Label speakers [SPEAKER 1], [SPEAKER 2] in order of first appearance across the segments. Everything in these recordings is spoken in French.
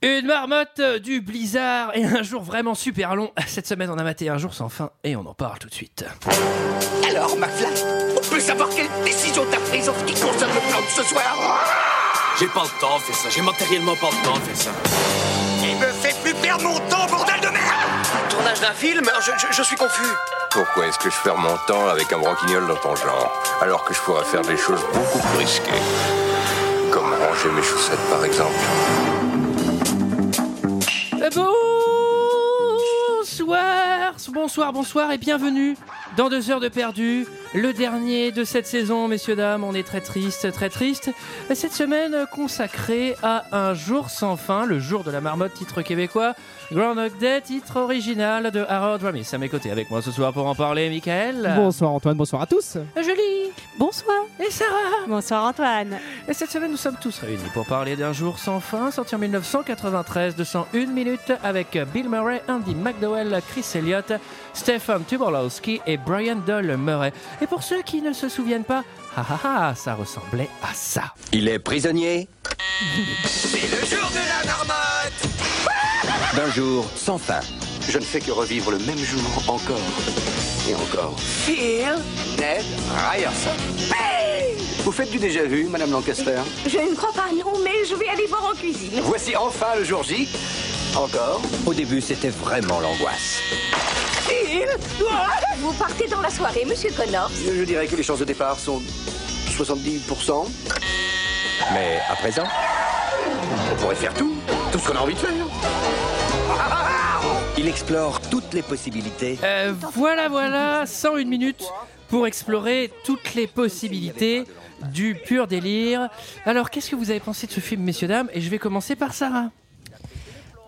[SPEAKER 1] Une marmotte euh, du blizzard et un jour vraiment super long. Cette semaine, on a maté un jour sans fin et on en parle tout de suite.
[SPEAKER 2] Alors, McFly, on peut savoir quelle décision t'as prise en ce qui concerne le plan de ce soir
[SPEAKER 3] J'ai pas le temps de faire ça, j'ai matériellement pas le temps de faire ça.
[SPEAKER 2] Il me fait plus perdre mon temps, bordel de merde
[SPEAKER 4] Tournage d'un film je, je- je suis confus.
[SPEAKER 5] Pourquoi est-ce que je perds mon temps avec un branquignol dans ton genre Alors que je pourrais faire des choses beaucoup plus risquées. Comme ranger mes chaussettes par exemple.
[SPEAKER 1] Euh, Bonsoir, bonsoir, bonsoir et bienvenue dans deux heures de perdu, le dernier de cette saison, messieurs dames. On est très triste, très triste. Cette semaine consacrée à un jour sans fin, le jour de la marmotte, titre québécois, Groundhog Day, titre original de Harold Ramis. À mes côtés, avec moi ce soir pour en parler, Michael.
[SPEAKER 6] Bonsoir Antoine, bonsoir à tous.
[SPEAKER 1] Julie
[SPEAKER 7] Bonsoir.
[SPEAKER 1] et Sarah.
[SPEAKER 7] Bonsoir Antoine.
[SPEAKER 1] Et cette semaine, nous sommes tous réunis pour parler d'un jour sans fin, sorti en 1993, 201 minutes, avec Bill Murray, Andy McDowell, Chris Elliott, Stefan Tubolowski et Brian Doll Murray. Et pour ceux qui ne se souviennent pas, ah ah ah, ça ressemblait à ça.
[SPEAKER 5] Il est prisonnier
[SPEAKER 2] C'est le jour de la marmotte
[SPEAKER 5] d'un jour sans fin.
[SPEAKER 2] Je ne fais que revivre le même jour encore et encore. Phil Ned Ryerson. Vous faites du déjà-vu, Madame Lancaster
[SPEAKER 8] Je ne crois pas, non, mais je vais aller voir en cuisine.
[SPEAKER 2] Voici enfin le jour J. Encore.
[SPEAKER 5] Au début c'était vraiment l'angoisse.
[SPEAKER 8] Vous partez dans la soirée, monsieur Connors.
[SPEAKER 2] Je dirais que les chances de départ sont 70%.
[SPEAKER 5] Mais à présent
[SPEAKER 2] On pourrait faire tout, tout ce qu'on a envie de faire.
[SPEAKER 5] Il explore toutes les possibilités.
[SPEAKER 1] Euh, voilà, voilà, 101 minutes pour explorer toutes les possibilités du pur délire. Alors, qu'est-ce que vous avez pensé de ce film, messieurs, dames Et je vais commencer par Sarah.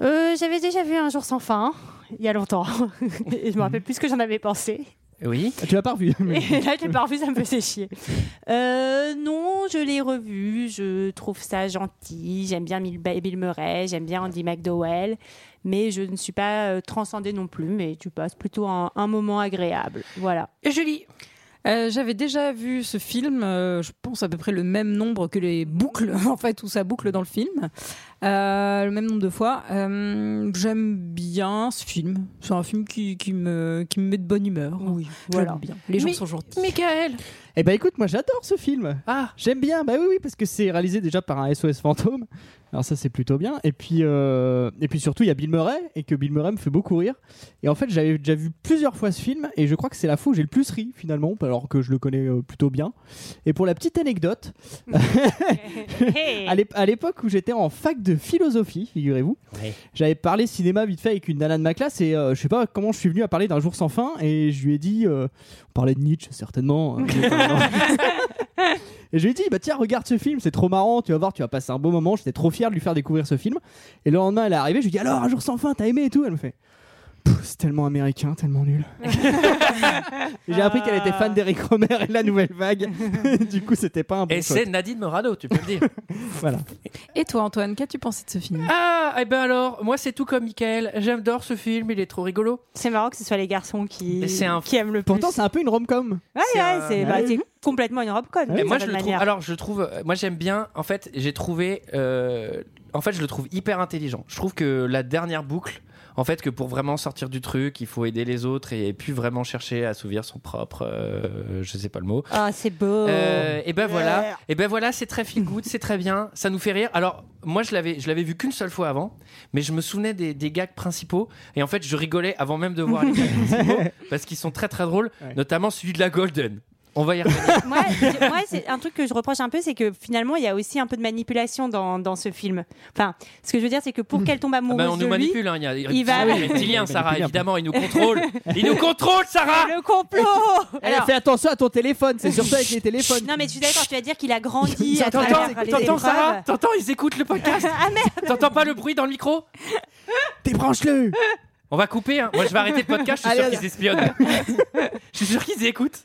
[SPEAKER 7] Euh, J'avais déjà vu Un jour sans fin, hein, il y a longtemps. Et je me rappelle plus ce que j'en avais pensé.
[SPEAKER 1] Oui.
[SPEAKER 6] Ah, Tu l'as pas revu. mais-
[SPEAKER 7] Et là, j'ai pas revu, ça me faisait chier. Euh, non, je l'ai revu, je trouve ça gentil. J'aime bien Mil- Bill Murray, j'aime bien Andy McDowell. Mais je ne suis pas euh, transcendée non plus, mais tu passes plutôt un, un moment agréable. Voilà.
[SPEAKER 1] Et Julie
[SPEAKER 9] Euh, J'avais déjà vu ce film, euh, je pense à peu près le même nombre que les boucles, en fait, où ça boucle dans le film, Euh, le même nombre de fois. Euh, J'aime bien ce film, c'est un film qui, qui me, qui me met de bonne humeur.
[SPEAKER 7] Oui,
[SPEAKER 9] J'aime bien. Les gens
[SPEAKER 1] Mais-
[SPEAKER 9] sont gentils.
[SPEAKER 1] Michael
[SPEAKER 6] Eh ben écoute, moi j'adore ce film.
[SPEAKER 1] Ah
[SPEAKER 6] J'aime bien, bah oui, oui, parce que c'est réalisé déjà par un SOS fantôme. Alors ça c'est plutôt bien. Et puis, euh, et puis surtout il y a Bill Murray et que Bill Murray me fait beaucoup rire. Et en fait j'avais déjà vu plusieurs fois ce film et je crois que c'est la fois où j'ai le plus ri finalement, alors que je le connais euh, plutôt bien. Et pour la petite anecdote,
[SPEAKER 7] Hey.
[SPEAKER 6] À l'ép- à l'époque où j'étais en fac de philosophie, figurez-vous,
[SPEAKER 1] Ouais.
[SPEAKER 6] j'avais parlé cinéma vite fait avec une nana de ma classe et euh, je sais pas comment je suis venu à parler d'un jour sans fin et je lui ai dit, euh, on parlait de Nietzsche certainement. euh, mais pas vraiment. Et je lui ai dit, bah tiens, regarde ce film, c'est trop marrant, tu vas voir, tu vas passer un beau moment. J'étais trop fier de lui faire découvrir ce film. Et le lendemain, elle est arrivée, je lui ai dit, alors, un jour sans fin, t'as aimé et tout Elle me fait, Pff, c'est tellement américain, tellement nul. Et J'ai appris qu'elle était fan d'Eric Romer et de la nouvelle vague. du coup, c'était pas un bon
[SPEAKER 1] Et
[SPEAKER 6] choix.
[SPEAKER 1] c'est Nadine Morano, tu peux le dire.
[SPEAKER 6] Voilà.
[SPEAKER 9] Et toi, Antoine, qu'as-tu pensé de ce film
[SPEAKER 1] Ah, et ben alors, moi c'est tout comme Michael. J'adore ce film, il est trop rigolo.
[SPEAKER 7] C'est marrant que ce soit les garçons
[SPEAKER 1] Mais
[SPEAKER 7] qui,
[SPEAKER 1] c'est un-
[SPEAKER 7] qui aiment le plus.
[SPEAKER 6] Pourtant, c'est un peu une rom-com.
[SPEAKER 7] Ouais,
[SPEAKER 1] C'est
[SPEAKER 7] ouais,
[SPEAKER 1] un-
[SPEAKER 7] c'est bah,
[SPEAKER 6] Ouais.
[SPEAKER 7] c'est complètement une robe conne.
[SPEAKER 6] Et
[SPEAKER 1] et
[SPEAKER 7] d'une
[SPEAKER 1] moi je
[SPEAKER 7] certaine
[SPEAKER 1] le trouve.
[SPEAKER 7] manière.
[SPEAKER 1] Alors je trouve, euh, moi j'aime bien. En fait, j'ai trouvé. euh, en fait, je le trouve hyper intelligent. Je trouve que la dernière boucle. En fait, que pour vraiment sortir du truc, il faut aider les autres et puis vraiment chercher à assouvir son propre, euh, je sais pas le mot.
[SPEAKER 7] Ah, c'est beau.
[SPEAKER 1] Euh, et ben voilà, et ben voilà, c'est très feel good, c'est très bien, ça nous fait rire. Alors moi je l'avais, je l'avais vu qu'une seule fois avant, mais je me souvenais des, des gags principaux et en fait je rigolais avant même de voir les gags principaux parce qu'ils sont très très drôles,
[SPEAKER 6] Ouais.
[SPEAKER 1] notamment celui de la Golden. On va y revenir.
[SPEAKER 7] moi, j'ai- moi, c'est un truc que je reproche un peu, c'est que finalement, il y a aussi un peu de manipulation dans, dans ce film. Enfin, ce que je veux dire, c'est que pour qu'elle tombe
[SPEAKER 1] Ah
[SPEAKER 7] amoureuse
[SPEAKER 1] ben, on
[SPEAKER 7] de
[SPEAKER 1] nous
[SPEAKER 7] lui,
[SPEAKER 1] manipule, hein, il y a il y
[SPEAKER 7] va-
[SPEAKER 1] a des reptiliens, Sarah, évidemment, il nous contrôle, il nous contrôle, Sarah.
[SPEAKER 7] le complot.
[SPEAKER 6] Elle a
[SPEAKER 7] Alors, euh,
[SPEAKER 6] fait attention à ton téléphone, c'est surtout avec les téléphones.
[SPEAKER 7] non, mais je suis d'accord. Tu vas dire qu'il a grandi. à
[SPEAKER 1] T'entends,
[SPEAKER 7] travers les
[SPEAKER 1] t'entends
[SPEAKER 7] épreuves. euh,
[SPEAKER 1] Sarah, t'entends, ils écoutent le podcast.
[SPEAKER 7] Ah merde.
[SPEAKER 1] T'entends pas le bruit dans le micro
[SPEAKER 6] Débranche-le
[SPEAKER 1] On va couper. hein. Moi je vais arrêter le podcast. Je
[SPEAKER 6] Allez,
[SPEAKER 1] suis sûr
[SPEAKER 6] allez.
[SPEAKER 1] qu'ils espionnent. Je suis sûr qu'ils écoutent.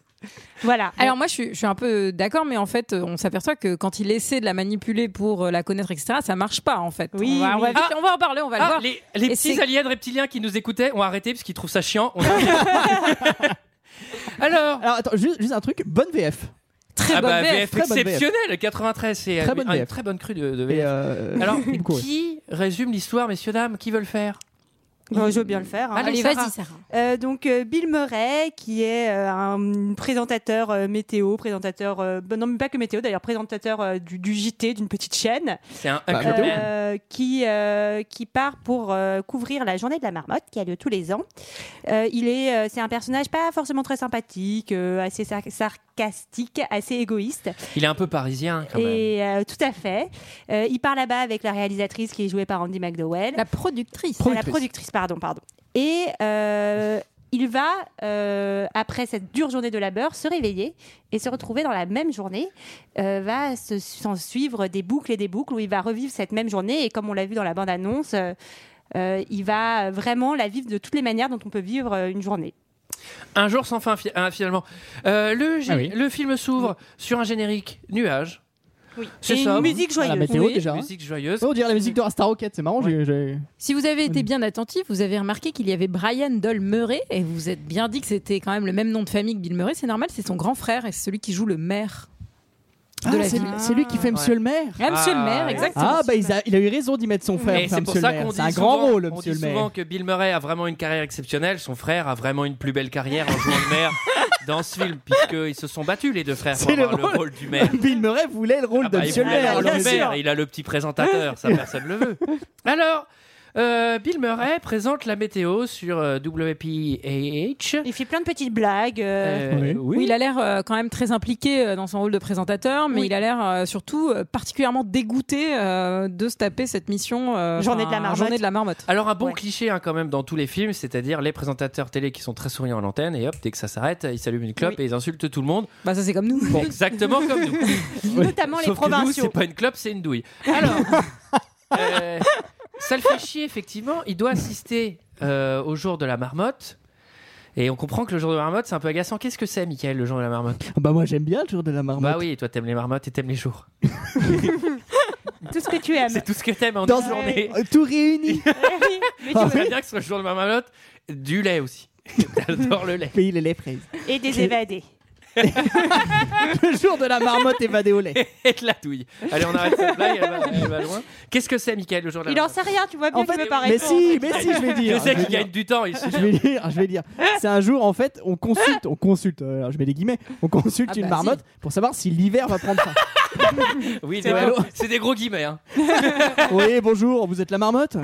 [SPEAKER 7] Voilà.
[SPEAKER 9] Alors moi je suis, je suis un peu d'accord mais en fait euh, on s'aperçoit que quand il essaie de la manipuler pour euh, la connaître etc ça marche pas en fait.
[SPEAKER 7] Oui,
[SPEAKER 9] on va, on va
[SPEAKER 7] oui.
[SPEAKER 9] vite- on va en parler, on va le
[SPEAKER 1] Ah,
[SPEAKER 9] voir.
[SPEAKER 1] les, les
[SPEAKER 9] Et
[SPEAKER 1] petits
[SPEAKER 9] c'est-
[SPEAKER 1] aliens reptiliens qui nous écoutaient ont arrêté parce qu'ils trouvent ça chiant. On a- Alors,
[SPEAKER 6] Alors attends, juste, juste un truc, bonne VF.
[SPEAKER 9] Très
[SPEAKER 1] ah
[SPEAKER 9] bonne
[SPEAKER 1] bah,
[SPEAKER 9] VF.
[SPEAKER 1] VF,
[SPEAKER 6] très bonne VF.
[SPEAKER 1] exceptionnelle, 93, c'est
[SPEAKER 6] Très
[SPEAKER 1] euh,
[SPEAKER 6] bonne
[SPEAKER 1] une
[SPEAKER 6] VF.
[SPEAKER 1] très bonne crue de, de
[SPEAKER 6] Et,
[SPEAKER 1] VF.
[SPEAKER 6] euh,
[SPEAKER 1] Alors,
[SPEAKER 6] beaucoup, ouais.
[SPEAKER 1] qui résume l'histoire, messieurs, dames Qui veut le faire
[SPEAKER 7] Bon, je veux bien le faire. hein.
[SPEAKER 1] Allez,
[SPEAKER 10] Allez,
[SPEAKER 1] Sarah.
[SPEAKER 10] vas-y, Sarah.
[SPEAKER 7] Euh, donc euh, Bill Murray, qui est euh, un présentateur euh, météo, présentateur, euh, non mais pas que météo d'ailleurs, présentateur euh, du, du JT d'une petite chaîne,
[SPEAKER 1] C'est un
[SPEAKER 6] Bah,
[SPEAKER 1] Aquaman.
[SPEAKER 7] euh, qui euh, qui part pour euh, couvrir la journée de la marmotte qui a lieu tous les ans. Euh, il est, euh, c'est un personnage pas forcément très sympathique, euh, assez sar- sarcastique, assez égoïste.
[SPEAKER 1] Il est un peu parisien, quand même.
[SPEAKER 7] Et euh, tout à fait, Euh, il part là-bas avec la réalisatrice qui est jouée par Andy McDowell.
[SPEAKER 10] La productrice.
[SPEAKER 7] Ah, La productrice, pardon, pardon. Et euh, il va, euh, après cette dure journée de labeur, se réveiller et se retrouver dans la même journée. Euh, va se- s'en suivre des boucles et des boucles où il va revivre cette même journée. Et comme on l'a vu dans la bande-annonce, euh, euh, il va vraiment la vivre de toutes les manières dont on peut vivre euh, une journée.
[SPEAKER 1] Un jour sans fin, fi- ah, finalement. Euh, le, gé-
[SPEAKER 6] Ah oui.
[SPEAKER 1] le film s'ouvre sur un générique nuage. C'est
[SPEAKER 7] Et
[SPEAKER 1] ça,
[SPEAKER 7] une musique
[SPEAKER 6] Ah, la
[SPEAKER 7] joyeuse.
[SPEAKER 6] météo
[SPEAKER 9] Oui.
[SPEAKER 6] déjà. hein.
[SPEAKER 1] Musique joyeuse.
[SPEAKER 6] Ouais, on dirait la musique de Rasta Rocket, c'est marrant. j'ai- j'ai-
[SPEAKER 10] Si vous avez été bien attentif, vous avez remarqué qu'il y avait Brian Doll Murray et vous vous êtes bien dit que c'était quand même le même nom de famille que Bill Murray. C'est normal, c'est son grand frère et c'est celui qui joue le maire.
[SPEAKER 6] Ah,
[SPEAKER 10] la
[SPEAKER 6] c'est
[SPEAKER 10] ville.
[SPEAKER 6] c'est lui qui fait Monsieur le Maire.
[SPEAKER 10] Ah, monsieur
[SPEAKER 1] Ah,
[SPEAKER 10] le maire,
[SPEAKER 1] ouais.
[SPEAKER 10] exactement.
[SPEAKER 6] Ah bah il a, il a eu raison d'y mettre son frère.
[SPEAKER 1] Et
[SPEAKER 6] enfin,
[SPEAKER 1] c'est pour
[SPEAKER 6] monsieur
[SPEAKER 1] ça
[SPEAKER 6] le maire.
[SPEAKER 1] qu'on dit
[SPEAKER 6] C'est un
[SPEAKER 1] souvent-
[SPEAKER 6] grand rôle,
[SPEAKER 1] on
[SPEAKER 6] Monsieur
[SPEAKER 1] dit
[SPEAKER 6] le
[SPEAKER 1] souvent
[SPEAKER 6] Maire.
[SPEAKER 1] que Bill Murray a vraiment une carrière exceptionnelle. Son frère a vraiment une plus belle carrière en jouant le maire dans ce film, puisqu'ils se sont battus les deux frères pour
[SPEAKER 6] C'est le
[SPEAKER 1] avoir le
[SPEAKER 6] rôle.
[SPEAKER 1] rôle du maire.
[SPEAKER 6] Bill Murray voulait le rôle
[SPEAKER 1] Ah bah,
[SPEAKER 6] de
[SPEAKER 1] il
[SPEAKER 6] Monsieur le
[SPEAKER 1] voulait
[SPEAKER 6] Maire.
[SPEAKER 1] avoir
[SPEAKER 6] bien
[SPEAKER 1] le
[SPEAKER 6] sûr.
[SPEAKER 1] maire, il a le petit présentateur, ça personne le veut. Alors, euh, Bill Murray présente la météo sur euh, WPAH.
[SPEAKER 7] Il fait plein de petites blagues. euh,
[SPEAKER 6] Oui.
[SPEAKER 1] Euh, oui.
[SPEAKER 9] Oui, il a l'air euh, quand même très impliqué euh, dans son rôle de présentateur, mais
[SPEAKER 7] Oui.
[SPEAKER 9] il a l'air euh, surtout euh, particulièrement dégoûté euh, de se taper cette mission euh,
[SPEAKER 7] Journée de la
[SPEAKER 9] enfin,
[SPEAKER 7] marmotte.
[SPEAKER 9] Journée de la marmotte.
[SPEAKER 1] Alors un bon
[SPEAKER 7] Ouais.
[SPEAKER 1] cliché hein, quand même dans tous les films, c'est-à-dire les présentateurs télé qui sont très souriants à l'antenne et hop, dès que ça s'arrête, ils s'allument une clope et ils insultent tout le monde,
[SPEAKER 9] Bah ça c'est comme nous.
[SPEAKER 1] exactement comme nous.
[SPEAKER 7] Notamment les
[SPEAKER 1] Sauf que nous,
[SPEAKER 7] provinciaux.
[SPEAKER 1] c'est pas une clope, c'est une douille. Alors, euh, ça le fait chier effectivement. Il doit assister euh, au jour de la marmotte. Et on comprend que le jour de la marmotte, c'est un peu agaçant. Qu'est-ce que c'est, Michael, le jour de la marmotte
[SPEAKER 6] Ah Bah moi j'aime bien le jour de la marmotte.
[SPEAKER 1] Bah oui, toi, t'aimes les marmottes et t'aimes les jours.
[SPEAKER 7] Tout ce que tu aimes.
[SPEAKER 1] C'est tout ce que t'aimes en
[SPEAKER 6] Dans
[SPEAKER 1] une journée.
[SPEAKER 6] Euh, Tout réuni.
[SPEAKER 7] Mais tu
[SPEAKER 6] Ah
[SPEAKER 7] vois.
[SPEAKER 1] C'est bien que ce soit le jour de la marmotte, du lait aussi. T'adores le lait.
[SPEAKER 6] Pays les lait fraises.
[SPEAKER 7] Et des évadés.
[SPEAKER 6] Le jour de la marmotte évadée au lait.
[SPEAKER 1] et de la douille. Allez, on arrête cette blague, elle va, elle va loin. Qu'est-ce que c'est, Michael, le jour de la
[SPEAKER 7] Il en
[SPEAKER 1] marmotte
[SPEAKER 7] sait rien, tu vois bien
[SPEAKER 6] En
[SPEAKER 7] qu'il
[SPEAKER 6] fait,
[SPEAKER 7] veut pas
[SPEAKER 6] mais
[SPEAKER 7] répondre.
[SPEAKER 6] si, mais si, je vais
[SPEAKER 1] Je
[SPEAKER 6] dire.
[SPEAKER 1] sais
[SPEAKER 6] vais
[SPEAKER 1] qu'il
[SPEAKER 6] dire.
[SPEAKER 1] gagne du temps ici.
[SPEAKER 6] Je vais dire, je vais dire. C'est un jour, en fait, on consulte, on consulte, euh, alors je mets des guillemets, on consulte
[SPEAKER 9] Ah
[SPEAKER 6] une
[SPEAKER 9] bah,
[SPEAKER 6] marmotte pour savoir si l'hiver va prendre fin.
[SPEAKER 1] Oui,
[SPEAKER 6] C'est
[SPEAKER 1] des gros-
[SPEAKER 6] vrai.
[SPEAKER 1] c'est des gros guillemets. hein.
[SPEAKER 6] oui, bonjour, vous êtes la marmotte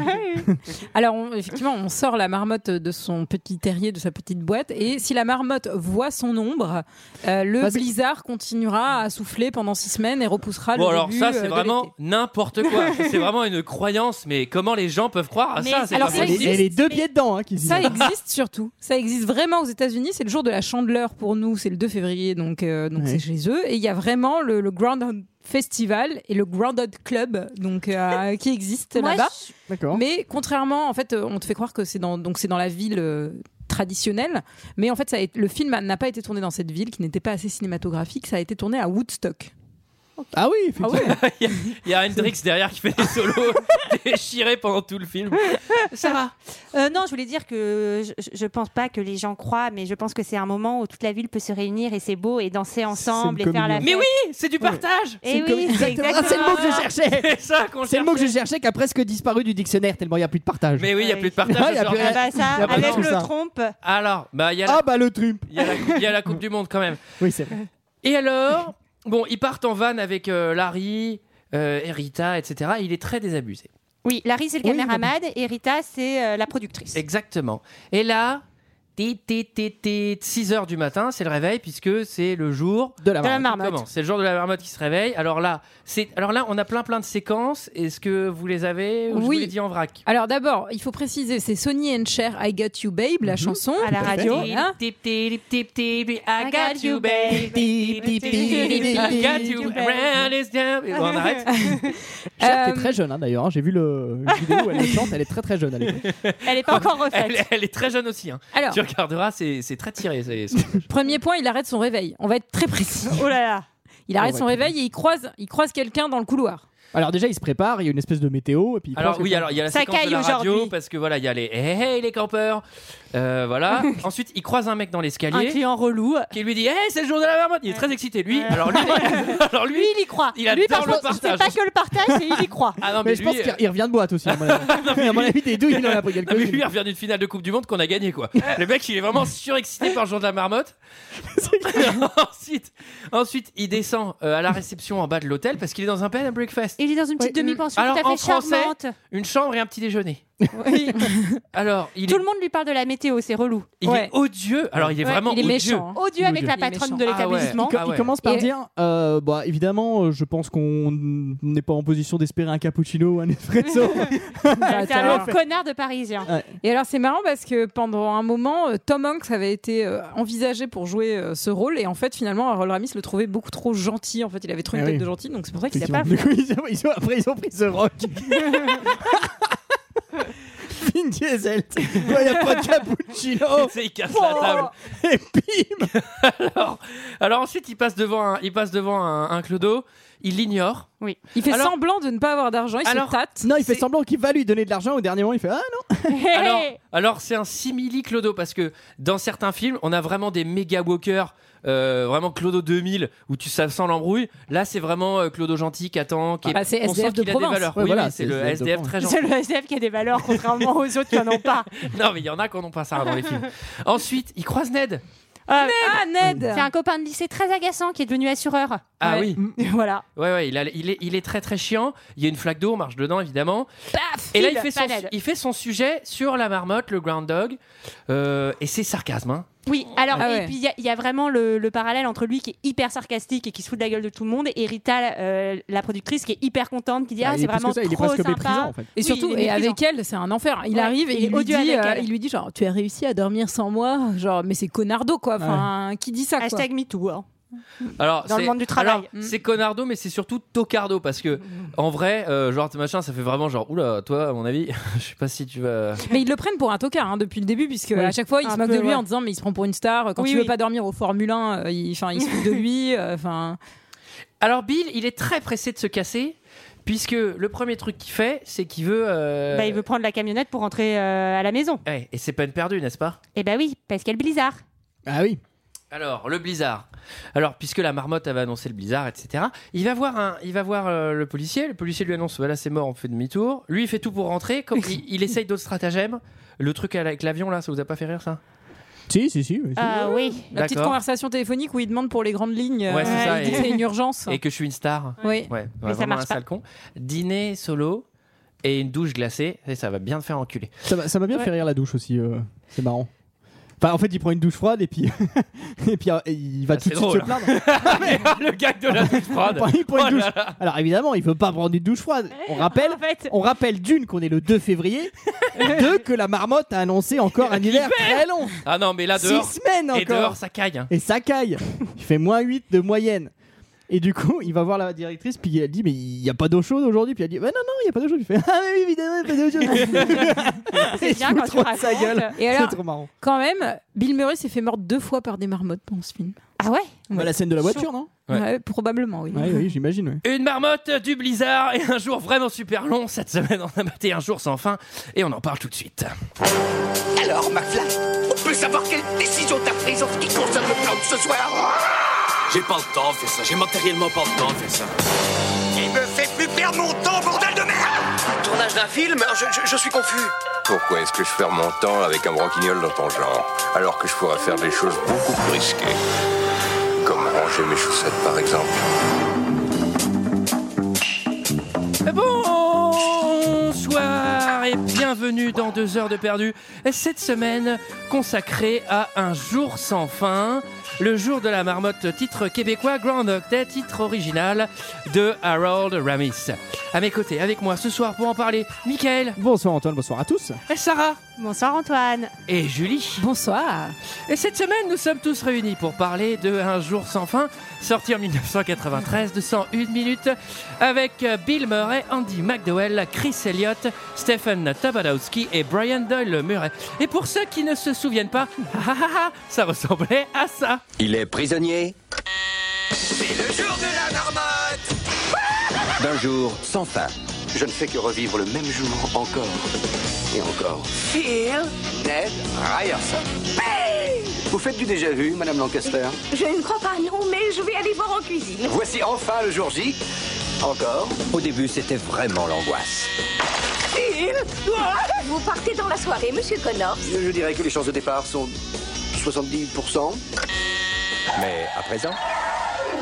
[SPEAKER 9] Alors on- effectivement, on sort la marmotte de son petit terrier, de sa petite boîte, et si la marmotte voit son ombre, euh, le
[SPEAKER 6] Bah, c'est-
[SPEAKER 9] blizzard continuera à souffler pendant six semaines et repoussera
[SPEAKER 1] Bon,
[SPEAKER 9] le
[SPEAKER 1] alors
[SPEAKER 9] début,
[SPEAKER 1] ça,
[SPEAKER 9] euh,
[SPEAKER 1] c'est
[SPEAKER 9] de
[SPEAKER 1] vraiment
[SPEAKER 9] l'été.
[SPEAKER 1] n'importe quoi. C'est vraiment une croyance, mais comment les gens peuvent croire à
[SPEAKER 7] Mais
[SPEAKER 1] ça C'est
[SPEAKER 9] alors
[SPEAKER 1] pas
[SPEAKER 9] ça
[SPEAKER 6] Et
[SPEAKER 1] possible.
[SPEAKER 6] les- et les deux pieds dedans hein, qui se
[SPEAKER 9] Ça
[SPEAKER 6] disent.
[SPEAKER 9] existe surtout. Ça existe vraiment aux États-Unis. C'est le jour de la chandeleur pour nous. C'est le 2 février, donc euh, donc
[SPEAKER 6] Ouais.
[SPEAKER 9] c'est chez eux. Et il y a vraiment le, le Groundhog Festival et le Groundhog Club, donc euh, qui existe
[SPEAKER 7] Moi,
[SPEAKER 9] là-bas.
[SPEAKER 7] je-
[SPEAKER 1] Hein
[SPEAKER 6] D'accord.
[SPEAKER 9] Mais contrairement, en fait, euh, on te fait croire que c'est dans donc c'est dans la ville. euh, traditionnelle, mais en fait ça a été- le film a- n'a pas été tourné dans cette ville qui n'était pas assez cinématographique, ça a été tourné à Woodstock.
[SPEAKER 6] Ah oui, effectivement.
[SPEAKER 1] Il y a Hendrix derrière qui fait des solos déchirés pendant tout le film. Sarah
[SPEAKER 7] Euh, non, je voulais dire que je, je- je pense pas que les gens croient, mais je pense que c'est un moment où toute la ville peut se réunir et c'est beau et danser ensemble
[SPEAKER 6] une
[SPEAKER 7] et faire la fête.
[SPEAKER 1] Mais oui, c'est du partage
[SPEAKER 7] Et
[SPEAKER 6] une comédie.
[SPEAKER 7] Eh oui, c'est
[SPEAKER 6] Ah, c'est le
[SPEAKER 7] exactement.
[SPEAKER 6] mot que je cherchais
[SPEAKER 1] C'est ça qu'on
[SPEAKER 6] C'est le mot que je
[SPEAKER 1] cherchait.
[SPEAKER 6] cherchais qui a presque disparu du dictionnaire tellement il n'y a plus de partage.
[SPEAKER 1] Mais oui, il n'y a
[SPEAKER 7] Ouais.
[SPEAKER 1] plus de
[SPEAKER 6] Ah, il y a
[SPEAKER 1] partage.
[SPEAKER 6] plus
[SPEAKER 1] aujourd'hui.
[SPEAKER 7] Ah bah ça,
[SPEAKER 6] Il y a pas de
[SPEAKER 7] avec
[SPEAKER 6] tout
[SPEAKER 7] le
[SPEAKER 6] ça.
[SPEAKER 7] trompe.
[SPEAKER 1] Alors, bah, il y a la-
[SPEAKER 6] Ah bah le Trump
[SPEAKER 1] il y a la coupe- il y a la Coupe du Monde quand même.
[SPEAKER 6] Oui, c'est vrai.
[SPEAKER 1] Et alors, bon, ils partent en van avec euh, Larry, euh, et Rita, etc. Il est très désabusé.
[SPEAKER 7] Oui, Larry c'est le
[SPEAKER 6] Oui,
[SPEAKER 7] caméraman et Rita c'est euh, la productrice.
[SPEAKER 1] Exactement. Et là, 6 heures du matin, c'est le réveil, puisque c'est le jour.
[SPEAKER 6] De la
[SPEAKER 7] De la
[SPEAKER 6] marmotte.
[SPEAKER 7] marmotte.
[SPEAKER 1] Comment C'est le jour de la marmotte qui se réveille. Alors là, c'est alors là, on a plein plein de séquences. Est-ce que vous les avez ou je vous
[SPEAKER 9] Oui.
[SPEAKER 1] les dis en vrac
[SPEAKER 9] Alors d'abord, il faut préciser, c'est Sonny and Cher, I Got You Babe,
[SPEAKER 1] Mhm.
[SPEAKER 9] la chanson. Hein
[SPEAKER 7] À la radio.
[SPEAKER 9] Voilà.
[SPEAKER 1] Tip, tip, tip, tip, tip, I got you, babe. I got you, round is down. Bon, On arrête.
[SPEAKER 6] Cher,
[SPEAKER 9] Euh,
[SPEAKER 6] t'es très jeune hein, d'ailleurs. hein. J'ai vu le une vidéo où elle le chante, elle est très très jeune. à l'époque.
[SPEAKER 7] Elle est pas encore refaite.
[SPEAKER 1] Elle, elle est très jeune aussi. hein.
[SPEAKER 9] Alors,
[SPEAKER 1] Tu regarderas, c'est c'est très tiré. c'est-
[SPEAKER 9] premier point, il arrête son réveil. On va être très précis.
[SPEAKER 7] Oh là là.
[SPEAKER 9] Il arrête
[SPEAKER 6] On va
[SPEAKER 9] son
[SPEAKER 6] être-
[SPEAKER 9] réveil et il croise, il croise quelqu'un dans le couloir.
[SPEAKER 6] Alors déjà, il se prépare, il y a une espèce de météo et puis. il
[SPEAKER 1] Alors
[SPEAKER 6] pense que-
[SPEAKER 1] oui, alors il y a la
[SPEAKER 7] Ça
[SPEAKER 1] séquence de
[SPEAKER 7] caille
[SPEAKER 1] la radio
[SPEAKER 7] aujourd'hui.
[SPEAKER 1] parce que voilà, il y a les hey, hey, les campeurs, Euh, voilà. Ensuite, il croise un mec dans
[SPEAKER 7] Un
[SPEAKER 1] l'escalier
[SPEAKER 7] client relou.
[SPEAKER 1] qui lui dit Hey, c'est le jour de la marmotte Il est très excité, lui. Alors lui, alors lui,
[SPEAKER 7] Lui, il y croit.
[SPEAKER 1] Il adore
[SPEAKER 7] lui, par
[SPEAKER 1] le
[SPEAKER 7] contre,
[SPEAKER 1] partage.
[SPEAKER 7] C'est pas que le partage, et il y croit.
[SPEAKER 1] ah non,
[SPEAKER 6] Mais
[SPEAKER 1] mais,
[SPEAKER 6] je
[SPEAKER 1] lui,
[SPEAKER 6] pense
[SPEAKER 1] euh,
[SPEAKER 6] qu'il il revient de boîte aussi. À mon avis, à mon avis, des deux, il en a pris quelques
[SPEAKER 1] Ah, lui, il revient d'une finale de Coupe du Monde qu'on a gagnée, quoi. Le mec, il est vraiment surexcité par le jour de la marmotte. ensuite, ensuite, il descend euh, à la réception en bas de l'hôtel parce qu'il est dans un bed and breakfast.
[SPEAKER 7] Il est dans une petite
[SPEAKER 9] Ouais.
[SPEAKER 7] demi-pension
[SPEAKER 1] Alors,
[SPEAKER 7] tout à fait
[SPEAKER 1] en français,
[SPEAKER 7] charmante.
[SPEAKER 1] Une chambre et un petit déjeuner.
[SPEAKER 7] Oui.
[SPEAKER 1] Alors, il,
[SPEAKER 7] Tout
[SPEAKER 1] est,
[SPEAKER 7] le monde lui parle de la météo, c'est relou.
[SPEAKER 1] il
[SPEAKER 9] ouais.
[SPEAKER 1] est odieux. Alors, il est
[SPEAKER 9] Ouais,
[SPEAKER 1] vraiment
[SPEAKER 9] il est
[SPEAKER 1] odieux.
[SPEAKER 9] méchant. hein.
[SPEAKER 7] Odieux avec
[SPEAKER 6] Dieu.
[SPEAKER 7] la
[SPEAKER 9] Il est
[SPEAKER 7] patronne
[SPEAKER 9] méchant.
[SPEAKER 7] de
[SPEAKER 1] Ah ouais.
[SPEAKER 7] l'établissement.
[SPEAKER 1] Il co- Ah ouais.
[SPEAKER 6] Il commence par
[SPEAKER 9] Et-
[SPEAKER 6] dire, euh, bah, évidemment, euh, je pense qu'on n'est pas en position d'espérer un cappuccino ou un espresso.
[SPEAKER 7] C'est un
[SPEAKER 9] Alors-
[SPEAKER 7] long connard de parisien.
[SPEAKER 9] Bah, Et alors c'est marrant parce que pendant un moment, euh, Tom Hanks avait été euh, envisagé pour jouer euh, ce rôle et en fait finalement Harold Ramis le trouvait beaucoup trop gentil. En fait, il avait trop une
[SPEAKER 6] Ah
[SPEAKER 9] tête
[SPEAKER 6] oui.
[SPEAKER 9] de gentil, donc c'est pour ça qu'il a
[SPEAKER 6] Effectivement.
[SPEAKER 9] pas.
[SPEAKER 6] Du coup, ils ont- ils ont- après, ils ont pris ce rock. Vin Diesel. Il n'y a pas de cappuccino.
[SPEAKER 1] Tu sais, il casse la table.
[SPEAKER 9] Oh.
[SPEAKER 6] Et bim.
[SPEAKER 1] Alors, alors ensuite, il passe devant un, il passe devant un, un clodo. Il l'ignore.
[SPEAKER 9] Il fait
[SPEAKER 1] Alors-
[SPEAKER 9] semblant de ne pas avoir d'argent, il
[SPEAKER 1] Alors-
[SPEAKER 9] se tâte.
[SPEAKER 6] Non, il fait
[SPEAKER 1] C'est-
[SPEAKER 6] semblant qu'il va lui donner de l'argent. Au dernier moment, il fait Ah non.
[SPEAKER 1] Alors, alors c'est un simili clodo parce que dans certains films, on a vraiment des méga walkers, euh, vraiment clodo 2000 où tu ça sent l'embrouille. Là, c'est vraiment euh, clodo gentil qui attend, qui est-
[SPEAKER 9] Bah, c'est
[SPEAKER 1] on
[SPEAKER 9] SDF
[SPEAKER 1] sent qu'il
[SPEAKER 9] de
[SPEAKER 1] a des
[SPEAKER 9] province.
[SPEAKER 1] valeurs.
[SPEAKER 6] Ouais,
[SPEAKER 1] oui,
[SPEAKER 6] voilà,
[SPEAKER 1] oui, c'est
[SPEAKER 6] c'est
[SPEAKER 1] le
[SPEAKER 6] SDF de
[SPEAKER 1] SDF
[SPEAKER 6] province.
[SPEAKER 1] très gentil.
[SPEAKER 7] C'est le SF qui a des valeurs, contrairement aux autres qui n'en ont pas.
[SPEAKER 1] Non, mais il y en a qui n'en ont pas ça hein, dans les films. Ensuite, il croise Ned.
[SPEAKER 7] Euh,
[SPEAKER 9] Ah Ned
[SPEAKER 7] C'est un copain de lycée très agaçant qui est devenu assureur.
[SPEAKER 1] Ah oui,
[SPEAKER 9] Ouais.
[SPEAKER 7] Mm. voilà.
[SPEAKER 1] ouais, ouais, il, a- il est, il est très très chiant. Il y a une flaque d'eau, on marche dedans évidemment. et là, il
[SPEAKER 7] Phil,
[SPEAKER 1] fait, son,
[SPEAKER 7] pas Ned.
[SPEAKER 1] il fait son sujet sur la marmotte, le groundhog. Euh, et c'est sarcasme. Hein.
[SPEAKER 7] Oui, alors,
[SPEAKER 9] Ah ouais.
[SPEAKER 7] et puis il y a- il y, a vraiment le, le parallèle entre lui qui est hyper sarcastique et qui se fout de la gueule de tout le monde et Rita, euh, la productrice, qui est hyper contente, qui dit
[SPEAKER 6] Bah,
[SPEAKER 7] Ah,
[SPEAKER 6] il
[SPEAKER 7] c'est
[SPEAKER 6] est plus
[SPEAKER 7] vraiment
[SPEAKER 6] que ça, il est
[SPEAKER 7] trop
[SPEAKER 6] presque
[SPEAKER 7] sympa.
[SPEAKER 6] méprisant en fait.
[SPEAKER 9] Et
[SPEAKER 7] Oui,
[SPEAKER 9] surtout,
[SPEAKER 7] il est
[SPEAKER 9] et avec elle, c'est un enfer. Il
[SPEAKER 7] Ouais,
[SPEAKER 9] arrive et
[SPEAKER 7] il est
[SPEAKER 9] il lui, dit,
[SPEAKER 7] odieux avec
[SPEAKER 9] euh,
[SPEAKER 7] elle.
[SPEAKER 9] il lui dit genre, tu as réussi à dormir sans moi, genre, mais c'est connardo quoi. Enfin, qui dit ça quoi
[SPEAKER 7] Hashtag MeToo. hein.
[SPEAKER 1] Alors,
[SPEAKER 7] Dans le
[SPEAKER 1] c'est-
[SPEAKER 7] monde du travail.
[SPEAKER 1] alors,
[SPEAKER 9] Mm.
[SPEAKER 1] C'est connardo, mais c'est surtout tocardo parce que en vrai, euh, genre, t'es machin, ça fait vraiment genre, oula, toi, à mon avis, je sais pas si tu vas.
[SPEAKER 9] Mais ils le prennent pour un tocard hein, depuis le début, puisque
[SPEAKER 6] Oui.
[SPEAKER 9] à chaque fois ils
[SPEAKER 7] Un
[SPEAKER 9] se moquent
[SPEAKER 7] peu,
[SPEAKER 9] de lui
[SPEAKER 7] ouais.
[SPEAKER 9] en disant mais il se prend pour une star. Quand
[SPEAKER 7] Oui,
[SPEAKER 9] tu veux
[SPEAKER 7] oui.
[SPEAKER 9] pas dormir au Formule 1, euh, il, enfin, il se fout de lui. euh, Enfin,
[SPEAKER 1] Alors, Bill, il est très pressé de se casser puisque le premier truc qu'il fait, c'est qu'il veut. euh,
[SPEAKER 7] Bah, il veut prendre la camionnette pour rentrer euh, à la maison.
[SPEAKER 1] Ouais, et c'est peine perdue, n'est-ce pas
[SPEAKER 7] Et bah oui, parce qu'elle blizzard.
[SPEAKER 6] Ah oui.
[SPEAKER 1] Alors, le blizzard. Alors, puisque la marmotte avait annoncé le blizzard, etc., il va voir, un, il va voir euh, le policier. Le policier lui annonce voilà, c'est mort, on fait demi-tour. Lui, il fait tout pour rentrer. Comme il, il essaye d'autres stratagèmes. Le truc avec l'avion, là, ça vous a pas fait rire, ça
[SPEAKER 6] Si, si, si. oui, si.
[SPEAKER 7] Ah oui.
[SPEAKER 9] la petite
[SPEAKER 1] D'accord.
[SPEAKER 9] conversation téléphonique où il demande pour les grandes lignes. euh,
[SPEAKER 1] Ouais, c'est ça,
[SPEAKER 9] il dit
[SPEAKER 1] et-
[SPEAKER 9] que c'est une urgence.
[SPEAKER 1] Et que je suis une star
[SPEAKER 9] Oui.
[SPEAKER 1] Ouais,
[SPEAKER 7] Mais ça
[SPEAKER 1] vraiment
[SPEAKER 7] marche
[SPEAKER 1] un
[SPEAKER 7] pas.
[SPEAKER 1] sale con. Dîner solo et une douche glacée, et ça va bien te faire enculer.
[SPEAKER 6] Ça m'a- ça m'a bien
[SPEAKER 7] Ouais.
[SPEAKER 6] fait rire la douche aussi. euh, C'est marrant. Enfin, en fait, il prend une douche froide et puis, et puis euh, il va
[SPEAKER 1] Ah,
[SPEAKER 6] tout de
[SPEAKER 1] c'est
[SPEAKER 6] suite se
[SPEAKER 1] drôle.
[SPEAKER 6] plaindre.
[SPEAKER 1] le gag de la douche froide.
[SPEAKER 6] Il prend- il prend une
[SPEAKER 1] Oh
[SPEAKER 6] douche.
[SPEAKER 1] là là.
[SPEAKER 6] Alors évidemment, il veut pas prendre une douche froide. On rappelle,
[SPEAKER 7] En fait,
[SPEAKER 6] on rappelle d'une qu'on est le 2 février, deux que la marmotte a annoncé encore un hiver très long,
[SPEAKER 1] Ah non, mais là
[SPEAKER 6] six
[SPEAKER 1] dehors,
[SPEAKER 6] semaines
[SPEAKER 1] et dehors
[SPEAKER 6] encore,
[SPEAKER 1] ça caille. hein.
[SPEAKER 6] et, ça caille. Il fait moins 8 de moyenne. Et du coup, il va voir la directrice, puis elle dit mais il y a pas d'eau chaude aujourd'hui, puis elle dit bah non non il y a pas d'eau chaude. Il fait ah oui évidemment il y a pas d'eau chaude. Et
[SPEAKER 7] c'est
[SPEAKER 6] il
[SPEAKER 7] bien
[SPEAKER 6] se
[SPEAKER 7] quand
[SPEAKER 6] fout
[SPEAKER 7] tu
[SPEAKER 6] trop de
[SPEAKER 7] racontes.
[SPEAKER 6] sa gueule.
[SPEAKER 9] Et
[SPEAKER 6] C'est
[SPEAKER 9] alors,
[SPEAKER 6] trop marrant.
[SPEAKER 9] quand même, Bill Murray s'est fait mordre deux fois par des marmottes pendant ce film.
[SPEAKER 7] Ah ouais
[SPEAKER 6] Bah, la scène de la voiture non
[SPEAKER 1] Ouais.
[SPEAKER 9] Ouais, probablement, oui.
[SPEAKER 6] Ouais, Oui j'imagine. ouais.
[SPEAKER 1] Une marmotte, du blizzard et un jour vraiment super long. Cette semaine, on a batté un jour sans fin et on en parle tout de suite.
[SPEAKER 2] Alors, McFly, on peut savoir quelle décision t'as prise en ce qui concerne le plan de ce soir
[SPEAKER 3] J'ai pas le temps de faire ça. J'ai matériellement pas le temps de faire ça.
[SPEAKER 2] Il me fait plus perdre mon temps, bordel de merde
[SPEAKER 4] Tournage d'un film je, je- je suis confus.
[SPEAKER 5] Pourquoi est-ce que je perds mon temps avec un broquignol dans ton genre Alors que je pourrais faire des choses beaucoup plus risquées. Comme ranger mes chaussettes par exemple.
[SPEAKER 1] Bonsoir et bienvenue dans deux heures de perdu. Cette semaine consacrée à un jour sans fin, le jour de la marmotte, titre québécois Grand Octet, titre original de Harold Ramis. À mes côtés, avec moi ce soir pour en parler, Michael,
[SPEAKER 6] Bonsoir Antoine, bonsoir à tous.
[SPEAKER 1] Sarah
[SPEAKER 7] Bonsoir Antoine.
[SPEAKER 1] et Julie.
[SPEAKER 9] Bonsoir.
[SPEAKER 1] Et cette semaine, nous sommes tous réunis pour parler de Un jour sans fin, sorti en 1993 de 101 minutes, avec Bill Murray, Andy McDowell, Chris Elliott, Stephen Tabadowski et Brian Doyle Murray. Et pour ceux qui ne se souviennent pas, ah, ah, ah, ah, ça ressemblait à ça.
[SPEAKER 2] Il est prisonnier. C'est le jour de la marmotte D'un jour sans fin. Je ne fais que revivre le même jour encore et encore. Phil Ned Ryerson. Bing Vous faites du déjà vu, Madame Lancaster
[SPEAKER 8] Je ne crois pas, non, mais je vais aller voir en cuisine.
[SPEAKER 2] Voici enfin le jour J. Encore.
[SPEAKER 11] Au début, c'était vraiment l'angoisse.
[SPEAKER 8] Phil Vous partez dans la soirée, monsieur Connors
[SPEAKER 2] Je je dirais que les chances de départ sont 70%.
[SPEAKER 11] Mais à présent,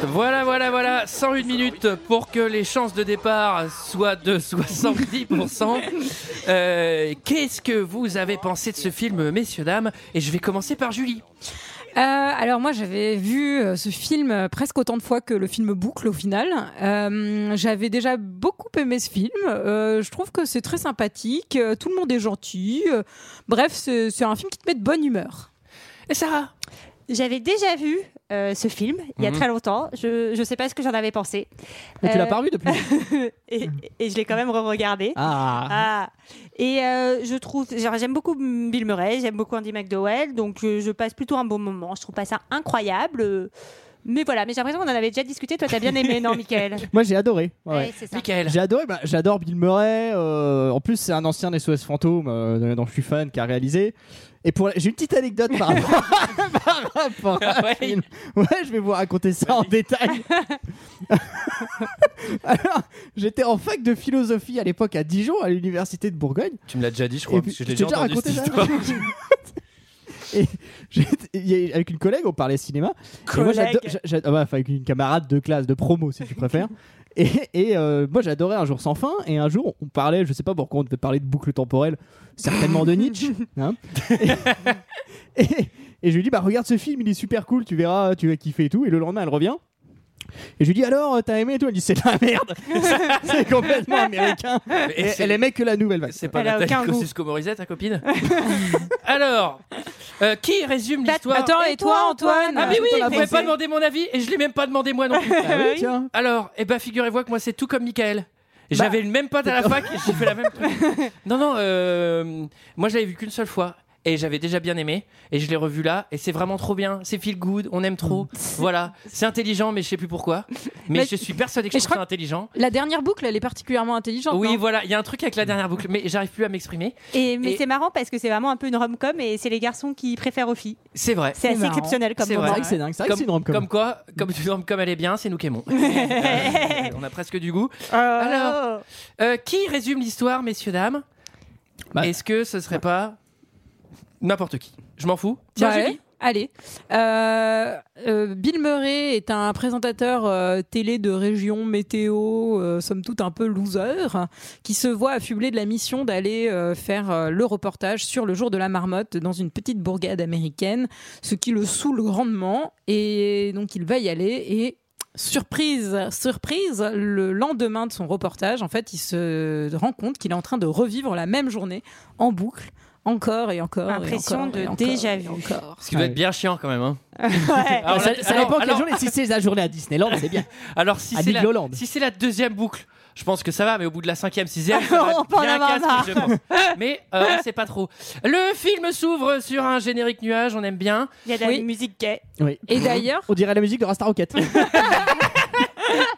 [SPEAKER 1] Voilà, voilà, voilà, 101 minutes pour que les chances de départ soient de 70%. Euh, Qu'est-ce que vous avez pensé de ce film, messieurs, dames Et je vais commencer par Julie.
[SPEAKER 9] Euh, alors moi j'avais vu euh, ce film euh, presque autant de fois que le film boucle au final. Euh, j'avais déjà beaucoup aimé ce film. Euh, je trouve que c'est très sympathique. euh, tout le monde est gentil. euh, bref, c'est c'est un film qui te met de bonne humeur.
[SPEAKER 1] Et Sarah
[SPEAKER 7] J'avais déjà vu euh, ce film il y a
[SPEAKER 1] Mhm.
[SPEAKER 7] très longtemps. Je ne sais pas ce que j'en avais pensé.
[SPEAKER 6] Mais tu l'as
[SPEAKER 7] Euh,
[SPEAKER 6] pas revu depuis
[SPEAKER 7] et, et je l'ai quand même re-regardé.
[SPEAKER 6] Ah
[SPEAKER 7] Ah. Et euh, je trouve, genre, j'aime beaucoup Bill Murray, j'aime beaucoup Andy McDowell, donc euh, je passe plutôt un bon moment. Je trouve pas ça incroyable. euh, mais voilà, mais j'ai l'impression qu'on en avait déjà discuté. Toi, t'as bien aimé, non, Michael
[SPEAKER 6] Moi j'ai adoré. Ouais.
[SPEAKER 7] Ouais, c'est ça.
[SPEAKER 1] Michael.
[SPEAKER 6] J'ai adoré, bah, j'adore Bill Murray. euh, en plus, c'est un ancien des SOS Fantôme euh, dont je suis fan qui a réalisé. Et pour, la- j'ai une petite anecdote par rapport, par rapport à
[SPEAKER 1] Ah ouais.
[SPEAKER 6] ce film. Ouais, je vais vous raconter ça en détail. Alors, j'étais en fac de philosophie à l'époque à Dijon, à l'université de Bourgogne.
[SPEAKER 12] Tu me l'as déjà dit, je crois,
[SPEAKER 6] Et
[SPEAKER 12] parce que
[SPEAKER 6] puis,
[SPEAKER 12] je l'ai
[SPEAKER 6] t'ai
[SPEAKER 12] déjà entendu cette
[SPEAKER 6] raconté
[SPEAKER 12] histoire.
[SPEAKER 6] ça. Et j'étais- il y a- avec une collègue, on parlait cinéma. Et moi,
[SPEAKER 7] Collègue.
[SPEAKER 6] j'ado- j'a- j'a- ah ouais, enfin, avec une camarade de classe, de promo, si tu préfères. Et, et, euh, moi, j'adorais Un jour sans fin. Et un jour, on parlait, je sais pas pourquoi, on devait parler de boucle temporelle, certainement de Nietzsche. hein. et, et- et je lui dis, bah regarde ce film, il est super cool, tu verras, tu vas kiffer et tout. Et le lendemain, elle revient. Et je lui dis, alors, euh, t'as aimé et tout Elle dit, c'est de la merde C'est complètement américain
[SPEAKER 1] Et
[SPEAKER 6] Et
[SPEAKER 1] c'est-
[SPEAKER 6] Elle aimait que la nouvelle vague.
[SPEAKER 1] C'est pas
[SPEAKER 7] Elle a
[SPEAKER 1] Nathalie
[SPEAKER 7] aucun goût.
[SPEAKER 1] Kosciusko-Morizet, ta copine Alors, euh, qui résume l'histoire
[SPEAKER 9] Attends, et toi Antoine
[SPEAKER 1] Ah mais oui,
[SPEAKER 6] Attends,
[SPEAKER 1] vous pouvez
[SPEAKER 6] avancez.
[SPEAKER 1] pas demander mon avis et je l'ai même pas demandé moi non plus.
[SPEAKER 6] Ah oui, tiens.
[SPEAKER 1] Alors, eh ben figurez-vous que moi c'est tout comme Michael. J'avais une même pote à la fac et j'ai fait la même truc. Non, non, euh, moi je l'avais vu qu'une seule fois et j'avais déjà bien aimé et je l'ai revu là et c'est vraiment trop bien. C'est feel good, on aime trop. Voilà, c'est intelligent mais je sais plus pourquoi. Mais,
[SPEAKER 9] Mais-
[SPEAKER 1] je suis persuadé que
[SPEAKER 9] Et
[SPEAKER 1] je
[SPEAKER 9] je
[SPEAKER 1] trouve
[SPEAKER 9] crois
[SPEAKER 1] ça intelligent.
[SPEAKER 9] La dernière boucle, elle est particulièrement intelligente. hein.
[SPEAKER 1] Oui,
[SPEAKER 9] non
[SPEAKER 1] voilà, il y a un truc avec la dernière boucle mais j'arrive plus à m'exprimer.
[SPEAKER 7] Et, mais
[SPEAKER 1] Et-
[SPEAKER 7] c'est marrant parce que c'est vraiment un peu une rom-com et c'est les garçons qui préfèrent aux filles.
[SPEAKER 1] C'est vrai.
[SPEAKER 7] C'est
[SPEAKER 9] C'est
[SPEAKER 7] assez
[SPEAKER 9] marrant.
[SPEAKER 7] exceptionnel comme
[SPEAKER 1] C'est
[SPEAKER 6] C'est
[SPEAKER 7] moment.
[SPEAKER 6] vrai que c'est dingue, c'est vrai que c'est une rom-com.
[SPEAKER 1] Comme quoi, comme tu dormes comme elle est bien, c'est nous qui aimons. Euh, on a presque du goût.
[SPEAKER 7] Oh,
[SPEAKER 1] Alors, euh, qui résume l'histoire, messieurs, dames
[SPEAKER 6] Bah.
[SPEAKER 1] Est-ce que ce serait pas n'importe qui Je m'en fous. Tiens,
[SPEAKER 9] Bah ouais,
[SPEAKER 1] Julie.
[SPEAKER 9] Allez. Euh, euh, Bill Murray est un présentateur euh, télé de région météo, euh, somme toute un peu loser, qui se voit affublé de la mission d'aller euh, faire euh, le reportage sur le jour de la marmotte dans une petite bourgade américaine, ce qui le saoule grandement. Et donc il va y aller et. Surprise, surprise, le lendemain de son reportage, en fait, il se rend compte qu'il est en train de revivre la même journée en boucle, encore et encore. et
[SPEAKER 7] Impression
[SPEAKER 9] encore, et
[SPEAKER 7] de
[SPEAKER 9] encore,
[SPEAKER 7] déjà
[SPEAKER 9] et
[SPEAKER 7] vu.
[SPEAKER 9] encore.
[SPEAKER 1] Ce qui doit être bien chiant quand même. hein.
[SPEAKER 7] Ouais.
[SPEAKER 1] Alors,
[SPEAKER 6] Ah, ça
[SPEAKER 1] la-
[SPEAKER 6] ça
[SPEAKER 1] alors-
[SPEAKER 6] dépend quelle
[SPEAKER 1] alors-
[SPEAKER 6] journée. Si c'est la journée à Disneyland, c'est bien.
[SPEAKER 1] Alors si
[SPEAKER 6] À
[SPEAKER 1] c'est la,
[SPEAKER 6] Midland.
[SPEAKER 1] si c'est la deuxième boucle, je pense que ça va, mais au bout de la cinquième, sixième, ça va
[SPEAKER 7] On
[SPEAKER 1] être
[SPEAKER 7] peut en
[SPEAKER 1] bien
[SPEAKER 7] avoir
[SPEAKER 1] casse,
[SPEAKER 7] marre.
[SPEAKER 1] je pense. Mais euh, on sait pas trop. Le film s'ouvre sur un générique nuage, on aime bien.
[SPEAKER 7] Il y a de la
[SPEAKER 9] Oui.
[SPEAKER 7] musique gay.
[SPEAKER 6] Oui.
[SPEAKER 9] Et d'ailleurs,
[SPEAKER 6] On dirait la musique de Rasta Rocket.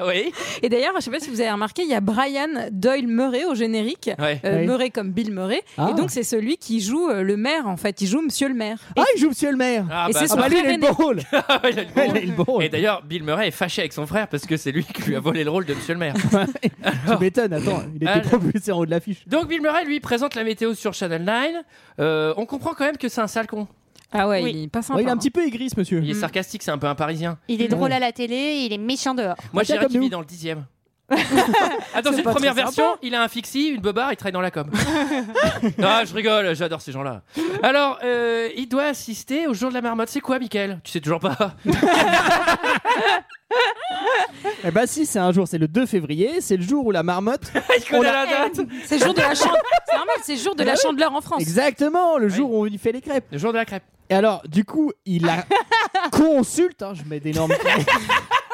[SPEAKER 1] Oui.
[SPEAKER 9] Et d'ailleurs, je ne sais pas si vous avez remarqué, il y a Brian Doyle Murray au générique.
[SPEAKER 1] Ouais.
[SPEAKER 9] Euh,
[SPEAKER 6] Oui.
[SPEAKER 9] Murray comme Bill Murray.
[SPEAKER 6] Ah.
[SPEAKER 9] Et donc, c'est celui qui joue euh, le maire, en fait. Il joue Monsieur le maire.
[SPEAKER 6] Ah, il joue Monsieur le maire.
[SPEAKER 1] Ah,
[SPEAKER 9] Et
[SPEAKER 1] bah,
[SPEAKER 9] c'est
[SPEAKER 6] Ah
[SPEAKER 9] son
[SPEAKER 6] bah lui, il
[SPEAKER 9] frère
[SPEAKER 6] a
[SPEAKER 9] aîné.
[SPEAKER 6] le beau rôle.
[SPEAKER 1] il a le bon
[SPEAKER 6] Il a le beau rôle.
[SPEAKER 1] Et d'ailleurs, Bill Murray est fâché avec son frère parce que c'est lui qui lui a volé le rôle de Monsieur le Maire.
[SPEAKER 6] Tu m'étonnes, attends, il était
[SPEAKER 1] Alors-
[SPEAKER 6] propulsé en haut de l'affiche.
[SPEAKER 1] Donc Bill Murray, lui, présente la météo sur Channel 9. Euh, on comprend quand même que c'est un sale con.
[SPEAKER 9] Ah ouais,
[SPEAKER 7] Oui.
[SPEAKER 9] il est pas sympa.
[SPEAKER 6] Ouais, il est un
[SPEAKER 9] hein.
[SPEAKER 6] petit peu aigri ce monsieur.
[SPEAKER 1] Il est
[SPEAKER 9] Mm.
[SPEAKER 1] sarcastique, c'est un peu un Parisien.
[SPEAKER 7] Il est drôle à la télé et il est méchant dehors.
[SPEAKER 1] Moi,
[SPEAKER 6] tiens,
[SPEAKER 1] j'irais
[SPEAKER 6] comme
[SPEAKER 1] qu'il vit
[SPEAKER 6] nous.
[SPEAKER 1] dans le dixième. Ah, dans
[SPEAKER 9] C'est
[SPEAKER 1] une
[SPEAKER 9] pas
[SPEAKER 1] première
[SPEAKER 9] très
[SPEAKER 1] version, il a un fixie, une bobarde, il travaille dans la com. ah, je rigole, j'adore ces gens-là. Alors, euh, il doit assister au jour de la marmotte. C'est quoi, Michael Tu sais toujours pas.
[SPEAKER 6] Eh bah si, c'est un jour, c'est le 2 février, c'est le jour où la marmotte.
[SPEAKER 1] il connaît la date.
[SPEAKER 9] C'est le jour de la chandeleur. C'est normal, c'est le jour de la chandeleur en France.
[SPEAKER 6] Exactement, le jour où il fait les crêpes.
[SPEAKER 1] Le jour de la crêpe.
[SPEAKER 6] Et alors, du coup, il la consulte. hein, je mets d'énormes.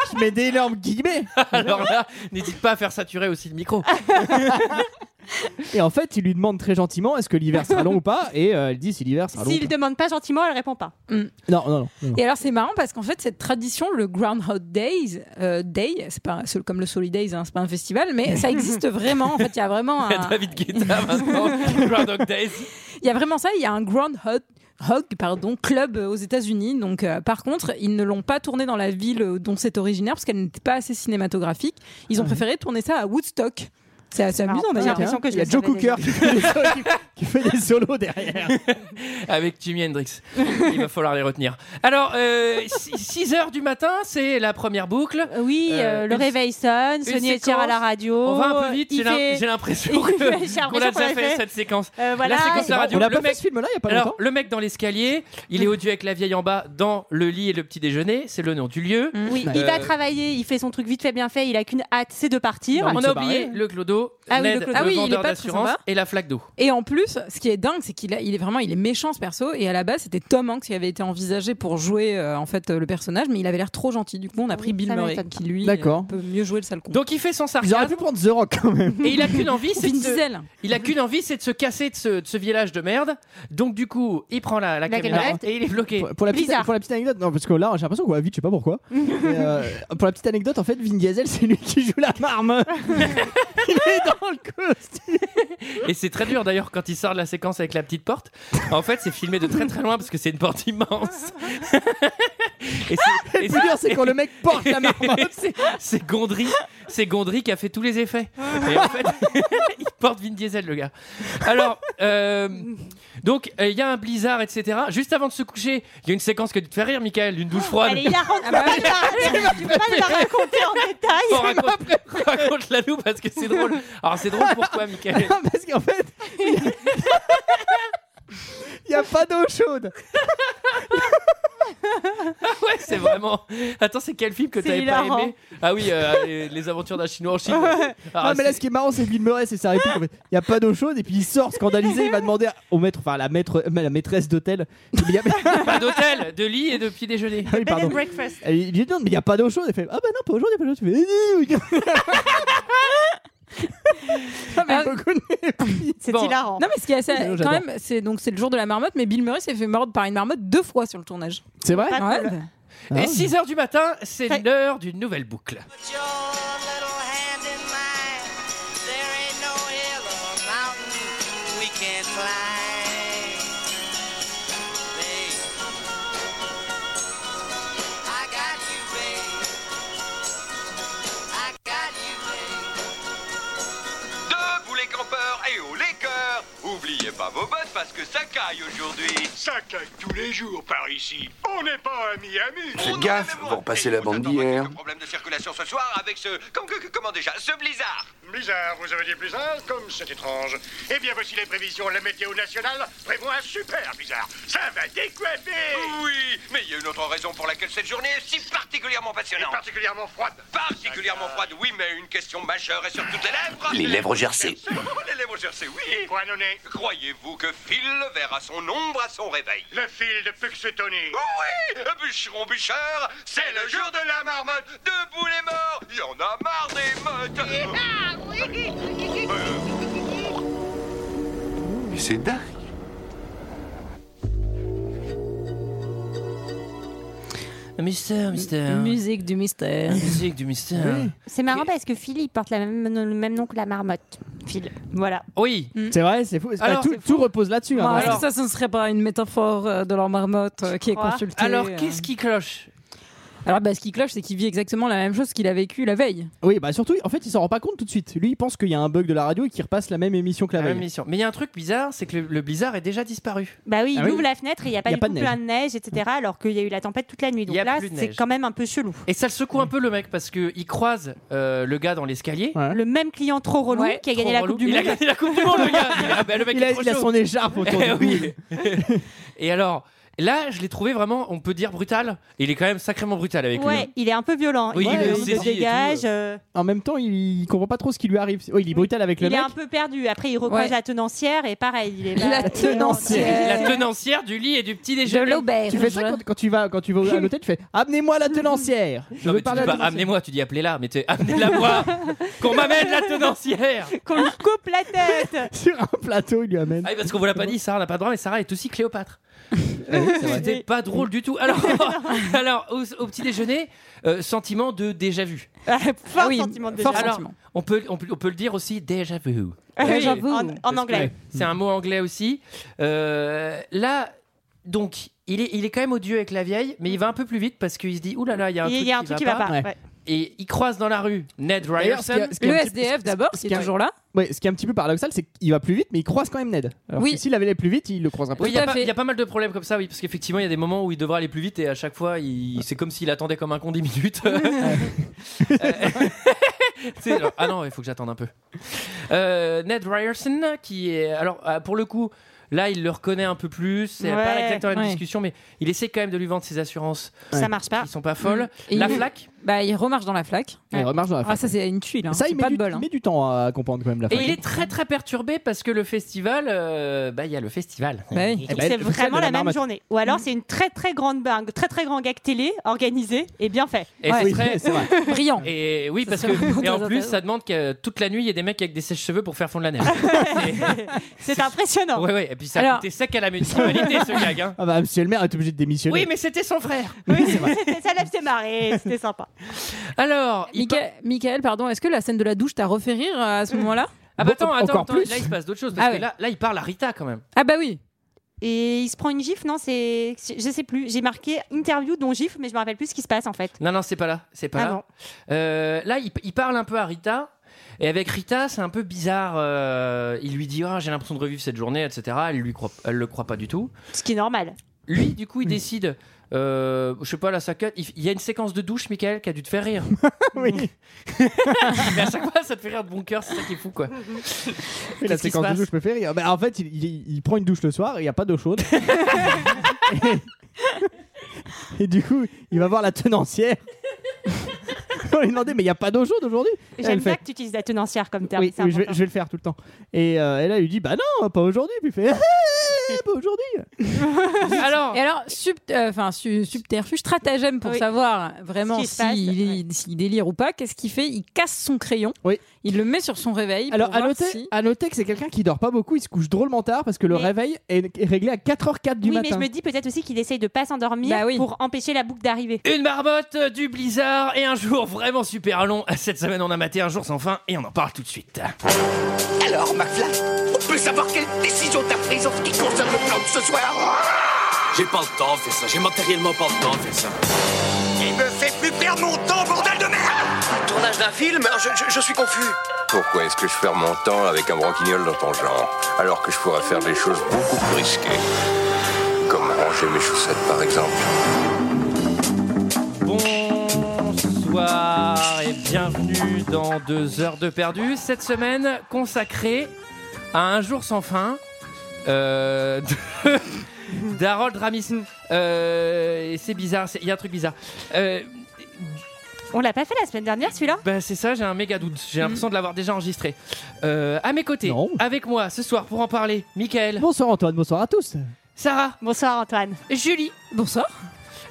[SPEAKER 6] qui met d'énormes guillemets.
[SPEAKER 1] Alors là, n'hésite pas à faire saturer aussi le micro.
[SPEAKER 6] Et en fait, il lui demande très gentiment est-ce que l'hiver sera long ou pas Et euh, elle dit si l'hiver
[SPEAKER 1] Ah,
[SPEAKER 6] sera long.
[SPEAKER 7] S'il demande pas gentiment, elle répond pas.
[SPEAKER 6] Non, non, non. non.
[SPEAKER 9] Et alors c'est marrant parce qu'en fait cette tradition, le Groundhog Days, euh, Day, c'est pas seul comme le Solid Days, hein, c'est pas un festival, mais ça existe vraiment. En fait, il y a vraiment,
[SPEAKER 1] Il y a
[SPEAKER 9] un-
[SPEAKER 1] David Guetta maintenant, Groundhog Days.
[SPEAKER 9] il y a vraiment ça. Il y a un Groundhog Hog, pardon, club euh, aux États-Unis. Donc, euh, par contre, ils ne l'ont pas tourné dans la ville euh, dont c'est originaire parce qu'elle n'était pas assez cinématographique. Ils ont préféré tourner ça à Woodstock. C'est assez amusant
[SPEAKER 6] Ah,
[SPEAKER 7] marrant. J'ai
[SPEAKER 9] d'ailleurs.
[SPEAKER 7] l'impression que je
[SPEAKER 9] Il y a
[SPEAKER 7] le
[SPEAKER 9] Joe
[SPEAKER 7] savais
[SPEAKER 9] Cooker
[SPEAKER 7] déjà.
[SPEAKER 9] qui
[SPEAKER 6] fait des solos- qui fait des solos derrière.
[SPEAKER 1] Avec Jimi Hendrix. Il va falloir les retenir. Alors, 6 heures du matin, c'est la première boucle.
[SPEAKER 7] Oui,
[SPEAKER 1] Euh,
[SPEAKER 7] euh, le
[SPEAKER 1] une-
[SPEAKER 7] réveil sonne,
[SPEAKER 1] une
[SPEAKER 7] Sony
[SPEAKER 1] séquence.
[SPEAKER 7] tire à la radio.
[SPEAKER 1] On va un peu vite,
[SPEAKER 7] Oh, il
[SPEAKER 1] j'ai l'im-
[SPEAKER 7] fait-
[SPEAKER 1] j'ai l'impression
[SPEAKER 7] il
[SPEAKER 1] que-
[SPEAKER 7] fait- j'ai
[SPEAKER 1] qu'on a
[SPEAKER 7] l'impression
[SPEAKER 1] déjà
[SPEAKER 7] qu'on
[SPEAKER 1] fait cette séquence.
[SPEAKER 7] Euh, voilà.
[SPEAKER 1] La séquence de la radio.
[SPEAKER 6] On l'a
[SPEAKER 1] le
[SPEAKER 6] pas
[SPEAKER 1] mec...
[SPEAKER 6] fait ce film-là il y a pas
[SPEAKER 1] Alors,
[SPEAKER 6] longtemps.
[SPEAKER 1] le mec dans l'escalier, il est au duo avec la vieille en bas dans le lit et le petit déjeuner, c'est le nom du lieu.
[SPEAKER 7] Oui,
[SPEAKER 1] Euh,
[SPEAKER 7] il va travailler, il fait son truc vite fait, bien fait, il a qu'une hâte, c'est de partir.
[SPEAKER 1] on a oublié le clodo,
[SPEAKER 7] Ah oui,
[SPEAKER 1] Ned,
[SPEAKER 7] le
[SPEAKER 1] le,
[SPEAKER 7] clodo.
[SPEAKER 9] Ah oui, il est
[SPEAKER 1] vendeur
[SPEAKER 9] pas très
[SPEAKER 1] d'assurance
[SPEAKER 9] sympa.
[SPEAKER 1] et la flaque d'eau.
[SPEAKER 9] Et en plus, ce qui est dingue, c'est qu'il a- il est vraiment, il est méchant ce perso. Et à la base, c'était Tom Hanks qui avait été envisagé pour jouer euh, en fait euh, le personnage, mais il avait l'air trop gentil. Du coup, on a pris Bill
[SPEAKER 7] ça
[SPEAKER 9] Murray
[SPEAKER 7] m'étonne pas.
[SPEAKER 9] qui lui
[SPEAKER 6] D'accord.
[SPEAKER 9] euh, peut mieux jouer le sale con.
[SPEAKER 1] Donc il fait son
[SPEAKER 6] Ils auraient
[SPEAKER 1] sarcasme
[SPEAKER 6] pu prendre The Rock quand même.
[SPEAKER 1] et il a qu'une envie,
[SPEAKER 9] Ou
[SPEAKER 1] c'est
[SPEAKER 9] Vin
[SPEAKER 1] de se-
[SPEAKER 9] Diesel.
[SPEAKER 1] Il a qu'une envie, c'est de se casser de ce, de ce village de merde. Donc du coup, il prend la, la,
[SPEAKER 7] La
[SPEAKER 1] camionnette et il est bloqué.
[SPEAKER 6] Pour- pour, la petite,
[SPEAKER 7] Bizarre.
[SPEAKER 6] pour la petite anecdote, non, parce que là j'ai l'impression qu'on va vite, je sais pas pourquoi. Mais, euh, pour la petite anecdote, en fait, Vin Diesel, c'est lui qui joue la marme. il est dans le costume.
[SPEAKER 1] Et c'est très dur d'ailleurs quand il sort de la séquence avec la petite porte. En fait, c'est filmé de très très loin parce que c'est une porte immense. et c'est- et
[SPEAKER 6] Le plus dur, c'est quand le mec porte la marmotte.
[SPEAKER 1] c'est- c'est Gondry, c'est Gondry qui a fait tous les effets. Et en fait, il porte Vin Diesel le gars. Alors, euh, donc euh, il y a un blizzard, etc. Juste avant de se coucher, il y a une séquence que tu te fais rire, Michael, une douche froide.
[SPEAKER 7] Elle est hilarante, tu peux pas la- tu peux pas la raconter en
[SPEAKER 1] Bon,
[SPEAKER 7] détail.
[SPEAKER 1] raconte, raconte la nous parce que c'est drôle. Alors c'est drôle pour toi, Michael.
[SPEAKER 6] Non, parce qu'en fait, il n'y a... pas d'eau chaude.
[SPEAKER 1] Ouais, c'est vraiment. Attends, c'est quel film que
[SPEAKER 7] C'est
[SPEAKER 1] t'avais pas
[SPEAKER 7] hilarant.
[SPEAKER 1] aimé Ah oui, euh, les, les aventures d'un chinois en Chine. Ah,
[SPEAKER 6] non, mais là,
[SPEAKER 1] c'est-
[SPEAKER 6] ce qui est marrant, c'est Bill Murray, c'est sa réplique. en fait. Il n'y a pas d'eau chaude, et puis il sort scandalisé. Il va demander au maître, enfin, à la, maître, à la maîtresse d'hôtel. Il dit, Ah,
[SPEAKER 1] pas d'hôtel, de lit et de petit déjeuner.
[SPEAKER 6] oui, pardon.
[SPEAKER 7] breakfast.
[SPEAKER 6] Et il lui demande, mais il n'y a pas d'eau chaude. Elle fait, ah bah non, pas aujourd'hui, pas aujourd'hui. Tu fais,
[SPEAKER 9] Ah,
[SPEAKER 6] beaucoup de
[SPEAKER 7] C'est
[SPEAKER 1] Bon.
[SPEAKER 7] hilarant.
[SPEAKER 9] Non mais ce qui est assez,
[SPEAKER 6] J'adore.
[SPEAKER 9] quand même, c'est donc c'est le jour de la marmotte, mais Bill Murray s'est fait mordre par une marmotte deux fois sur le tournage.
[SPEAKER 6] C'est vrai
[SPEAKER 7] Pas cool.
[SPEAKER 1] Et
[SPEAKER 6] Ah.
[SPEAKER 1] 6h du matin, c'est
[SPEAKER 7] Ouais.
[SPEAKER 1] l'heure d'une nouvelle boucle.
[SPEAKER 13] Debout les campeurs et haut les cœurs Oubliez pas vos bottes parce que ça caille aujourd'hui
[SPEAKER 11] Ça caille tous les jours par ici. On n'est pas à Miami.
[SPEAKER 4] Faites gaffe, vous repassez la bande d'hier.
[SPEAKER 13] Problème de circulation ce soir avec ce... com- que- que- Comment déjà Ce blizzard
[SPEAKER 11] Blizzard, vous avez dit blizzard Comme c'est étrange. Eh bien, voici les prévisions. La météo nationale prévoit un super blizzard. Ça va décoiffer
[SPEAKER 13] Oui, mais il y a une autre raison pour laquelle cette journée est si particulièrement
[SPEAKER 11] Et
[SPEAKER 13] passionnante
[SPEAKER 11] particulièrement froide.
[SPEAKER 13] Particulièrement froide, oui, mais une question majeure est sur toutes les lèvres
[SPEAKER 4] Les lèvres gercées.
[SPEAKER 13] Les lèvres gercées, oui
[SPEAKER 11] Poinonné.
[SPEAKER 13] Croyez-vous que Phil verra son ombre à son réveil
[SPEAKER 11] Le fil de Puxetoni.
[SPEAKER 13] Oui Bûcheron, bûcheur, c'est le jour de la marmotte Debout les morts Il y en a marre des mottes
[SPEAKER 4] Mais C'est dingue.
[SPEAKER 1] Mystère, mystère.
[SPEAKER 9] Musique du mystère.
[SPEAKER 1] Musique du mystère. Oui.
[SPEAKER 7] C'est marrant parce que Phil, il porte la même- le même nom que la marmotte. Phil. Voilà.
[SPEAKER 6] C'est vrai, c'est fou. C'est-
[SPEAKER 1] Alors,
[SPEAKER 6] tout,
[SPEAKER 1] c'est
[SPEAKER 6] tout repose là-dessus. hein.
[SPEAKER 9] Est-ce que Ah, ça, ce ne serait pas une métaphore euh, de leur marmotte euh, qui est
[SPEAKER 7] crois
[SPEAKER 9] consultée
[SPEAKER 1] Alors,
[SPEAKER 9] euh,
[SPEAKER 1] qu'est-ce qui cloche
[SPEAKER 9] Alors, bah, ce qui cloche, c'est qu'il vit exactement la même chose qu'il a vécu la veille.
[SPEAKER 6] Oui, bah surtout, en fait, il s'en rend pas compte tout de suite. Lui, il pense qu'il y a un bug de la radio et qu'il repasse la même émission que la
[SPEAKER 1] La même
[SPEAKER 6] veille.
[SPEAKER 1] mission. Mais il y a un truc bizarre, c'est que le, le blizzard est déjà disparu.
[SPEAKER 7] Bah oui, il
[SPEAKER 6] Ah oui.
[SPEAKER 7] ouvre la fenêtre et il n'y a pas
[SPEAKER 6] Il y a
[SPEAKER 7] du
[SPEAKER 6] pas
[SPEAKER 7] tout
[SPEAKER 6] de
[SPEAKER 7] plein de neige, etc. Alors qu'il y a eu la tempête toute la nuit.
[SPEAKER 1] Il
[SPEAKER 7] Donc
[SPEAKER 1] y a
[SPEAKER 7] là,
[SPEAKER 1] plus de
[SPEAKER 7] c'est
[SPEAKER 1] neige.
[SPEAKER 7] quand même un peu chelou.
[SPEAKER 1] Et ça le secoue un peu le mec parce qu'il croise euh, le gars dans l'escalier.
[SPEAKER 6] Ouais.
[SPEAKER 7] Le même client trop relou
[SPEAKER 9] Ouais,
[SPEAKER 7] qui a gagné
[SPEAKER 1] Trop
[SPEAKER 7] la
[SPEAKER 1] relou.
[SPEAKER 7] Coupe du
[SPEAKER 1] Il a
[SPEAKER 7] Monde.
[SPEAKER 1] gagné la Coupe du Monde, le gars. Il a- bah, le mec
[SPEAKER 6] Il a,
[SPEAKER 1] est trop
[SPEAKER 6] il a
[SPEAKER 1] chaud.
[SPEAKER 6] son écharpe autour
[SPEAKER 1] Eh
[SPEAKER 6] du cou.
[SPEAKER 1] oui. Et alors, Là, je l'ai trouvé vraiment, on peut dire, brutal. Il est quand même sacrément brutal avec
[SPEAKER 7] Ouais,
[SPEAKER 1] lui. hein.
[SPEAKER 7] il est un peu violent.
[SPEAKER 1] Oui,
[SPEAKER 7] il,
[SPEAKER 1] il est
[SPEAKER 7] il se
[SPEAKER 1] saisie et tout,
[SPEAKER 7] dégage. euh,
[SPEAKER 6] En même temps, il, il comprend pas trop ce qui lui arrive. Oh, il est brutal avec
[SPEAKER 7] il
[SPEAKER 6] le
[SPEAKER 7] est
[SPEAKER 6] mec.
[SPEAKER 7] un peu perdu. Après, il recroise
[SPEAKER 10] Ouais.
[SPEAKER 7] la tenancière et pareil, il est pas-
[SPEAKER 10] La tenancière.
[SPEAKER 7] Euh,
[SPEAKER 1] La tenancière du lit et du petit déjeuner.
[SPEAKER 6] Tu fais ça quand, quand tu vas quand tu vas à l'hôtel, tu fais amenez-moi la tenancière. Je veux
[SPEAKER 1] Non, mais tu
[SPEAKER 6] parler
[SPEAKER 1] dis
[SPEAKER 6] à la
[SPEAKER 1] pas amenez-moi, tu dis appelez-la, mais tu es amenez-la moi, qu'on m'amène la tenancière.
[SPEAKER 7] Qu'on lui coupe la tête.
[SPEAKER 6] Sur un plateau, il lui amène.
[SPEAKER 1] Ah oui, parce qu'on vous l'a pas dit, Sarah n'a pas de droit, mais Sarah est aussi Cléopâtre. C'était pas drôle du tout. Alors, alors au, au petit déjeuner, euh, sentiment de déjà vu.
[SPEAKER 7] Ah Fort sentiment de déjà.
[SPEAKER 1] Déjà- Alors, on peut, on peut, on peut le dire aussi déjà vu.
[SPEAKER 7] Ah oui, Déjà vu. en- en
[SPEAKER 1] Parce que
[SPEAKER 7] anglais.
[SPEAKER 1] C'est un mot anglais aussi. Euh, là, donc, il est, il est quand même odieux avec la vieille, mais il va un peu plus vite parce qu'il se dit Ouh là là, il y a un
[SPEAKER 7] Il y
[SPEAKER 1] truc,
[SPEAKER 7] a un
[SPEAKER 1] qui,
[SPEAKER 7] truc
[SPEAKER 1] va
[SPEAKER 7] qui va pas, ouais.
[SPEAKER 1] Et il croise dans la rue Ned Ryerson.
[SPEAKER 6] qui est toujours là. Ouais, ce qui est un petit peu paradoxal, c'est qu'il va plus vite, mais il croise quand même Ned. Alors
[SPEAKER 1] Oui.
[SPEAKER 6] que s'il avait allé plus vite, il le croiserait pas.
[SPEAKER 1] Oui, il y, a pas- il y a pas mal de problèmes comme ça, oui, parce qu'effectivement, il y a des moments où il devra aller plus vite et à chaque fois, il... c'est comme s'il attendait comme un con 10 minutes. Euh, c'est genre, ah non, il faut que j'attende un peu. Euh, Ned Ryerson, qui est. Alors, euh, pour le coup. Là, il le reconnaît un peu plus. C'est
[SPEAKER 7] Ouais,
[SPEAKER 1] pas exactement la même
[SPEAKER 7] ouais.
[SPEAKER 1] discussion, mais il essaie quand même de lui vendre ses assurances.
[SPEAKER 7] Ça marche pas.
[SPEAKER 1] Ils sont pas folles.
[SPEAKER 9] Et
[SPEAKER 1] la
[SPEAKER 9] il-
[SPEAKER 1] flaque.
[SPEAKER 9] Bah, il remarche dans la flaque.
[SPEAKER 6] Il remarche dans la
[SPEAKER 9] Ah,
[SPEAKER 6] flaque.
[SPEAKER 9] ça, c'est une tuile. Hein.
[SPEAKER 6] Ça,
[SPEAKER 9] C'est
[SPEAKER 6] il
[SPEAKER 9] pas
[SPEAKER 6] met, du,
[SPEAKER 9] de bol. hein.
[SPEAKER 6] il met du temps à comprendre quand même la
[SPEAKER 1] Et
[SPEAKER 6] flaque.
[SPEAKER 1] il est très très perturbé parce que le festival, euh, bah il y a le festival.
[SPEAKER 6] oui. Eh ben,
[SPEAKER 7] c'est
[SPEAKER 6] le festival
[SPEAKER 7] vraiment
[SPEAKER 6] de la
[SPEAKER 7] la, même
[SPEAKER 6] marmotte.
[SPEAKER 7] journée. Ou alors c'est une très très grande bar- un très très grand gag télé organisé et bien fait.
[SPEAKER 1] Et c'est très-
[SPEAKER 9] Bah Brillant.
[SPEAKER 1] Et oui, parce
[SPEAKER 9] Ça
[SPEAKER 1] que
[SPEAKER 9] serait vraiment
[SPEAKER 1] et en
[SPEAKER 9] très
[SPEAKER 1] plus,
[SPEAKER 9] intéressant.
[SPEAKER 1] ça demande que euh, toute la nuit, il y ait des mecs avec des sèches-cheveux pour faire fondre la neige.
[SPEAKER 7] C'est impressionnant.
[SPEAKER 1] Ouais, ouais. Et puis ça a
[SPEAKER 7] Alors-
[SPEAKER 1] coûté sec à la municipalité, ce gag. hein.
[SPEAKER 6] Ah bah, monsieur le maire est obligé de démissionner.
[SPEAKER 1] Oui, mais c'était son frère.
[SPEAKER 7] Oui, c'était- ça l'a fait marrer, c'était sympa.
[SPEAKER 1] Alors,
[SPEAKER 9] Michael, Michael, pardon, est-ce que la scène de la douche t'a refait rire euh, à ce moment-là
[SPEAKER 1] Ah bah attends,
[SPEAKER 9] Bon,
[SPEAKER 1] attends,
[SPEAKER 9] encore
[SPEAKER 1] attends,
[SPEAKER 9] plus.
[SPEAKER 1] là il se passe d'autres choses parce
[SPEAKER 9] Ah
[SPEAKER 1] que
[SPEAKER 9] ouais.
[SPEAKER 1] là, là il parle à Rita quand même.
[SPEAKER 9] Ah bah oui.
[SPEAKER 7] Et il se prend une gifle, non C'est je sais plus. J'ai marqué interview dont gifle, mais je me rappelle plus ce qui se passe en fait.
[SPEAKER 1] Non non, c'est pas là, c'est pas
[SPEAKER 7] Ah
[SPEAKER 1] là.
[SPEAKER 7] bon.
[SPEAKER 1] Euh, là il, il parle un peu à Rita et avec Rita c'est un peu bizarre. euh, il lui dit ah j'ai l'impression de revivre cette journée etc. Elle lui croit, elle le croit pas du tout.
[SPEAKER 7] Ce qui est normal.
[SPEAKER 1] Lui du
[SPEAKER 9] Hmm.
[SPEAKER 1] coup il décide. euh, je sais pas, la sacotte. Il il y a une séquence de douche, Michael, qui a dû te faire rire.
[SPEAKER 6] oui.
[SPEAKER 1] Mais à chaque fois, ça te fait rire de bon cœur, c'est ça qui est fou, quoi.
[SPEAKER 6] Et la
[SPEAKER 1] Qu'est-ce qui se
[SPEAKER 6] séquence de
[SPEAKER 1] passe
[SPEAKER 6] douche me fait rire. Bah, en fait, il, il- il prend une douche le soir, il n'y a pas d'eau chaude. et, et du coup, il va voir la tenancière. On lui demandait, mais il n'y a pas d'eau chaude aujourd'hui
[SPEAKER 7] J'aime
[SPEAKER 6] Elle
[SPEAKER 7] bien
[SPEAKER 6] fait.
[SPEAKER 7] que tu utilises la tenancière comme terme.
[SPEAKER 6] Oui,
[SPEAKER 7] c'est
[SPEAKER 6] oui, je, vais,
[SPEAKER 7] important.
[SPEAKER 6] je vais le faire tout le temps. Et, euh, et là, il lui dit, bah non, pas aujourd'hui. Puis il fait, Ah, pas aujourd'hui.
[SPEAKER 1] alors,
[SPEAKER 9] et alors sub, euh, enfin su- subterfuge, stratagème pour
[SPEAKER 7] Oui.
[SPEAKER 9] savoir vraiment
[SPEAKER 7] Ce qui se passe,
[SPEAKER 9] s'il est- s'il délire ou pas. Qu'est-ce qu'il fait Il casse son crayon.
[SPEAKER 6] Oui.
[SPEAKER 9] Il le met sur son réveil. pour
[SPEAKER 6] Alors, à
[SPEAKER 9] voir
[SPEAKER 6] noter,
[SPEAKER 9] si-
[SPEAKER 6] à noter que c'est quelqu'un qui dort pas beaucoup, il se couche drôlement tard parce que le
[SPEAKER 7] Mais-
[SPEAKER 6] réveil est, est réglé à 4h04 du
[SPEAKER 7] oui,
[SPEAKER 6] matin.
[SPEAKER 7] mais je me dis peut-être aussi qu'il essaye de pas s'endormir
[SPEAKER 9] Bah oui.
[SPEAKER 7] pour empêcher la boucle d'arriver.
[SPEAKER 1] Une marmotte, euh, du blizzard et un jour vraiment super long. Cette semaine, on a maté un jour sans fin et on en parle tout de suite.
[SPEAKER 2] Alors, McFly, on peut savoir quelle décision t'as prise en ce qui concerne le plan de ce soir
[SPEAKER 3] J'ai pas le temps de faire ça. J'ai matériellement pas le temps de faire ça.
[SPEAKER 4] Il me fait plus perdre mon temps, bordel de merde Tournage d'un film je, je- je suis confus.
[SPEAKER 5] Pourquoi est-ce que je perds mon temps avec un broquignol dans ton genre Alors que je pourrais faire des choses beaucoup plus risquées. Comme ranger mes chaussettes par exemple.
[SPEAKER 1] Bonsoir et bienvenue dans deux heures de perdu. Cette semaine consacrée à un jour sans fin euh, de- d'Harold Ramis. Euh, et c'est bizarre, c'est- il y a un truc bizarre. Euh,
[SPEAKER 7] On l'a pas fait la semaine dernière celui-là
[SPEAKER 1] bah, c'est ça, j'ai un méga doute. J'ai l'impression de l'avoir déjà enregistré. Euh, à mes côtés, avec moi ce soir pour en parler, Michael.
[SPEAKER 6] Bonsoir Antoine, bonsoir à tous.
[SPEAKER 1] Sarah.
[SPEAKER 7] Bonsoir Antoine.
[SPEAKER 1] Julie.
[SPEAKER 9] Bonsoir.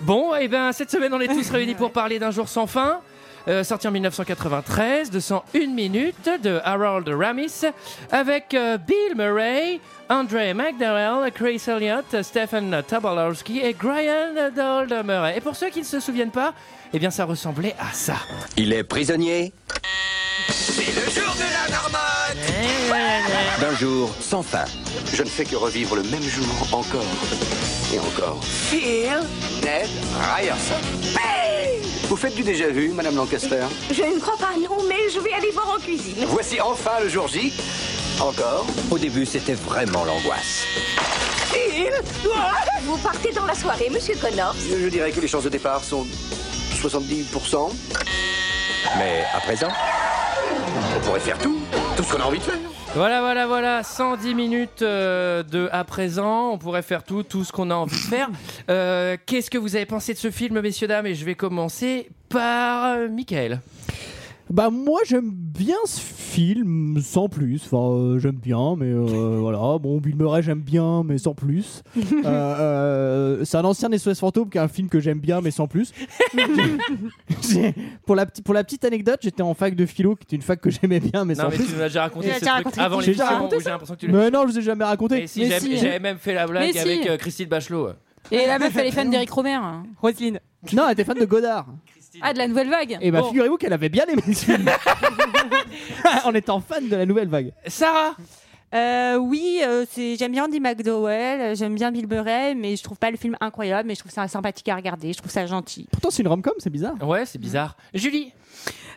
[SPEAKER 1] Bon, et ben cette semaine, on est tous réunis pour parler d'un jour sans fin. euh, sorti en 1993, 201 minutes de Harold Ramis avec euh, Bill Murray, Andre McDowell, Chris Elliott, Stephen Tobolowsky et Brian Dold Murray. Et pour ceux qui ne se souviennent pas, eh bien ça ressemblait à ça.
[SPEAKER 2] Il est prisonnier
[SPEAKER 4] C'est le jour de la
[SPEAKER 1] marmotte
[SPEAKER 2] d'un jour sans fin. Je ne fais que revivre le même jour encore et encore. Phil Ned Ryerson Vous faites du déjà vu, Madame Lancaster
[SPEAKER 8] Je ne crois pas, non, mais je vais aller voir en cuisine.
[SPEAKER 2] Voici enfin le jour J. Encore. Au début, c'était vraiment l'angoisse.
[SPEAKER 8] Phil Vous partez dans la soirée, monsieur Connors.
[SPEAKER 2] Je, je dirais que les chances de départ sont 70%. Mais à présent, on pourrait faire tout, tout ce qu'on a envie de faire.
[SPEAKER 1] Voilà, voilà, voilà, 110 minutes euh, de à présent, on pourrait faire tout, tout ce qu'on a envie de faire. Euh, Qu'est-ce que vous avez pensé de ce film, messieurs, dames Et je vais commencer par euh, Michael.
[SPEAKER 6] Bah moi j'aime bien ce film sans plus. Enfin euh, j'aime bien mais euh, voilà. Bon Bill Murray j'aime bien mais sans plus. Euh, euh, c'est un ancien des SOS fantômes qui est un film que j'aime bien mais sans plus. J'ai- pour, la petite- pour la petite anecdote j'étais en fac de philo qui était une fac que j'aimais bien mais
[SPEAKER 1] non,
[SPEAKER 6] sans
[SPEAKER 1] mais
[SPEAKER 6] plus.
[SPEAKER 1] tu m'as déjà raconté
[SPEAKER 6] Tu l'as
[SPEAKER 1] ce
[SPEAKER 6] déjà
[SPEAKER 1] truc
[SPEAKER 6] raconté.
[SPEAKER 1] avant
[SPEAKER 6] J'ai déjà
[SPEAKER 1] l'émission
[SPEAKER 6] raconté
[SPEAKER 1] où j'ai
[SPEAKER 6] ça
[SPEAKER 1] l'impression que tu
[SPEAKER 6] Mais non je vous ai jamais raconté.
[SPEAKER 1] Et si, j'aime- j'avais même fait la blague
[SPEAKER 9] Mais si.
[SPEAKER 1] avec euh, Christine Bachelot.
[SPEAKER 9] Et la meuf, elle est fan d'Eric Romer.
[SPEAKER 6] Roselyne. Non elle était fan de Godard.
[SPEAKER 9] Ah, de la nouvelle vague.
[SPEAKER 6] Et bah
[SPEAKER 9] Bon.
[SPEAKER 6] figurez-vous qu'elle avait bien aimé ce film. en étant fan de la nouvelle vague.
[SPEAKER 1] Sarah
[SPEAKER 7] Euh, oui, euh, c'est- j'aime bien Andy McDowell, euh, j'aime bien Bill Murray, mais je trouve pas le film incroyable, mais je trouve ça sympathique à regarder, je trouve ça gentil.
[SPEAKER 6] Pourtant c'est une rom-com c'est bizarre.
[SPEAKER 1] Ouais c'est bizarre. Julie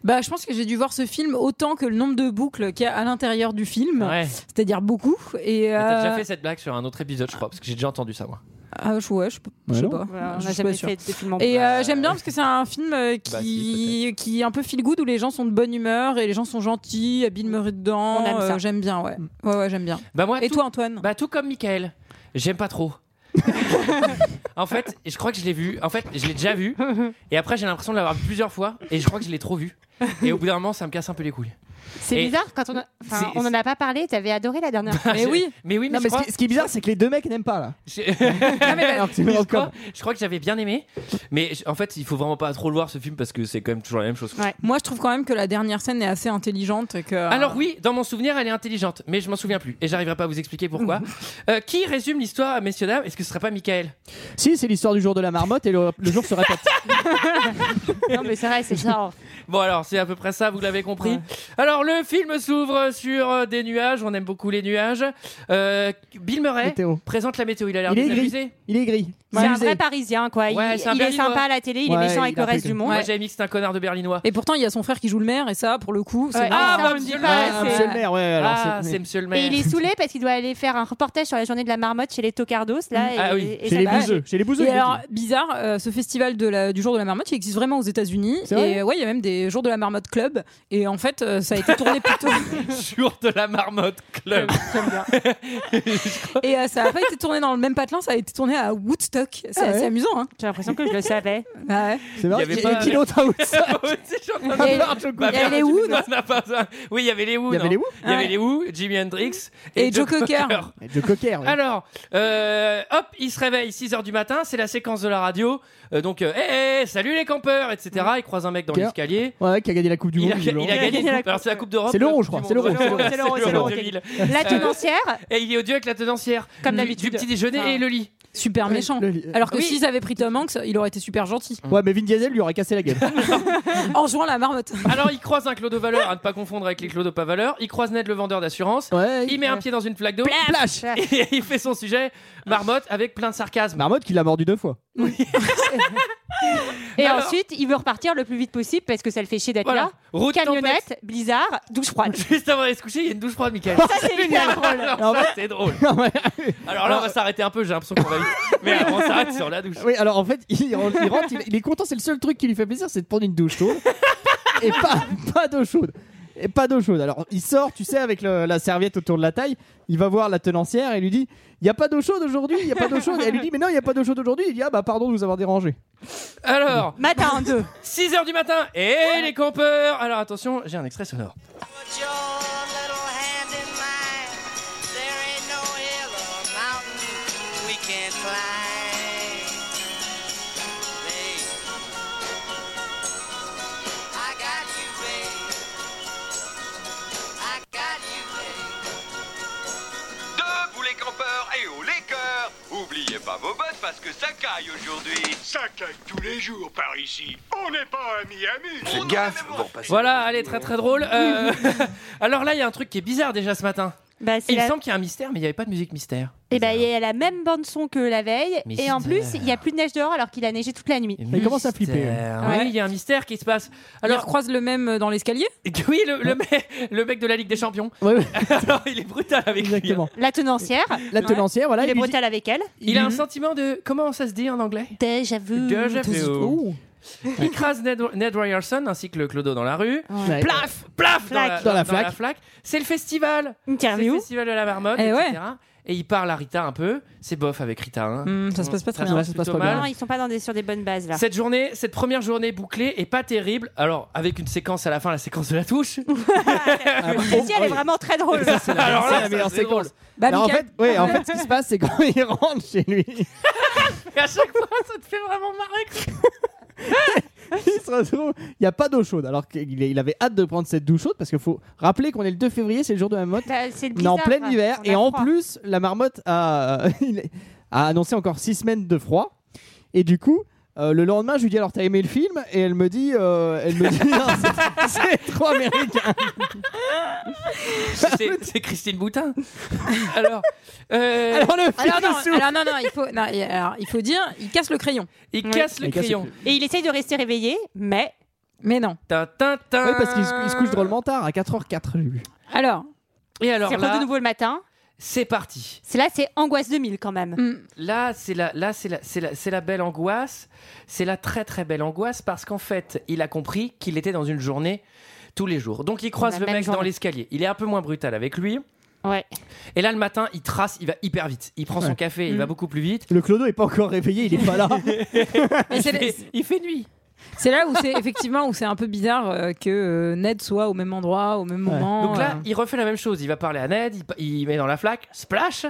[SPEAKER 9] Bah, je pense que j'ai dû voir ce film autant que le nombre de boucles qu'il y a à l'intérieur du
[SPEAKER 6] Mmh.
[SPEAKER 9] film,
[SPEAKER 1] Ouais.
[SPEAKER 9] c'est-à-dire beaucoup. Et
[SPEAKER 1] Mais T'as
[SPEAKER 9] euh,
[SPEAKER 1] déjà fait cette blague sur un autre épisode, je crois, parce que j'ai déjà entendu ça, moi.
[SPEAKER 9] Ah, je- ouais, je, je
[SPEAKER 1] Ouais,
[SPEAKER 9] sais
[SPEAKER 1] non.
[SPEAKER 9] pas.
[SPEAKER 7] Voilà, on
[SPEAKER 9] Je
[SPEAKER 7] n'a
[SPEAKER 9] suis
[SPEAKER 7] jamais
[SPEAKER 9] pas sûre.
[SPEAKER 7] fait de film en-
[SPEAKER 9] Et euh,
[SPEAKER 7] Bah,
[SPEAKER 9] j'aime bien parce que c'est un film euh, qui,
[SPEAKER 7] Bah,
[SPEAKER 9] qui est un peu feel good où les gens sont de bonne humeur et les gens sont gentils, il y a Bill Murray dedans.
[SPEAKER 7] On aime ça.
[SPEAKER 9] euh, j'aime bien, ouais.
[SPEAKER 6] Mm.
[SPEAKER 9] Ouais, ouais, j'aime bien.
[SPEAKER 1] Bah moi,
[SPEAKER 9] et toi, Antoine
[SPEAKER 1] Bah tout comme Michael. J'aime pas trop. en fait, je crois que je l'ai vu. En fait, je l'ai déjà vu. Et après, j'ai l'impression de l'avoir vu plusieurs fois. Et je crois que je l'ai trop vu. Et au bout d'un moment, ça me casse un peu les couilles.
[SPEAKER 7] C'est
[SPEAKER 1] Et-
[SPEAKER 7] bizarre quand on, a- enfin,
[SPEAKER 1] C'est-
[SPEAKER 7] on en a pas parlé. T'avais adoré la dernière. fois.
[SPEAKER 1] Mais oui. Mais oui, mais
[SPEAKER 6] Non,
[SPEAKER 1] je
[SPEAKER 6] mais
[SPEAKER 1] crois- Ah,
[SPEAKER 6] ce, qui, ce qui est bizarre, c'est que les deux mecs n'aiment pas là. Alors que bah, c'est une
[SPEAKER 1] je,
[SPEAKER 6] rom-com.
[SPEAKER 1] crois, je crois que j'avais bien aimé. Mais je- en fait, il faut vraiment pas trop le voir ce film parce que c'est quand même toujours la même chose.
[SPEAKER 9] Moi, je trouve quand même que la dernière scène est assez intelligente. et Que... euh,
[SPEAKER 1] Alors oui, dans mon souvenir, elle est intelligente, mais je m'en souviens plus et j'arriverai pas à vous expliquer pourquoi. Euh, qui résume l'histoire, messieurs dames Est-ce que ce serait pas Michael
[SPEAKER 6] Si, c'est l'histoire du jour de la marmotte et le, le jour se répète.
[SPEAKER 7] non, mais c'est vrai, c'est ça.
[SPEAKER 1] Bon alors c'est à peu près ça, vous l'avez compris. Alors le film s'ouvre sur euh, des nuages, on aime beaucoup les nuages. Euh, Bill Murray
[SPEAKER 6] Météo.
[SPEAKER 1] présente la météo, il a l'air
[SPEAKER 6] il est
[SPEAKER 1] bien
[SPEAKER 6] gris.
[SPEAKER 1] amusé.
[SPEAKER 6] Il est gris.
[SPEAKER 7] C'est un
[SPEAKER 6] Amusé.
[SPEAKER 7] vrai Parisien, quoi. Il-
[SPEAKER 1] Ouais,
[SPEAKER 7] il
[SPEAKER 1] c'est un
[SPEAKER 7] est
[SPEAKER 1] Berlinois.
[SPEAKER 7] sympa à la télé, il
[SPEAKER 1] Ouais,
[SPEAKER 7] est méchant
[SPEAKER 1] il
[SPEAKER 7] avec
[SPEAKER 1] a
[SPEAKER 7] le reste du monde.
[SPEAKER 1] Moi j'avais mis que c'était un connard de Berlinois.
[SPEAKER 9] Et pourtant, il y a son frère qui joue le maire, et ça, pour le coup, c'est.
[SPEAKER 7] Ouais. Ah, bah, monsieur le maire,
[SPEAKER 1] c'est-
[SPEAKER 6] Monsieur le maire, ouais, alors
[SPEAKER 1] Ah, c'est monsieur le
[SPEAKER 7] Et
[SPEAKER 1] maire.
[SPEAKER 7] il est saoulé parce qu'il doit aller faire un reportage sur la journée de la marmotte chez les Tocardos là. et-
[SPEAKER 1] Ah oui,
[SPEAKER 7] et
[SPEAKER 6] Chez
[SPEAKER 7] ça
[SPEAKER 6] les
[SPEAKER 7] va.
[SPEAKER 6] bouseux. Chez les bouseux.
[SPEAKER 9] Et
[SPEAKER 6] je vous
[SPEAKER 9] alors,
[SPEAKER 6] dis.
[SPEAKER 9] bizarre, euh, ce festival de la- du jour de la marmotte, il existe vraiment aux États-Unis.
[SPEAKER 6] C'est vrai
[SPEAKER 9] Et euh, ouais, il y a même des jours de la marmotte club. Et en fait, euh, ça a été tourné plutôt.
[SPEAKER 1] Jour de la marmotte club.
[SPEAKER 9] et euh, ça n'a pas été tourné dans le même patelin, ça a été tourné à Woodstock. C'est
[SPEAKER 7] Ah
[SPEAKER 9] assez
[SPEAKER 7] ouais
[SPEAKER 9] amusant. Hein.
[SPEAKER 7] J'ai l'impression que je le savais.
[SPEAKER 9] Ouais.
[SPEAKER 6] C'est vrai,
[SPEAKER 1] Il y avait
[SPEAKER 6] j'ai-
[SPEAKER 1] pas-
[SPEAKER 6] qui l'autre à
[SPEAKER 1] Ah,
[SPEAKER 6] Woodstock
[SPEAKER 9] Il y a-
[SPEAKER 1] Bah,
[SPEAKER 9] il y a
[SPEAKER 1] merde,
[SPEAKER 9] les
[SPEAKER 1] tu-
[SPEAKER 9] Who, non
[SPEAKER 1] non, on n'a pas ça. Oui, il y avait les
[SPEAKER 6] Il
[SPEAKER 1] Who.
[SPEAKER 6] y avait
[SPEAKER 1] non
[SPEAKER 6] les Who
[SPEAKER 1] Il y avait
[SPEAKER 9] Ouais.
[SPEAKER 1] les Who, Jimi Hendrix
[SPEAKER 9] Et Joe Cocker.
[SPEAKER 6] Et De cocker. ouais.
[SPEAKER 1] Alors, euh, hop, il se réveille 6h du matin, c'est la séquence de la radio. Euh, donc, euh, hey, hey, salut les campeurs, etc. Il croise un mec dans
[SPEAKER 6] Cocker.
[SPEAKER 1] l'escalier.
[SPEAKER 6] Ouais, qui a gagné la Coupe du
[SPEAKER 1] Il
[SPEAKER 6] Monde.
[SPEAKER 1] a, il a
[SPEAKER 6] visiblement.
[SPEAKER 1] gagné une coupe. Alors, c'est la Coupe d'Europe.
[SPEAKER 6] C'est l'euro,
[SPEAKER 1] la
[SPEAKER 6] je crois,
[SPEAKER 1] Coupe
[SPEAKER 6] c'est
[SPEAKER 1] du
[SPEAKER 6] l'euro,
[SPEAKER 1] Monde.
[SPEAKER 6] c'est l'euro,
[SPEAKER 1] Ouais,
[SPEAKER 7] c'est l'euro,
[SPEAKER 1] c'est
[SPEAKER 7] c'est
[SPEAKER 1] l'euro
[SPEAKER 7] l'euro.
[SPEAKER 1] 2000.
[SPEAKER 7] La
[SPEAKER 1] Euh,
[SPEAKER 7] tenancière.
[SPEAKER 1] Et il est odieux avec la tenancière.
[SPEAKER 7] Comme
[SPEAKER 1] Du-
[SPEAKER 7] d'habitude.
[SPEAKER 1] Du petit déjeuner
[SPEAKER 7] Enfin.
[SPEAKER 1] et le lit.
[SPEAKER 9] Super
[SPEAKER 6] Le-
[SPEAKER 9] méchant.
[SPEAKER 6] le- le-
[SPEAKER 9] Alors que
[SPEAKER 1] Oui.
[SPEAKER 9] s'ils avaient pris Tom Hanks, il aurait été super gentil.
[SPEAKER 6] Ouais, mais Vin Diesel lui aurait cassé la gueule.
[SPEAKER 9] En jouant la marmotte.
[SPEAKER 1] Alors, il croise un Claude Valeur, à ne pas confondre avec les Claude pas valeur. Il croise Ned, le vendeur d'assurance.
[SPEAKER 6] Ouais.
[SPEAKER 1] Il met
[SPEAKER 7] euh,
[SPEAKER 1] un pied dans une flaque d'eau.
[SPEAKER 6] Flash
[SPEAKER 1] Et il fait son sujet marmotte avec plein de sarcasme.
[SPEAKER 6] Marmotte qui l'a mordu deux fois.
[SPEAKER 7] Et
[SPEAKER 1] Alors-
[SPEAKER 7] ensuite, il veut repartir le plus vite possible parce que ça le fait chier d'être
[SPEAKER 1] Voilà.
[SPEAKER 7] là.
[SPEAKER 1] Route
[SPEAKER 7] Camionnette, blizzard, douche froide.
[SPEAKER 1] Juste avant d'aller se coucher, il y a une douche froide, Michael.
[SPEAKER 7] Ça, c'est hyper drôle.
[SPEAKER 1] Alors, ça, c'est drôle. Alors là, on va s'arrêter un peu, j'ai l'impression qu'on va vite. Mais alors, on s'arrête sur la douche.
[SPEAKER 6] Oui, alors en fait, il rentre, il, rentre, il- il est content, c'est le seul truc qui lui fait plaisir, c'est de prendre une douche chaude. et pas, pas d'eau chaude. Et pas d'eau chaude. Alors il sort, tu sais, avec le- la serviette autour de la taille, il va voir la tenancière et lui dit Il n'y a pas d'eau chaude aujourd'hui, il n'y a pas d'eau chaude. Et elle lui dit Mais non, il n'y a pas d'eau chaude aujourd'hui. Il dit Ah bah pardon de vous avoir dérangé.
[SPEAKER 1] Alors,
[SPEAKER 7] Matin en deux.
[SPEAKER 1] 6h du matin, et les campeurs Alors attention, j'ai un extrait sonore.
[SPEAKER 13] we can climb. Babe. I got you, babe. I got you, babe.
[SPEAKER 11] Debout les campeurs et haut les cœurs Oubliez pas vos bottes parce que ça caille aujourd'hui
[SPEAKER 12] Ça caille tous les jours par ici. On n'est pas à Miami.
[SPEAKER 5] Faites gaffe. Bon, passez.
[SPEAKER 1] Voilà, elle est très très drôle. Euh, alors là, il y a un truc qui est bizarre déjà ce matin.
[SPEAKER 7] Bah, c'est
[SPEAKER 1] il
[SPEAKER 7] la-
[SPEAKER 1] semble qu'il y a un mystère, mais il n'y avait pas de musique mystère.
[SPEAKER 7] Et bah, il y a la même bande son que la veille.
[SPEAKER 1] Mais
[SPEAKER 7] et en
[SPEAKER 1] c'est-
[SPEAKER 7] plus, il n'y a plus de neige dehors alors qu'il a neigé toute la nuit.
[SPEAKER 6] Il commence à flipper. ouais.
[SPEAKER 1] Euh, Oui, il y a un mystère qui se passe.
[SPEAKER 9] Alors,
[SPEAKER 1] Alors,
[SPEAKER 9] croise le même euh, dans l'escalier.
[SPEAKER 1] oui, le, le mec, le mec de la Ligue des Champions.
[SPEAKER 6] Ouais, ouais,
[SPEAKER 1] Alors, il est brutal avec lui. hein.
[SPEAKER 6] exactement.
[SPEAKER 7] La tenancière.
[SPEAKER 6] La tenancière, voilà.
[SPEAKER 7] Il est
[SPEAKER 6] lui dit-
[SPEAKER 7] brutal avec elle.
[SPEAKER 1] Il a un sentiment de. Comment ça se dit en anglais
[SPEAKER 7] Déjà vu.
[SPEAKER 1] Déjà vu.
[SPEAKER 6] Oh.
[SPEAKER 1] écrase Ned, Ned Ryerson ainsi que le Clodo dans la rue.
[SPEAKER 9] Ouais.
[SPEAKER 1] Plaf, plaf dans la,
[SPEAKER 9] Flaque. Dans la
[SPEAKER 1] dans la
[SPEAKER 9] flaque.
[SPEAKER 1] flaque. C'est le festival. C'est
[SPEAKER 9] Interview.
[SPEAKER 1] le festival de la marmotte,
[SPEAKER 9] Eh
[SPEAKER 1] etc.
[SPEAKER 9] ouais.
[SPEAKER 1] Et il parle à Rita un peu. C'est bof avec Rita. hein.
[SPEAKER 9] Hmm, ça se passe pas très bien.
[SPEAKER 1] passe plutôt mal.
[SPEAKER 7] Non, ils sont pas dans des, sur des bonnes bases là.
[SPEAKER 1] Cette journée, cette première journée bouclée est pas terrible. Alors, avec une séquence à la fin, la séquence de la touche.
[SPEAKER 6] Ah, bah,
[SPEAKER 7] Celle-ci, elle est vraiment très drôle.
[SPEAKER 1] Alors là,
[SPEAKER 6] la
[SPEAKER 1] ça,
[SPEAKER 6] meilleure
[SPEAKER 1] c'est drôle.
[SPEAKER 6] séquence. oh,
[SPEAKER 9] Bah,
[SPEAKER 6] Alors, en fait, ouais, en fait, ce qui se passe, c'est quand il rentre chez lui,
[SPEAKER 1] Et à chaque fois, ça te fait vraiment marrer.
[SPEAKER 6] il se retrouve, il n'y a pas d'eau chaude. Alors qu'il il avait hâte de prendre cette douche chaude parce qu'il faut rappeler qu'on est le 2 février, c'est le jour de la marmotte.
[SPEAKER 7] Bah, c'est le
[SPEAKER 6] On est en
[SPEAKER 7] blizzard,
[SPEAKER 6] plein
[SPEAKER 7] quoi.
[SPEAKER 6] hiver
[SPEAKER 7] On a
[SPEAKER 6] et en
[SPEAKER 7] froid.
[SPEAKER 6] plus, la marmotte a, euh, il est- a annoncé encore 6 semaines de froid. Et du coup, euh, le lendemain, je lui dis alors t'as aimé le film et elle me dit, euh, elle me dit, Non, c'est- c'est trop américain.
[SPEAKER 1] C'est- C'est Christine Boutin. Alors, euh,
[SPEAKER 6] Alors, le
[SPEAKER 9] Alors non, alors non, non, il faut, non, il- alors, il faut dire, il casse le crayon.
[SPEAKER 1] Il casse le Il casse le crayon. crayon.
[SPEAKER 7] Et il essaye de rester réveillé, mais.
[SPEAKER 9] Mais non.
[SPEAKER 1] Tin, tin, tin.
[SPEAKER 6] Ouais, parce qu'il se- il se couche drôlement tard à 4h04, j'ai vu.
[SPEAKER 9] Alors.
[SPEAKER 1] Et alors
[SPEAKER 7] C'est
[SPEAKER 1] là-
[SPEAKER 7] de nouveau le matin.
[SPEAKER 1] c'est parti.
[SPEAKER 7] C'est là, c'est angoisse 2000 quand même.
[SPEAKER 9] hmm.
[SPEAKER 1] Là, c'est la, là, c'est la, c'est la, c'est la belle angoisse. C'est la très très belle angoisse parce qu'en fait, il a compris qu'il était dans une journée tous les jours. Donc il croise
[SPEAKER 7] La
[SPEAKER 1] le
[SPEAKER 7] même
[SPEAKER 1] mec dans
[SPEAKER 7] journée.
[SPEAKER 1] l'escalier. Il est un peu moins brutal avec lui.
[SPEAKER 7] Ouais.
[SPEAKER 1] Et là, le matin, il trace, il va hyper vite. Il prend son
[SPEAKER 6] Ouais.
[SPEAKER 1] café, il
[SPEAKER 6] Mm.
[SPEAKER 1] va beaucoup plus vite.
[SPEAKER 6] Le clodo est pas encore réveillé, il est pas là.
[SPEAKER 1] il, fait, il fait nuit.
[SPEAKER 9] C'est là où c'est effectivement où c'est un peu bizarre euh, que euh, Ned soit au même endroit, au même moment.
[SPEAKER 1] Donc là,
[SPEAKER 7] Oh.
[SPEAKER 9] euh.
[SPEAKER 1] il refait la même chose. Il va parler à Ned, il, pa- il met dans la flaque, splash,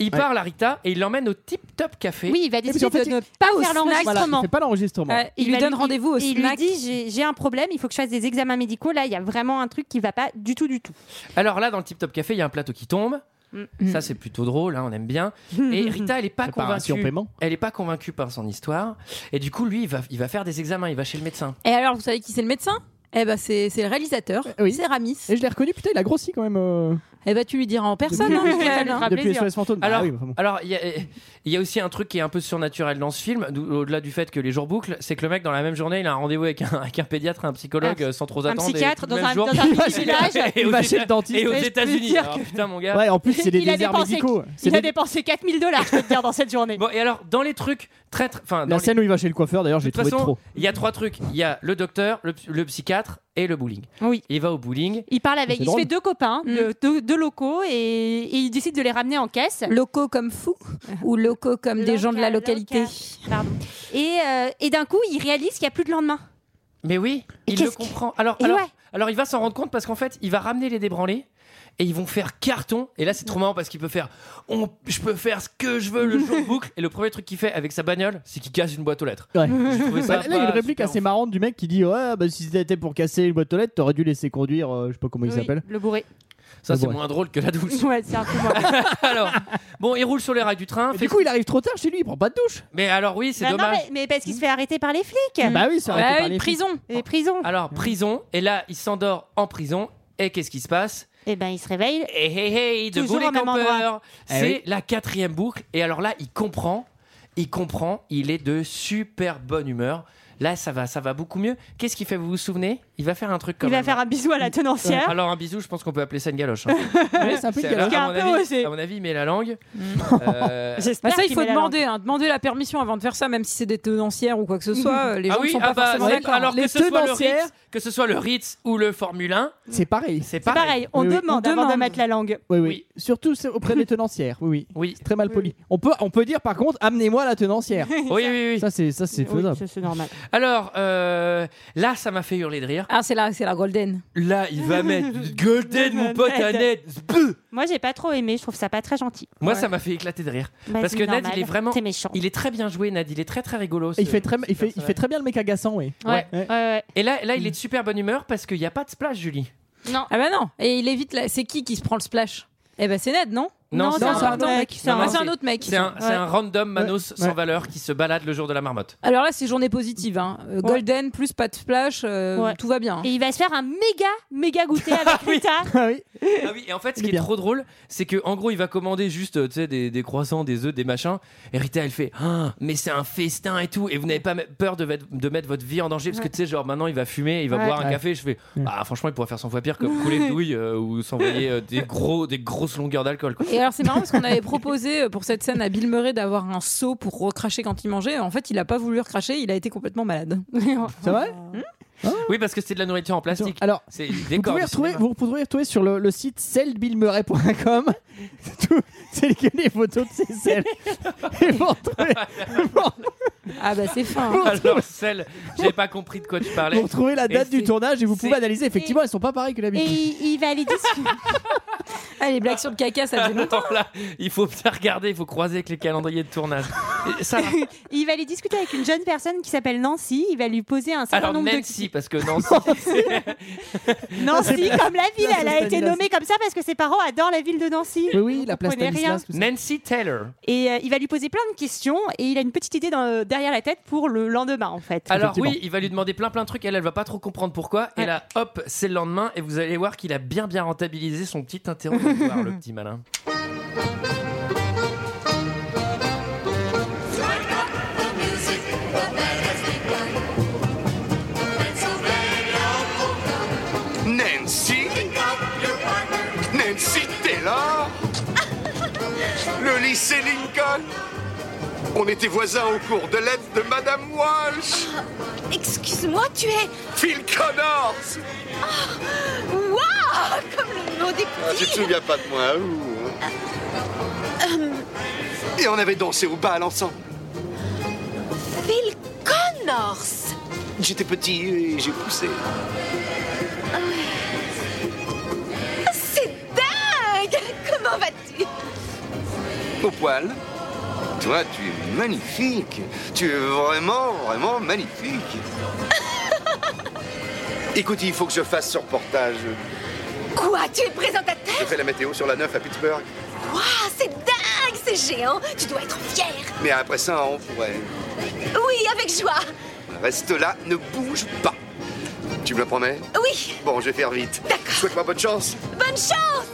[SPEAKER 1] il parle à Rita et il l'emmène au Tip Top Café.
[SPEAKER 7] Oui, il va décider
[SPEAKER 6] en fait,
[SPEAKER 7] de
[SPEAKER 6] il-
[SPEAKER 7] ne pas
[SPEAKER 9] Voilà,
[SPEAKER 7] faire
[SPEAKER 6] Voilà, il
[SPEAKER 7] l'enregistrement.
[SPEAKER 6] fait pas l'enregistrement.
[SPEAKER 9] Ouais, il, lui
[SPEAKER 7] va
[SPEAKER 9] donne rendez-vous au
[SPEAKER 7] et Il lui
[SPEAKER 9] snack.
[SPEAKER 7] dit j'ai- j'ai un problème, il faut que je fasse des examens médicaux. Là, il y a vraiment un truc qui va pas du tout, du tout.
[SPEAKER 1] Alors là, dans le Tip Top Café, il y a un plateau qui tombe.
[SPEAKER 7] Mm.
[SPEAKER 1] Ça, c'est plutôt drôle, hein, on aime bien. Et Rita, elle n'est pas
[SPEAKER 6] Préparation
[SPEAKER 1] convaincue.
[SPEAKER 6] paiement.
[SPEAKER 1] Elle n'est pas convaincue par son histoire. Et du coup, lui, il va, il va faire des examens, il va chez le médecin.
[SPEAKER 9] Et alors, vous savez qui c'est le médecin Eh ben, c'est c'est le réalisateur, c'est Ramis.
[SPEAKER 6] Et je l'ai reconnu, putain, il a grossi quand même. euh,
[SPEAKER 9] Eh ben, tu lui diras en personne, hein, Michael, hein.
[SPEAKER 6] Depuis SOS Fantôme.
[SPEAKER 1] Alors,
[SPEAKER 6] Ah oui, vraiment.
[SPEAKER 1] alors, il y, a- il y a aussi un truc qui est un peu surnaturel dans ce film, d'o- au-delà du fait que les jours bouclent, c'est que le mec, dans la même journée, il a un rendez-vous avec un, avec un pédiatre, un psychologue, euh, sans trop
[SPEAKER 7] un
[SPEAKER 1] attendre.
[SPEAKER 7] psychiatre
[SPEAKER 1] et tout
[SPEAKER 7] dans
[SPEAKER 1] le même
[SPEAKER 7] un-
[SPEAKER 1] jour.
[SPEAKER 7] dans un
[SPEAKER 1] Il va
[SPEAKER 7] petit
[SPEAKER 1] chez-
[SPEAKER 7] village.
[SPEAKER 1] et aux
[SPEAKER 6] Il va chez
[SPEAKER 1] Éta-
[SPEAKER 6] le dentiste.
[SPEAKER 1] Et aux
[SPEAKER 6] Je peux te
[SPEAKER 1] États-Unis.
[SPEAKER 6] dire
[SPEAKER 1] Alors,
[SPEAKER 6] que-
[SPEAKER 1] Putain, mon gars.
[SPEAKER 6] Ouais, en plus, c'est des
[SPEAKER 7] il a
[SPEAKER 6] déserts
[SPEAKER 7] dépensé,
[SPEAKER 6] médicaux. C'est
[SPEAKER 7] Il a
[SPEAKER 6] des-
[SPEAKER 7] dépensé 4000 dollars, je peux te dire, dans cette journée.
[SPEAKER 1] Bon, et alors, dans les trucs très. très- Enfin, Ah, dans
[SPEAKER 6] La
[SPEAKER 1] les-
[SPEAKER 6] scène où il va chez le coiffeur, d'ailleurs, j'ai
[SPEAKER 1] De toute
[SPEAKER 6] trouvé
[SPEAKER 1] façon,
[SPEAKER 6] trop.
[SPEAKER 1] il y a trois trucs. Il y a le docteur, le, le psychiatre et le bowling.
[SPEAKER 7] Oui.
[SPEAKER 1] Il va au bowling.
[SPEAKER 7] Il parle avec,
[SPEAKER 1] C'est
[SPEAKER 7] il se
[SPEAKER 1] drôle.
[SPEAKER 7] fait deux copains, de- deux, deux locaux, et, et il décide de les ramener en caisse.
[SPEAKER 9] Locaux comme fous ou locaux comme des gens de la localité.
[SPEAKER 7] Pardon. Et, euh, et d'un coup, il réalise qu'il n'y a plus de lendemain.
[SPEAKER 1] Mais oui, il le comprend. Alors,
[SPEAKER 7] Et
[SPEAKER 1] alors,
[SPEAKER 7] ouais.
[SPEAKER 1] alors il va s'en rendre compte parce qu'en fait, il va ramener les débranlés et ils vont faire carton. Et là, c'est trop marrant parce qu'il peut faire on, Je peux faire ce que je veux le jour boucle. Et le premier truc qu'il fait avec sa bagnole, c'est qu'il casse une boîte aux lettres.
[SPEAKER 6] Ouais.
[SPEAKER 1] J'ai trouvé ça
[SPEAKER 6] Bah, là, il y a une
[SPEAKER 1] pas
[SPEAKER 6] réplique
[SPEAKER 1] super
[SPEAKER 6] assez marrante du mec qui dit Ouais, bah, si c'était pour casser une boîte aux lettres, t'aurais dû laisser conduire, euh, je sais pas comment il s'appelle.
[SPEAKER 7] Le bourré.
[SPEAKER 1] Ça, c'est
[SPEAKER 6] Ouais.
[SPEAKER 1] moins drôle que la douche.
[SPEAKER 7] Ouais, c'est un peu moins.
[SPEAKER 1] alors, bon, il roule sur les rails du train.
[SPEAKER 6] Du coup, il arrive trop tard chez lui, il prend pas de douche.
[SPEAKER 1] Mais alors, oui, c'est
[SPEAKER 7] Bah non,
[SPEAKER 1] dommage. Mmh.
[SPEAKER 7] mais, mais parce qu'il se fait arrêter par les flics.
[SPEAKER 6] Bah oui, ça aurait été par les flics.
[SPEAKER 7] Et prison.
[SPEAKER 1] Alors, prison. Et là, il s'endort en prison. Et qu'est-ce qui se passe
[SPEAKER 7] Et ben, il se réveille.
[SPEAKER 1] Et hey, hey, de
[SPEAKER 7] Toujours
[SPEAKER 1] Boulet
[SPEAKER 7] au même
[SPEAKER 1] Campeur.
[SPEAKER 7] endroit.
[SPEAKER 1] C'est
[SPEAKER 7] Eh oui.
[SPEAKER 1] la quatrième boucle. Et alors là, il comprend. Il comprend. Il est de super bonne humeur. Là, ça va, ça va beaucoup mieux. Qu'est-ce qu'il fait Vous vous souvenez Il va faire un truc comme
[SPEAKER 7] Il va faire un bisou à la tenancière.
[SPEAKER 1] Alors un bisou, je pense qu'on peut appeler ça une galoche. hein.
[SPEAKER 6] c'est un peu une
[SPEAKER 1] C'est-
[SPEAKER 6] galoche.
[SPEAKER 1] à,
[SPEAKER 7] Un
[SPEAKER 1] mon
[SPEAKER 7] peu
[SPEAKER 1] avis,
[SPEAKER 7] osé.
[SPEAKER 1] à mon avis, il met la langue. Euh,
[SPEAKER 9] Bah ça, il
[SPEAKER 7] qu'il
[SPEAKER 9] faut
[SPEAKER 7] met la
[SPEAKER 9] demander, hein, demander la permission avant de faire ça, même si c'est des tenancières ou quoi que ce soit. euh, Les
[SPEAKER 1] ah
[SPEAKER 9] gens
[SPEAKER 1] oui,
[SPEAKER 9] sont
[SPEAKER 1] ah
[SPEAKER 9] pas
[SPEAKER 1] bah,
[SPEAKER 9] forcément
[SPEAKER 1] c'est-
[SPEAKER 9] d'accord.
[SPEAKER 1] alors que
[SPEAKER 9] Les
[SPEAKER 1] ce, soit le
[SPEAKER 9] tenancières-
[SPEAKER 1] Ritz, que ce soit le Ritz ou le Formule 1,
[SPEAKER 6] C'est pareil.
[SPEAKER 1] c'est
[SPEAKER 7] C'est
[SPEAKER 1] pareil.
[SPEAKER 7] pareil, on
[SPEAKER 6] Oui, oui.
[SPEAKER 7] demande
[SPEAKER 9] On
[SPEAKER 7] avant de
[SPEAKER 9] demande.
[SPEAKER 7] mettre la langue.
[SPEAKER 6] Oui, oui. Surtout c'est auprès des tenancières. Oui, oui.
[SPEAKER 1] Oui.
[SPEAKER 6] C'est très mal poli. On, peut, on peut dire par contre Amenez-moi la tenancière.
[SPEAKER 1] Oui, oui, oui.
[SPEAKER 6] Ça, c'est ça, c'est faisable.
[SPEAKER 7] c'est normal.
[SPEAKER 1] Alors euh, là, ça m'a fait hurler de rire.
[SPEAKER 9] Ah, c'est la, c'est la Golden.
[SPEAKER 1] Là, il va mettre du Golden, mon pote à Ned. Zbeu
[SPEAKER 7] Moi, j'ai pas trop aimé, je trouve ça pas très gentil.
[SPEAKER 1] Moi, ça m'a fait éclater de rire.
[SPEAKER 7] Bah,
[SPEAKER 1] Parce
[SPEAKER 7] c'est
[SPEAKER 1] que Ned,
[SPEAKER 7] normal.
[SPEAKER 1] il est vraiment.
[SPEAKER 7] C'est méchant.
[SPEAKER 1] Il est très bien joué, Ned. Il est très, très rigolo.
[SPEAKER 6] Et il
[SPEAKER 1] ce-
[SPEAKER 6] fait, très,
[SPEAKER 1] ce
[SPEAKER 6] il, fait, il fait
[SPEAKER 1] personnage.
[SPEAKER 6] très Mm. bien le mec agaçant, oui.
[SPEAKER 7] Ouais.
[SPEAKER 1] Ouais.
[SPEAKER 7] ouais, ouais.
[SPEAKER 1] Et là, là, il est de super bonne humeur parce qu'il n'y a pas de splash, Julie.
[SPEAKER 7] Non.
[SPEAKER 9] Ah bah non. Et il évite. la- C'est qui qui se prend le splash Eh ben, c'est Ned, non
[SPEAKER 1] Non, c'est un
[SPEAKER 9] c'est un,
[SPEAKER 1] autre
[SPEAKER 9] autre
[SPEAKER 1] mec.
[SPEAKER 9] mec.
[SPEAKER 1] Non, non,
[SPEAKER 9] Ah, c'est un autre mec.
[SPEAKER 1] C'est un, c'est un random Manos
[SPEAKER 6] Ouais.
[SPEAKER 1] sans
[SPEAKER 6] Ouais.
[SPEAKER 1] valeur qui se balade le jour de la marmotte.
[SPEAKER 9] Alors là, c'est journée positive. hein. Euh, Golden plus pas de splash, euh,
[SPEAKER 7] Ouais.
[SPEAKER 9] tout va bien.
[SPEAKER 7] Et il va se faire un méga, méga goûter avec Rita.
[SPEAKER 6] Ah oui.
[SPEAKER 1] Ah oui, et en fait, ce qui est trop drôle, c'est que en gros, il va commander juste euh, tu sais, des, des croissants, des œufs, des machins. Et Rita, elle fait Ah, Mais c'est un festin et tout. Et vous n'avez pas me- peur de, mettre- de mettre votre vie en danger parce que tu sais, genre maintenant, il va fumer, il va
[SPEAKER 7] Ouais.
[SPEAKER 1] boire un
[SPEAKER 6] Ouais.
[SPEAKER 1] café. Je fais Ah, franchement, il pourrait faire 100 fois pire que couler de douille euh, ou s'envoyer euh, des, gros, des grosses longueurs d'alcool. quoi.
[SPEAKER 9] Et Et alors c'est marrant parce qu'on avait proposé euh, pour cette scène à Bill Murray d'avoir un seau pour recracher quand il mangeait. En fait, il a pas voulu recracher, il a été complètement malade.
[SPEAKER 6] C'est vrai
[SPEAKER 1] Oui, parce que c'était de la nourriture en plastique.
[SPEAKER 6] Alors,
[SPEAKER 1] c'est le
[SPEAKER 6] ah, Vous
[SPEAKER 1] décor.
[SPEAKER 6] pouvez,
[SPEAKER 1] du
[SPEAKER 6] retrouver,
[SPEAKER 1] cinéma.
[SPEAKER 6] vous pouvez retrouver sur le, le site sellebillmurray.com tout- c'est que les photos de ces selles. Et vous retrouvez,
[SPEAKER 9] Ah bah c'est fin.
[SPEAKER 1] Alors, celle, j'ai pas compris de quoi tu parlais.
[SPEAKER 6] vous retrouvez la date
[SPEAKER 1] Et
[SPEAKER 6] du
[SPEAKER 1] c'est-
[SPEAKER 6] tournage et vous pouvez
[SPEAKER 1] c'est-
[SPEAKER 6] analyser. Effectivement, elles sont pas pareilles que
[SPEAKER 7] Et
[SPEAKER 6] l'habitude.
[SPEAKER 7] il, il va aller
[SPEAKER 9] Ah, les blagues sur le caca, ça faisait longtemps.
[SPEAKER 1] Alors là, il faut bien regarder, il faut croiser avec les calendriers de tournage. Et ça,
[SPEAKER 7] Il va aller discuter avec une jeune personne qui s'appelle Nancy. Il va lui poser un certain
[SPEAKER 1] alors
[SPEAKER 7] nombre
[SPEAKER 1] Nancy, parce que Nancy,
[SPEAKER 7] de Nancy, comme la ville,
[SPEAKER 1] Non,
[SPEAKER 7] elle
[SPEAKER 1] c'est
[SPEAKER 7] a été
[SPEAKER 1] Stanislas.
[SPEAKER 7] nommée comme ça parce que ses parents adorent la ville de Nancy.
[SPEAKER 6] Oui, oui, la place
[SPEAKER 7] comprenez rien.
[SPEAKER 6] Stanislas, tout ça.
[SPEAKER 1] Nancy Taylor.
[SPEAKER 7] Et euh, il va lui poser plein de questions et il a une petite idée dans- derrière la tête pour le lendemain en fait.
[SPEAKER 1] Alors oui, il va lui demander plein plein de trucs, elle elle va pas trop comprendre pourquoi et là hop, c'est le lendemain et vous allez voir qu'il a bien bien rentabilisé son petit interrogatoire le petit malin.
[SPEAKER 4] Nancy Nancy Taylor Le lycée Lincoln On était voisins au cours de lettres de Madame Walsh
[SPEAKER 8] Excuse-moi, tu es.
[SPEAKER 4] Phil Connors
[SPEAKER 8] Waouh Comme le nom des
[SPEAKER 4] Ah, Tu te
[SPEAKER 8] petits
[SPEAKER 4] souviens pas de moi, ouh. Et on avait dansé au bal ensemble.
[SPEAKER 8] Phil Connors
[SPEAKER 4] J'étais petit et j'ai poussé.
[SPEAKER 8] C'est dingue Comment vas-tu
[SPEAKER 4] Au poil Toi, tu es magnifique. Tu es vraiment, vraiment magnifique. Écoute, il faut que je fasse ce reportage.
[SPEAKER 8] Quoi Tu es présentateur
[SPEAKER 4] Je fais la météo sur la 9 à Pittsburgh.
[SPEAKER 8] Waouh C'est dingue C'est géant Tu dois être fier
[SPEAKER 4] Mais après ça, on pourrait.
[SPEAKER 8] Oui, avec joie
[SPEAKER 4] Reste là, ne bouge pas. Tu me le promets
[SPEAKER 8] Oui
[SPEAKER 4] Bon, je vais faire vite. D'accord. Souhaite-moi bonne chance.
[SPEAKER 8] Bonne chance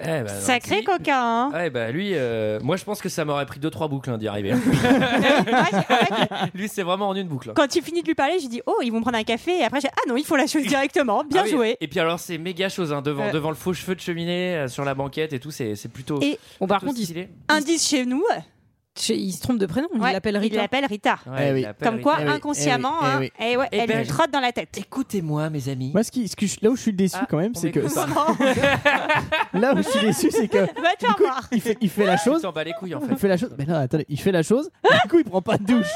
[SPEAKER 1] Eh ben, Nancy.
[SPEAKER 7] Sacré coquin. hein.
[SPEAKER 1] Ouais, bah lui, euh, moi je pense que ça m'aurait pris 2-3 boucles hein, d'y arriver. lui, c'est vraiment en une boucle.
[SPEAKER 7] Quand tu finis de lui parler, j'ai dit oh ils vont prendre un café et après j'ai ah non il faut la chose directement. Bien
[SPEAKER 1] Ah oui,
[SPEAKER 7] joué.
[SPEAKER 1] Et puis alors, c'est méga chose, hein, devant,
[SPEAKER 7] Ouais.
[SPEAKER 1] devant le faux cheveu de cheminée, euh, sur la banquette et tout, c'est c'est plutôt.
[SPEAKER 7] Et
[SPEAKER 1] bon,
[SPEAKER 9] par contre, il-
[SPEAKER 7] indice chez nous.
[SPEAKER 9] il se trompe de prénom. Il l'appelle Rita.
[SPEAKER 7] Il l'appelle Rita.
[SPEAKER 6] Eh
[SPEAKER 1] Ouais, il l'appelle
[SPEAKER 7] Comme quoi
[SPEAKER 1] Rita.
[SPEAKER 7] inconsciemment,
[SPEAKER 1] Eh oui, eh
[SPEAKER 7] hein,
[SPEAKER 1] oui,
[SPEAKER 7] eh ouais,
[SPEAKER 1] Eh
[SPEAKER 7] elle
[SPEAKER 1] ben,
[SPEAKER 7] lui trotte dans la tête.
[SPEAKER 1] Écoutez-moi, mes amis.
[SPEAKER 6] Moi, ce qui, ce que je- là où je suis déçu
[SPEAKER 4] Ah,
[SPEAKER 6] quand même, c'est que. là où je suis déçu, c'est que.
[SPEAKER 7] Va te faire voir.
[SPEAKER 6] Il fait, il fait la chose.
[SPEAKER 1] Il s'en bat les couilles en
[SPEAKER 6] Il
[SPEAKER 1] fait.
[SPEAKER 6] fait la chose. Mais non, attendez, il fait la chose. Du coup, il prend pas de douche.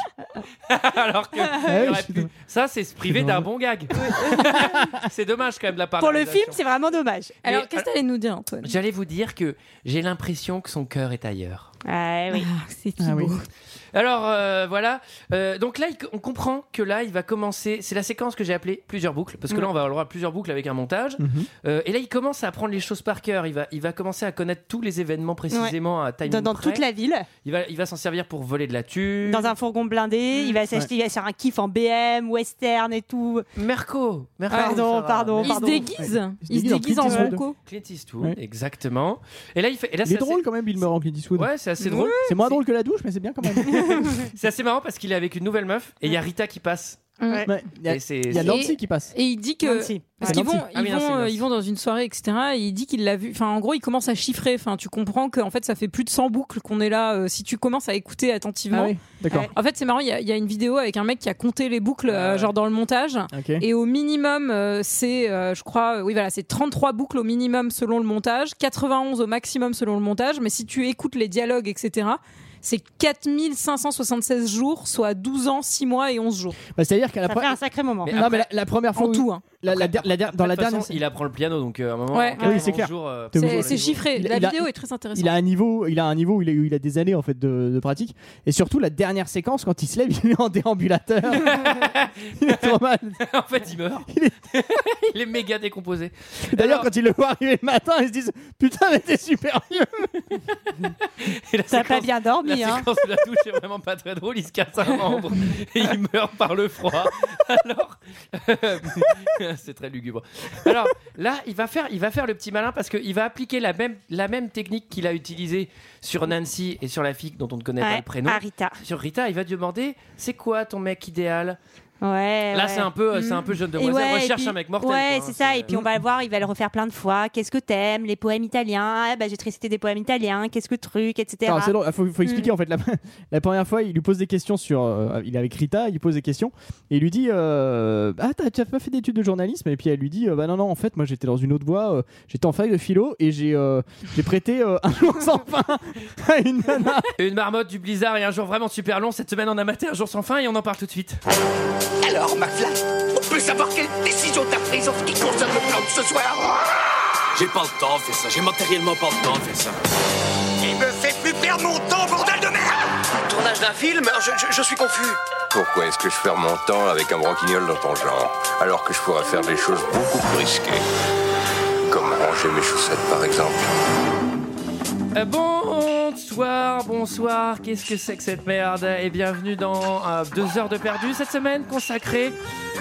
[SPEAKER 1] Alors que
[SPEAKER 6] Ah oui,
[SPEAKER 1] il aurait
[SPEAKER 6] je suis
[SPEAKER 1] pu- ça, c'est se priver d'un bon gag. c'est dommage quand même de la part. de la réalisation.
[SPEAKER 7] c'est vraiment dommage.
[SPEAKER 9] Alors,
[SPEAKER 1] Mais-
[SPEAKER 9] qu'est-ce que t'allais nous dire, Antoine
[SPEAKER 1] J'allais vous dire que j'ai l'impression que son cœur est ailleurs.
[SPEAKER 7] Ah oui.
[SPEAKER 9] c'est
[SPEAKER 1] Alors euh, voilà, Euh, donc là il- on comprend que là il va commencer, c'est la séquence que j'ai appelée plusieurs boucles, parce que là on va avoir plusieurs boucles avec un montage,
[SPEAKER 7] Mhm.
[SPEAKER 1] Euh, et là il commence à apprendre les choses par cœur, il va, il va commencer à connaître tous les événements précisément à timing
[SPEAKER 7] Dans, dans
[SPEAKER 1] près.
[SPEAKER 7] toute la ville,
[SPEAKER 1] Il va, il va s'en servir pour voler de la thune.
[SPEAKER 7] dans un fourgon blindé, il va s'acheter, il va faire un kiff en BM, western et tout.
[SPEAKER 1] Merco, Merco, ça
[SPEAKER 7] Pardon,
[SPEAKER 1] va.
[SPEAKER 7] pardon,
[SPEAKER 1] Il se
[SPEAKER 7] pardon.
[SPEAKER 9] déguise. Il se
[SPEAKER 6] déguise en
[SPEAKER 9] déguise en
[SPEAKER 6] Clint Eastwood.
[SPEAKER 9] Ronco.
[SPEAKER 1] Clint Eastwood,
[SPEAKER 6] Ouais.
[SPEAKER 1] exactement. Et là il fait, et
[SPEAKER 6] Il
[SPEAKER 1] là
[SPEAKER 6] est
[SPEAKER 1] c'est assez-
[SPEAKER 6] drôle quand même, Bill Murray en Clint Eastwood.
[SPEAKER 1] Ouais, c'est assez drôle.
[SPEAKER 6] C'est moins drôle que la douche, mais c'est bien quand même.
[SPEAKER 1] C'est assez marrant parce qu'il est avec une nouvelle meuf et il y a Rita qui passe.
[SPEAKER 7] Ouais.
[SPEAKER 6] Ouais, Il y a-
[SPEAKER 1] Et c'est-
[SPEAKER 6] il y a Nancy qui passe.
[SPEAKER 9] Et il dit que
[SPEAKER 7] Nancy.
[SPEAKER 9] parce
[SPEAKER 6] Ouais.
[SPEAKER 9] qu'ils
[SPEAKER 6] Nancy.
[SPEAKER 9] vont,
[SPEAKER 1] Ah oui,
[SPEAKER 9] ils
[SPEAKER 1] Nancy,
[SPEAKER 9] vont, euh,
[SPEAKER 1] Nancy.
[SPEAKER 9] ils vont dans une soirée, etc. Et il dit qu'il l'a vu. Enfin, en gros, il commence à chiffrer. Enfin, tu comprends que en fait, ça fait plus de 100 boucles qu'on est là. euh, si tu commences à écouter attentivement.
[SPEAKER 6] Ah oui, d'accord.
[SPEAKER 9] En fait, c'est marrant. Il y, a- il y a une vidéo avec un mec qui a compté les boucles,
[SPEAKER 6] Ah
[SPEAKER 9] euh,
[SPEAKER 1] ouais.
[SPEAKER 9] genre dans le montage.
[SPEAKER 6] Ok.
[SPEAKER 9] Et au minimum, euh, c'est, euh, je crois, euh, oui, voilà, c'est 33 boucles au minimum selon le montage, 91 au maximum selon le montage. Mais si tu écoutes les dialogues, etc., c'est 4576 jours, soit 12 ans, 6 mois et 11 jours.
[SPEAKER 6] Bah, C'est-à-dire qu'à la
[SPEAKER 7] Ça
[SPEAKER 6] pre-
[SPEAKER 7] fait un sacré moment.
[SPEAKER 1] Mais
[SPEAKER 6] Non, mais la, la première fois.
[SPEAKER 9] En
[SPEAKER 6] où-
[SPEAKER 9] tout, hein.
[SPEAKER 6] la- la der- la der- dans
[SPEAKER 1] De
[SPEAKER 6] la
[SPEAKER 1] toute façon,
[SPEAKER 6] dernière.
[SPEAKER 1] il apprend le piano donc euh, à un moment.
[SPEAKER 9] Ouais.
[SPEAKER 1] à 14
[SPEAKER 6] Oui, c'est clair.
[SPEAKER 1] jours, euh,
[SPEAKER 6] T'es
[SPEAKER 1] pour
[SPEAKER 6] obligé.
[SPEAKER 9] C'est
[SPEAKER 1] le niveau.
[SPEAKER 9] c'est chiffré.
[SPEAKER 6] Il a-
[SPEAKER 9] La
[SPEAKER 6] il a-
[SPEAKER 9] vidéo est très intéressante.
[SPEAKER 6] Il a un niveau, il a un niveau où il a, où il a des années en fait de, de pratique. Et surtout la dernière séquence quand il se lève, il est en déambulateur. il est trop mal.
[SPEAKER 1] en fait, il meurt. il est méga décomposé.
[SPEAKER 6] D'ailleurs
[SPEAKER 1] Alors-
[SPEAKER 6] quand il le voit arriver le matin, ils se disent putain mais t'es super vieux.
[SPEAKER 1] Et la
[SPEAKER 7] T'as pas
[SPEAKER 1] séquence-
[SPEAKER 7] bien dormi,
[SPEAKER 1] La
[SPEAKER 7] hein.
[SPEAKER 1] séquence de la douche est vraiment pas très drôle. Il se casse un membre et il meurt par le froid. Alors, euh, c'est très lugubre. Alors là, il va faire, il va faire le petit malin parce qu'il va appliquer la même, la même technique qu'il a utilisée sur Nancy et sur la fille dont on ne connaît pas
[SPEAKER 7] Ouais,
[SPEAKER 1] le prénom.
[SPEAKER 7] à Rita.
[SPEAKER 1] Sur Rita, il va demander c'est quoi ton mec idéal
[SPEAKER 7] Ouais.
[SPEAKER 1] Là,
[SPEAKER 7] Eh ouais. Mm.
[SPEAKER 1] c'est un peu, euh, c'est un peu jeune
[SPEAKER 7] Et
[SPEAKER 1] demoiselle.
[SPEAKER 7] ouais, et
[SPEAKER 1] Recherche
[SPEAKER 7] puis-
[SPEAKER 1] un mec mortel.
[SPEAKER 7] Ouais,
[SPEAKER 1] quoi, hein,
[SPEAKER 7] c'est ça. Et puis on va le voir, il va le refaire plein de fois. Qu'est-ce que t'aimes Les poèmes italiens Ah, bah, J'ai tristé des poèmes italiens. Qu'est-ce que truc Etc.
[SPEAKER 6] Non, c'est drôle, faut, faut
[SPEAKER 7] Mm.
[SPEAKER 1] Hmm.
[SPEAKER 6] expliquer en fait. La, la première fois, il lui pose des questions sur. euh, il est avec Rita, il lui pose des questions et il lui dit euh, Ah, t'as- tu n'as pas fait d'études de journalisme Et puis elle lui dit euh, Bah non, non, en fait, moi j'étais dans une autre voie, euh, j'étais en fac de philo et j'ai euh, j'ai prêté euh, un jour sans fin à une nana.
[SPEAKER 1] Une marmotte du blizzard et un jour vraiment super long. Cette semaine, on a maté un jour sans fin et on en parle tout de suite.
[SPEAKER 2] Alors, McFly, on peut savoir quelle décision t'as prise en ce qui concerne le plan de ce soir
[SPEAKER 3] J'ai pas le temps de faire ça. J'ai matériellement pas le temps de faire ça.
[SPEAKER 2] Il me fait plus perdre mon temps, bordel de merde Tournage d'un film je, suis confus.
[SPEAKER 5] Pourquoi est-ce que je perds mon temps avec un broquignol dans ton genre Alors que je pourrais faire des choses beaucoup plus risquées. Comme ranger mes chaussettes par exemple.
[SPEAKER 1] Euh, bonsoir, bonsoir. Qu'est-ce que c'est que cette merde Et bienvenue dans euh, deux heures de perdu cette semaine consacrée,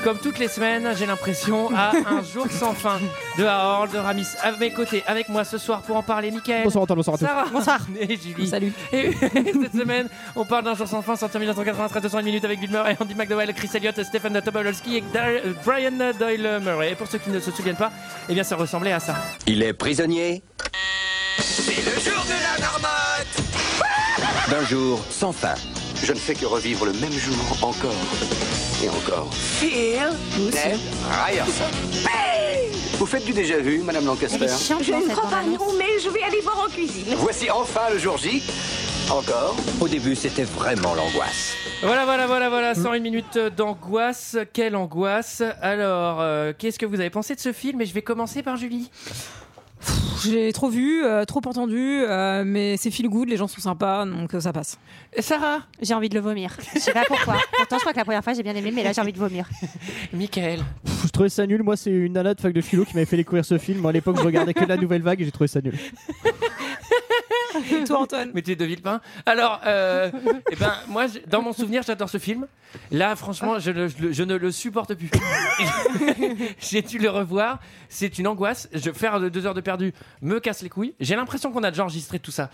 [SPEAKER 1] comme toutes les semaines, j'ai l'impression à un jour sans fin de Harold, de Ramis. À mes côtés, avec moi ce soir pour en parler, Michael.
[SPEAKER 6] Bonsoir, Antoine, bonsoir à tous.
[SPEAKER 1] Sarah. Et Julie. Salut. Et cette semaine, on parle d'un jour sans fin, sorti en 1993, 200 minutes avec Bill Murray, Andy McDowell, Chris Elliott, Stephen Tobolowski et Dar- euh, Brian Doyle Murray. Et pour ceux qui ne se souviennent pas, eh bien, ça ressemblait à ça.
[SPEAKER 2] Il est prisonnier. C'est le jour de la marmotte D'un jour sans fin. Je ne fais que revivre le même jour encore et encore. Phil Ned Ryerson. Vous faites du déjà-vu, Madame Lancaster
[SPEAKER 8] Je ne crois pas, non, mais je vais aller voir en cuisine.
[SPEAKER 2] Voici enfin le jour J. Encore. Au début, c'était vraiment l'angoisse.
[SPEAKER 1] Voilà, voilà, voilà, voilà, 101 minutes d'angoisse. Quelle angoisse. Alors, euh, qu'est-ce que vous avez pensé de ce film Et je vais commencer par Julie.
[SPEAKER 10] J'ai trop vu, euh, trop entendu, euh, mais c'est feel good, les gens sont sympas, donc euh, ça passe.
[SPEAKER 1] Sarah
[SPEAKER 7] J'ai envie de le vomir. Je sais pas pourquoi. Pourtant, je crois que la première fois, j'ai bien aimé, mais là, j'ai envie de vomir.
[SPEAKER 1] Michael.
[SPEAKER 6] Pff, je trouvais ça nul. Moi, c'est une nana de fac de philo qui m'avait fait découvrir ce film. Moi, à l'époque, je regardais que la nouvelle vague et j'ai trouvé ça nul.
[SPEAKER 1] Toi, Antoine. Métier de Villepin. Alors, euh, eh ben, moi, j'ai- dans mon souvenir, j'adore ce film. Là, franchement, je, le- je le- je ne le supporte plus. J'ai dû le revoir. C'est une angoisse. Je faire de deux heures de perdu me casse les couilles. J'ai l'impression qu'on a déjà enregistré tout ça.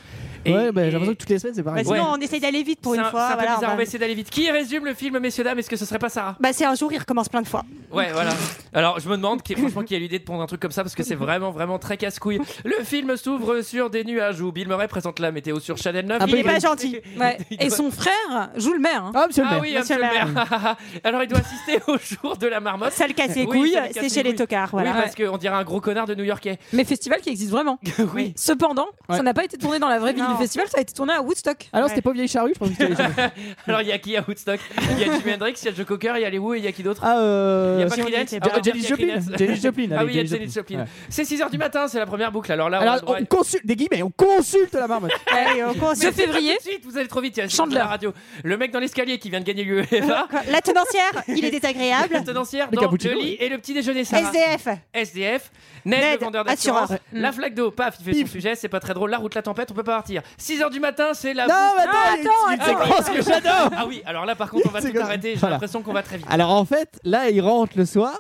[SPEAKER 1] Et-
[SPEAKER 6] ouais, bah, j'ai l'impression que toutes les semaines, c'est pareil.
[SPEAKER 7] Bah, sinon, on essaye d'aller vite pour
[SPEAKER 1] C'est
[SPEAKER 7] une
[SPEAKER 1] un-
[SPEAKER 7] fois.
[SPEAKER 1] c'est un peu
[SPEAKER 7] voilà,
[SPEAKER 1] bizarre.
[SPEAKER 7] on
[SPEAKER 1] On
[SPEAKER 7] va-
[SPEAKER 1] va essayer d'aller vite. Qui résume le film, messieurs, dames Est-ce que ce serait pas Sarah
[SPEAKER 7] Bah, c'est un jour, il recommence plein de fois.
[SPEAKER 1] Ouais, voilà. Alors, je me demande qui, franchement qui a l'idée de prendre un truc comme ça parce que c'est vraiment, vraiment très casse-couille. Le film s'ouvre sur des nuages où Bill Murray présente la météo sur Chanel 9.
[SPEAKER 10] Il est pas gentil. Ouais. Et son frère joue le maire. hein.
[SPEAKER 1] ah oui, monsieur le maire. Alors il doit assister au jour de la marmotte. Ça
[SPEAKER 7] le casse les couilles, c'est chez les tocards, voilà.
[SPEAKER 1] Oui, parce qu'on dirait un gros connard de New Yorkais.
[SPEAKER 10] Mais festival qui existe vraiment.
[SPEAKER 1] oui.
[SPEAKER 10] Cependant,
[SPEAKER 1] Ouais.
[SPEAKER 10] ça n'a pas été tourné dans la vraie ville du festival, ça a été tourné à Woodstock.
[SPEAKER 1] Alors, c'était
[SPEAKER 6] pas vieille charrue, je pense que c'était
[SPEAKER 1] Alors il y a qui à Woodstock Il y a Jimi Hendrix, il y a Joe Cocker, il y a les Who et il y a qui d'autre
[SPEAKER 6] Ah, euh,
[SPEAKER 1] Il y a pas
[SPEAKER 6] si on
[SPEAKER 1] Creedence
[SPEAKER 6] était
[SPEAKER 1] Ah,
[SPEAKER 6] pas-
[SPEAKER 1] ouais,
[SPEAKER 6] Janis
[SPEAKER 1] il y a
[SPEAKER 6] Joplin,
[SPEAKER 1] Creedence.
[SPEAKER 6] Janis Joplin,
[SPEAKER 1] Ah
[SPEAKER 6] avec
[SPEAKER 1] oui, il y a
[SPEAKER 6] Janis
[SPEAKER 1] Janis
[SPEAKER 6] Joplin.
[SPEAKER 1] Joplin.
[SPEAKER 6] Ouais.
[SPEAKER 1] C'est 6h du matin, c'est la première boucle. Alors là, on a
[SPEAKER 6] Alors,
[SPEAKER 1] le droit-
[SPEAKER 6] on consulte, des guillemets, on consulte la marmotte.
[SPEAKER 1] Mais c'est pas tout de suite, vous allez trop vite, il y a Chandler. la radio. Le mec dans l'escalier qui vient de gagner l'UEFA.
[SPEAKER 7] La tenancière, il est désagréable.
[SPEAKER 1] La tenancière
[SPEAKER 7] Le
[SPEAKER 1] dans le
[SPEAKER 7] cappuccino,
[SPEAKER 1] lit et le petit déjeuner, Sarah.
[SPEAKER 7] SDF.
[SPEAKER 1] SDF. Ned,
[SPEAKER 7] Ned,
[SPEAKER 1] le vendeur d'assurance.
[SPEAKER 7] assureur.
[SPEAKER 6] Mm.
[SPEAKER 1] La flaque d'eau, paf, il fait son sujet, c'est pas très drôle. La route, la tempête, on peut pas partir. 6h du matin, c'est la.
[SPEAKER 6] Non, mais attends,
[SPEAKER 1] Ah,
[SPEAKER 6] il y a une petite
[SPEAKER 1] ah oui.
[SPEAKER 6] séquence que j'adore.
[SPEAKER 1] Ah oui, alors là, par contre, on va tout arrêter. J'ai
[SPEAKER 6] Voilà. Ah,
[SPEAKER 1] l'impression qu'on va très vite.
[SPEAKER 6] Alors en fait, là, il rentre le soir.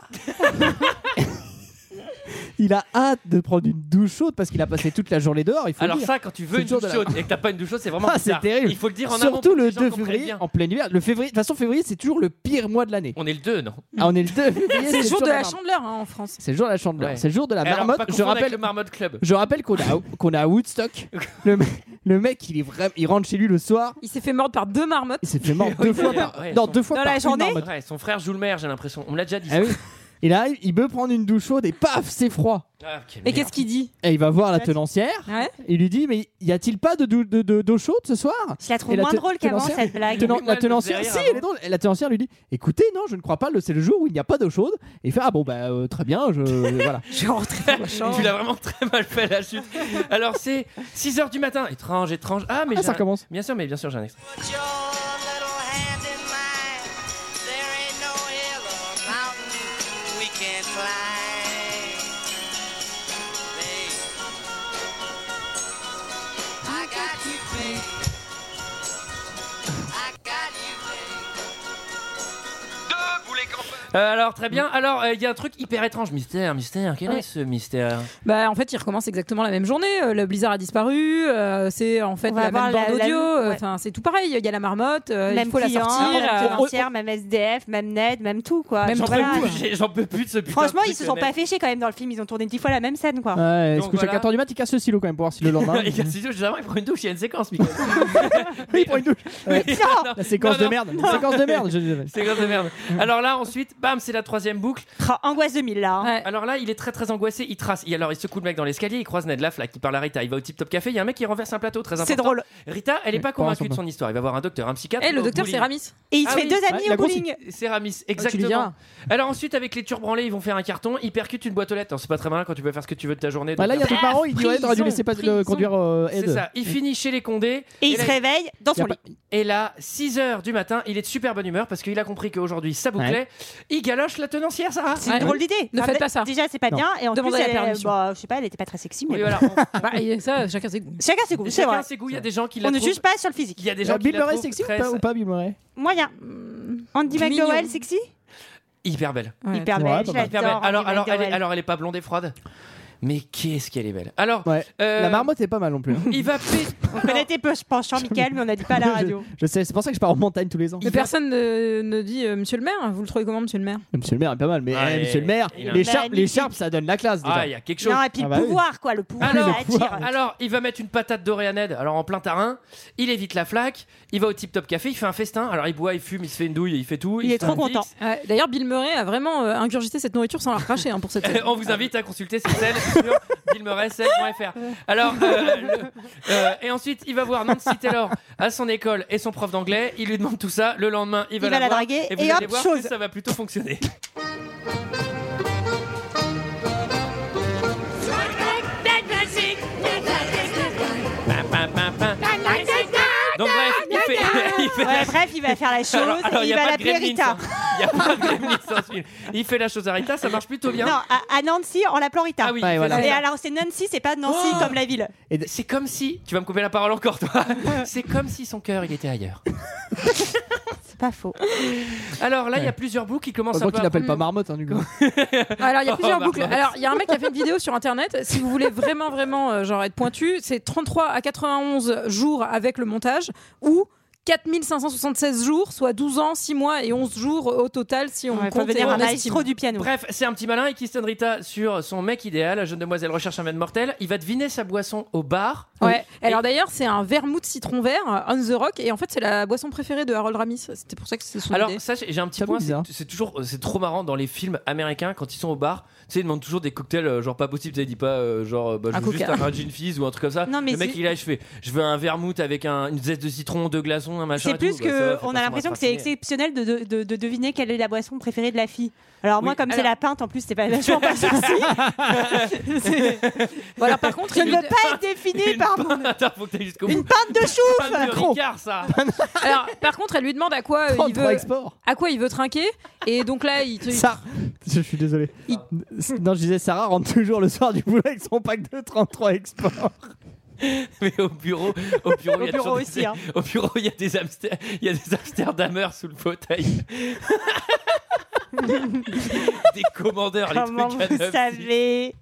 [SPEAKER 6] il a hâte de prendre une douche chaude parce qu'il a passé toute la journée dehors. Il faut
[SPEAKER 1] Alors
[SPEAKER 6] le dire.
[SPEAKER 1] ça, quand tu veux
[SPEAKER 6] C'est
[SPEAKER 1] une
[SPEAKER 6] le jour
[SPEAKER 1] douche
[SPEAKER 6] de la-
[SPEAKER 1] chaude et que t'as pas une douche chaude, c'est vraiment
[SPEAKER 6] Ah, c'est
[SPEAKER 1] bizarre.
[SPEAKER 6] terrible.
[SPEAKER 1] Il faut le dire en amont.
[SPEAKER 6] Surtout
[SPEAKER 1] pour que
[SPEAKER 6] le
[SPEAKER 1] les gens
[SPEAKER 6] 2
[SPEAKER 1] comprennent
[SPEAKER 6] février,
[SPEAKER 1] bien.
[SPEAKER 6] en plein hiver. Le février, de toute façon, février, c'est toujours le pire mois de l'année.
[SPEAKER 1] On est le 2, non Eh,
[SPEAKER 6] Ah, on est le 2 février.
[SPEAKER 10] C'est le jour de la
[SPEAKER 6] marmotte.
[SPEAKER 10] chandeleur hein, en France.
[SPEAKER 6] C'est le jour de la chandeleur.
[SPEAKER 1] Ouais.
[SPEAKER 6] C'est le jour de la
[SPEAKER 1] Alors,
[SPEAKER 6] marmotte.
[SPEAKER 1] pas
[SPEAKER 6] je
[SPEAKER 1] confondre avec
[SPEAKER 6] rappelle,
[SPEAKER 1] le Marmotte Club.
[SPEAKER 6] je rappelle qu'on a qu'on a Woodstock. le, me- le mec, il est vraiment, il rentre chez lui le soir.
[SPEAKER 10] Il s'est fait mordre par deux marmottes.
[SPEAKER 6] Il s'est fait mordre
[SPEAKER 1] Oui,
[SPEAKER 6] deux fois
[SPEAKER 1] d'ailleurs,
[SPEAKER 6] par,
[SPEAKER 1] ouais,
[SPEAKER 6] non,
[SPEAKER 1] son-
[SPEAKER 6] deux fois par une marmotte.
[SPEAKER 1] Ouais, son frère joue le maire, j'ai l'impression. On me l'a déjà dit.
[SPEAKER 6] Ah oui. Il arrive, il veut prendre une douche chaude et paf, c'est froid.
[SPEAKER 1] Ah, quelle
[SPEAKER 10] Et
[SPEAKER 1] merde.
[SPEAKER 10] qu'est-ce qu'il dit
[SPEAKER 6] Et il va voir la tenancière.
[SPEAKER 10] Ouais.
[SPEAKER 6] Il lui dit Mais y a-t-il pas de dou- de- de- d'eau chaude ce soir Je
[SPEAKER 7] la trouve moins drôle qu'avant, cette blague. Oui, moi,
[SPEAKER 6] la
[SPEAKER 7] elle me
[SPEAKER 6] tenancière,
[SPEAKER 7] faisait
[SPEAKER 6] si,
[SPEAKER 7] rire
[SPEAKER 6] elle est drôle. Et La tenancière lui dit Écoutez, non, je ne crois pas, le- c'est le jour où il n'y a pas d'eau chaude. Et il fait Ah bon, bah euh, très bien, je. voilà.
[SPEAKER 10] Je vais rentrer
[SPEAKER 1] dans ma chambre. tu l'as vraiment très mal fait la chute. Alors c'est 6 h du matin. Étrange, étrange. Ah mais
[SPEAKER 6] Ah,
[SPEAKER 1] j'ai
[SPEAKER 6] ça
[SPEAKER 1] un-
[SPEAKER 6] commence.
[SPEAKER 1] Bien sûr, mais bien sûr, j'ai un extrait.
[SPEAKER 13] We can fly. Babe. I got you, babe. I got you, babe.
[SPEAKER 11] Debout les campeurs
[SPEAKER 1] Euh, alors, très bien. Alors, euh, il y a un truc hyper étrange. Mystère, mystère. Quel
[SPEAKER 9] Ouais.
[SPEAKER 1] est ce mystère
[SPEAKER 9] Bah, en fait, il recommence exactement la même journée. Euh, Le blizzard a disparu. euh, c'est en fait
[SPEAKER 7] On va
[SPEAKER 9] la même
[SPEAKER 7] avoir la-
[SPEAKER 9] bande
[SPEAKER 7] la
[SPEAKER 9] audio.
[SPEAKER 7] même-
[SPEAKER 9] euh,
[SPEAKER 7] ouais.
[SPEAKER 9] Enfin, c'est tout pareil. Il y a la marmotte. euh,
[SPEAKER 7] même
[SPEAKER 9] il faut la
[SPEAKER 7] client,
[SPEAKER 9] sortir.
[SPEAKER 7] même
[SPEAKER 9] euh,
[SPEAKER 7] financière, même SDF, même Ned, même tout quoi.
[SPEAKER 1] J'en peux,
[SPEAKER 7] Voilà.
[SPEAKER 1] plus, j'ai- j'en peux plus de ce putain
[SPEAKER 7] Franchement,
[SPEAKER 1] de
[SPEAKER 7] ils
[SPEAKER 1] truc,
[SPEAKER 7] se sont
[SPEAKER 1] le
[SPEAKER 7] pas
[SPEAKER 1] mec.
[SPEAKER 7] fait chier quand même dans le film. Ils ont tourné dix fois la même scène quoi.
[SPEAKER 6] Ouais, est-ce
[SPEAKER 1] Ah. Donc
[SPEAKER 6] que
[SPEAKER 1] voilà.
[SPEAKER 6] chaque 4h du mat, il casse le silo quand même pour voir si le lendemain.
[SPEAKER 1] Et Cassidy, généralement, il prend une douche, il y a une séquence, Mickaël.
[SPEAKER 6] Ouais.
[SPEAKER 1] Mais non,
[SPEAKER 6] La séquence
[SPEAKER 1] non, non,
[SPEAKER 6] de merde.
[SPEAKER 1] non.
[SPEAKER 6] La séquence de merde. je-
[SPEAKER 1] Séquence de merde.
[SPEAKER 7] Mm.
[SPEAKER 1] Alors là, ensuite, bam, c'est la troisième boucle.
[SPEAKER 7] angoisse de mille là. hein.
[SPEAKER 1] Alors là, il est très très angoissé. Il trace. Et alors, il secoue le mec dans l'escalier. Il croise Ned Laff là, qui parle à Rita. Il va au Tip Top Café. Il y a un mec qui renverse un plateau. Très important.
[SPEAKER 7] C'est drôle.
[SPEAKER 1] Rita, elle est pas convaincue de
[SPEAKER 6] ensemble.
[SPEAKER 1] son histoire. Il va voir un docteur, un psychiatre.
[SPEAKER 9] Eh, le
[SPEAKER 1] au
[SPEAKER 9] docteur,
[SPEAKER 1] bowling.
[SPEAKER 9] c'est Ramis.
[SPEAKER 7] Et il se
[SPEAKER 1] Ah
[SPEAKER 7] fait
[SPEAKER 1] oui.
[SPEAKER 7] deux amis au bowling.
[SPEAKER 1] C'est Ramis,
[SPEAKER 7] Ah,
[SPEAKER 6] Ah,
[SPEAKER 7] lui diras.
[SPEAKER 6] hein.
[SPEAKER 1] exactement. alors ensuite, avec les turbranlés, ils vont faire un carton. Ils percutent une boîte aux lettres. Alors, C'est pas très malin quand tu peux faire ce que tu veux de ta journée.
[SPEAKER 6] Bah
[SPEAKER 1] donc,
[SPEAKER 6] là, il y a
[SPEAKER 1] euh,
[SPEAKER 6] des parents, ils diraient, t'aurais dû laisser pas le conduire euh, Ed.
[SPEAKER 1] C'est ça. Il finit chez les Condés.
[SPEAKER 7] Et il se
[SPEAKER 1] là,
[SPEAKER 7] réveille dans son
[SPEAKER 1] y a pas- Et là, 6 h du matin, il est de super bonne humeur parce qu'il a compris qu'aujourd'hui, ça bouclait.
[SPEAKER 6] Ouais.
[SPEAKER 1] Il galoche la tenancière, Sarah.
[SPEAKER 7] C'est une drôle d'idée.
[SPEAKER 9] Ne
[SPEAKER 7] Enfin,
[SPEAKER 9] faites pas ça.
[SPEAKER 7] Déjà, c'est pas
[SPEAKER 9] Non.
[SPEAKER 7] bien. Et en
[SPEAKER 9] Demandez
[SPEAKER 7] plus,
[SPEAKER 9] la
[SPEAKER 7] elle,
[SPEAKER 9] permission.
[SPEAKER 7] bah, je sais pas, elle était pas très sexy. Mais
[SPEAKER 1] Oui,
[SPEAKER 7] bon.
[SPEAKER 1] voilà.
[SPEAKER 9] Bah, et ça, chacun ses goûts.
[SPEAKER 7] Chacun ses goûts. C'est
[SPEAKER 1] Chacun
[SPEAKER 7] vrai.
[SPEAKER 1] ses goûts. Il y a des gens qui la
[SPEAKER 7] On ne
[SPEAKER 1] trouvent-
[SPEAKER 7] juge pas sur le physique.
[SPEAKER 1] Il y a des gens
[SPEAKER 6] Ah,
[SPEAKER 1] qui
[SPEAKER 6] Bill
[SPEAKER 1] la
[SPEAKER 6] Murray
[SPEAKER 1] trouvent
[SPEAKER 6] sexy ou
[SPEAKER 1] très-
[SPEAKER 6] pas- ou pas Bill Murray
[SPEAKER 7] Moyen. Andy
[SPEAKER 9] Mignon.
[SPEAKER 7] McDowell, sexy
[SPEAKER 1] Hyper belle.
[SPEAKER 7] Hyper belle.
[SPEAKER 6] Ouais, pas
[SPEAKER 7] je
[SPEAKER 6] mal.
[SPEAKER 7] l'adore,
[SPEAKER 1] Hyper belle. Alors,
[SPEAKER 7] Andy
[SPEAKER 1] alors, elle est,
[SPEAKER 7] McDowell.
[SPEAKER 1] alors, elle est pas blonde et froide. Mais qu'est-ce qu'elle est belle. Alors,
[SPEAKER 6] Ouais.
[SPEAKER 1] euh,
[SPEAKER 6] La marmotte est pas mal non plus. hein.
[SPEAKER 1] il va péter.
[SPEAKER 7] On connaît tes peu penchants, Michael, mais on n'a dit pas à la radio.
[SPEAKER 6] Je sais, c'est pour ça que je pars en montagne tous les ans.
[SPEAKER 9] Mais personne ne, ne dit euh, Monsieur le maire. Vous le trouvez comment, Monsieur le maire
[SPEAKER 6] Monsieur le maire est pas mal, mais
[SPEAKER 1] Ah,
[SPEAKER 6] eh,
[SPEAKER 1] il-
[SPEAKER 6] Monsieur le maire,
[SPEAKER 1] il a-
[SPEAKER 6] les charpes,
[SPEAKER 7] Magnifique.
[SPEAKER 6] les charpes, ça donne la classe déjà.
[SPEAKER 1] Ah, il y a quelque chose.
[SPEAKER 7] Non, et puis
[SPEAKER 6] Ah
[SPEAKER 7] le
[SPEAKER 6] bah oui.
[SPEAKER 7] pouvoir, quoi. Le pouvoir,
[SPEAKER 1] Alors,
[SPEAKER 7] ça attire.
[SPEAKER 1] Alors, il va mettre une patate dorée à Ned, alors en plein tarin. Il évite la flaque. Il va au Tip Top Café. Il fait un festin. Alors, il boit, il fume, il se fait une douille, il fait tout.
[SPEAKER 7] Il
[SPEAKER 1] se
[SPEAKER 7] est
[SPEAKER 1] fait
[SPEAKER 7] trop
[SPEAKER 1] un Vix.
[SPEAKER 7] content.
[SPEAKER 9] Ouais, D'ailleurs, Bill Murray a vraiment euh, ingurgité cette nourriture sans la recracher hein, pour cette.
[SPEAKER 1] Euh, on vous invite à consulter cette scène sur billmurray.fr. Alors, euh, le- euh, et ensuite, il va voir Nancy Taylor à son école et son prof d'anglais. Il lui demande tout ça. Le lendemain, il va,
[SPEAKER 7] Il va la
[SPEAKER 1] voir,
[SPEAKER 7] draguer
[SPEAKER 1] Et vous
[SPEAKER 7] et
[SPEAKER 1] allez
[SPEAKER 7] hop,
[SPEAKER 1] voir
[SPEAKER 7] chose.
[SPEAKER 1] que ça va plutôt fonctionner. Pam, pam, pam, pam. Donc bref, il fait, il fait-
[SPEAKER 7] Ouais, bref, il va faire la chose
[SPEAKER 1] Alors- alors,
[SPEAKER 7] et il
[SPEAKER 1] il y a
[SPEAKER 7] va
[SPEAKER 1] pas de
[SPEAKER 7] l'appeler
[SPEAKER 1] Gremlins,
[SPEAKER 7] Rita.
[SPEAKER 1] hein. Il y a pas de Gremlins dans ce film. Il fait la chose à Rita, ça marche plutôt bien.
[SPEAKER 7] Non, à, à Nancy en l'appelant Rita.
[SPEAKER 1] Ah oui,
[SPEAKER 6] Ouais,
[SPEAKER 1] il fait
[SPEAKER 6] voilà.
[SPEAKER 1] ça.
[SPEAKER 7] Et alors, c'est Nancy, c'est pas Nancy
[SPEAKER 1] Oh
[SPEAKER 7] comme la ville.
[SPEAKER 1] C'est comme si, tu vas me couper la parole encore toi, c'est comme si son cœur il était ailleurs.
[SPEAKER 7] C'est pas faux.
[SPEAKER 1] Alors là, il y a plusieurs bouts qui commencent à
[SPEAKER 6] Heureusement qu'il
[SPEAKER 1] peu à-
[SPEAKER 6] l'appelle pas marmotte, hein, du coup.
[SPEAKER 1] Ah,
[SPEAKER 9] Alors, il y a plusieurs
[SPEAKER 1] Oh,
[SPEAKER 9] boucles.
[SPEAKER 1] Margot.
[SPEAKER 9] Alors, il y a un mec qui a fait une vidéo sur internet. Si vous voulez vraiment, vraiment euh, genre être pointu, c'est 33 à 91 jours avec le montage ou 4576 jours, soit 12 ans, 6 mois et 11 jours au total si on
[SPEAKER 7] Ouais, faut
[SPEAKER 9] compte et
[SPEAKER 7] devenir
[SPEAKER 9] on
[SPEAKER 7] un
[SPEAKER 9] estime.
[SPEAKER 7] maestro du piano.
[SPEAKER 1] Bref, c'est un petit malin et Kristen Rita sur son mec idéal, la jeune demoiselle recherche un maître mortel. Il va deviner sa boisson au bar.
[SPEAKER 9] Ouais. Alors d'ailleurs, c'est un vermouth citron vert euh, on the rock et en fait, c'est la boisson préférée de Harold Ramis. C'était pour ça que c'est son
[SPEAKER 1] Alors
[SPEAKER 9] idée.
[SPEAKER 1] ça, j'ai j'ai un petit
[SPEAKER 6] Ça
[SPEAKER 1] point.
[SPEAKER 6] me
[SPEAKER 1] c'est-
[SPEAKER 6] bizarre.
[SPEAKER 1] C'est toujours, euh, c'est trop marrant dans les films américains quand ils sont au bar. Tu sais, ils demandent toujours des cocktails euh, genre pas possible. Tu sais, ils disent pas euh, genre euh, bah, je
[SPEAKER 9] Un
[SPEAKER 1] veux juste
[SPEAKER 9] coca.
[SPEAKER 1] un gin fizz ou un truc comme ça.
[SPEAKER 7] Non, mais
[SPEAKER 1] le mec
[SPEAKER 7] c'est-
[SPEAKER 1] il a, je fais, je veux un vermouth avec un- une zeste de citron, deux glaçons, un machin.
[SPEAKER 7] C'est
[SPEAKER 1] et
[SPEAKER 7] plus
[SPEAKER 1] tout. Bah, ça va,
[SPEAKER 7] que
[SPEAKER 1] faut
[SPEAKER 7] on a
[SPEAKER 1] pas se
[SPEAKER 7] l'impression que c'est
[SPEAKER 1] rafraîchir.
[SPEAKER 7] exceptionnel de, de- de- de deviner quelle est la boisson préférée de la fille. Alors moi,
[SPEAKER 1] Oui.
[SPEAKER 7] comme c'est
[SPEAKER 9] Alors-
[SPEAKER 7] la pinte, en plus, c'est pas vachement pas souci. C'est-
[SPEAKER 9] Bon, alors, par contre,
[SPEAKER 7] Je
[SPEAKER 9] il
[SPEAKER 7] ne
[SPEAKER 9] lui-
[SPEAKER 7] veux pas être définie
[SPEAKER 1] Une
[SPEAKER 7] par mon-
[SPEAKER 1] pinte- Attends, faut que t'ailles jusqu'au
[SPEAKER 7] une
[SPEAKER 1] bout.
[SPEAKER 7] pinte de
[SPEAKER 1] Une pinte de
[SPEAKER 7] chouffe.
[SPEAKER 1] Ricard, ça.
[SPEAKER 9] alors, par contre, elle lui demande à quoi euh,
[SPEAKER 6] Oh,
[SPEAKER 9] il
[SPEAKER 6] trois
[SPEAKER 9] veut,
[SPEAKER 6] export.
[SPEAKER 9] à quoi il veut trinquer et donc là, il, il-
[SPEAKER 6] Ça, je suis désolé.
[SPEAKER 9] Il-
[SPEAKER 6] Non, je disais, Sarah rentre toujours le soir du boulot avec son pack de 33 exports.
[SPEAKER 1] Mais au bureau, au bureau, il y a
[SPEAKER 7] bureau
[SPEAKER 1] toujours des-
[SPEAKER 7] aussi, hein.
[SPEAKER 1] Au bureau, il y a des Amster- il y a des Amsterdamers sous le fauteuil. des commandeurs,
[SPEAKER 7] Comment
[SPEAKER 1] les trucs à
[SPEAKER 7] vous
[SPEAKER 1] neuf.
[SPEAKER 7] savez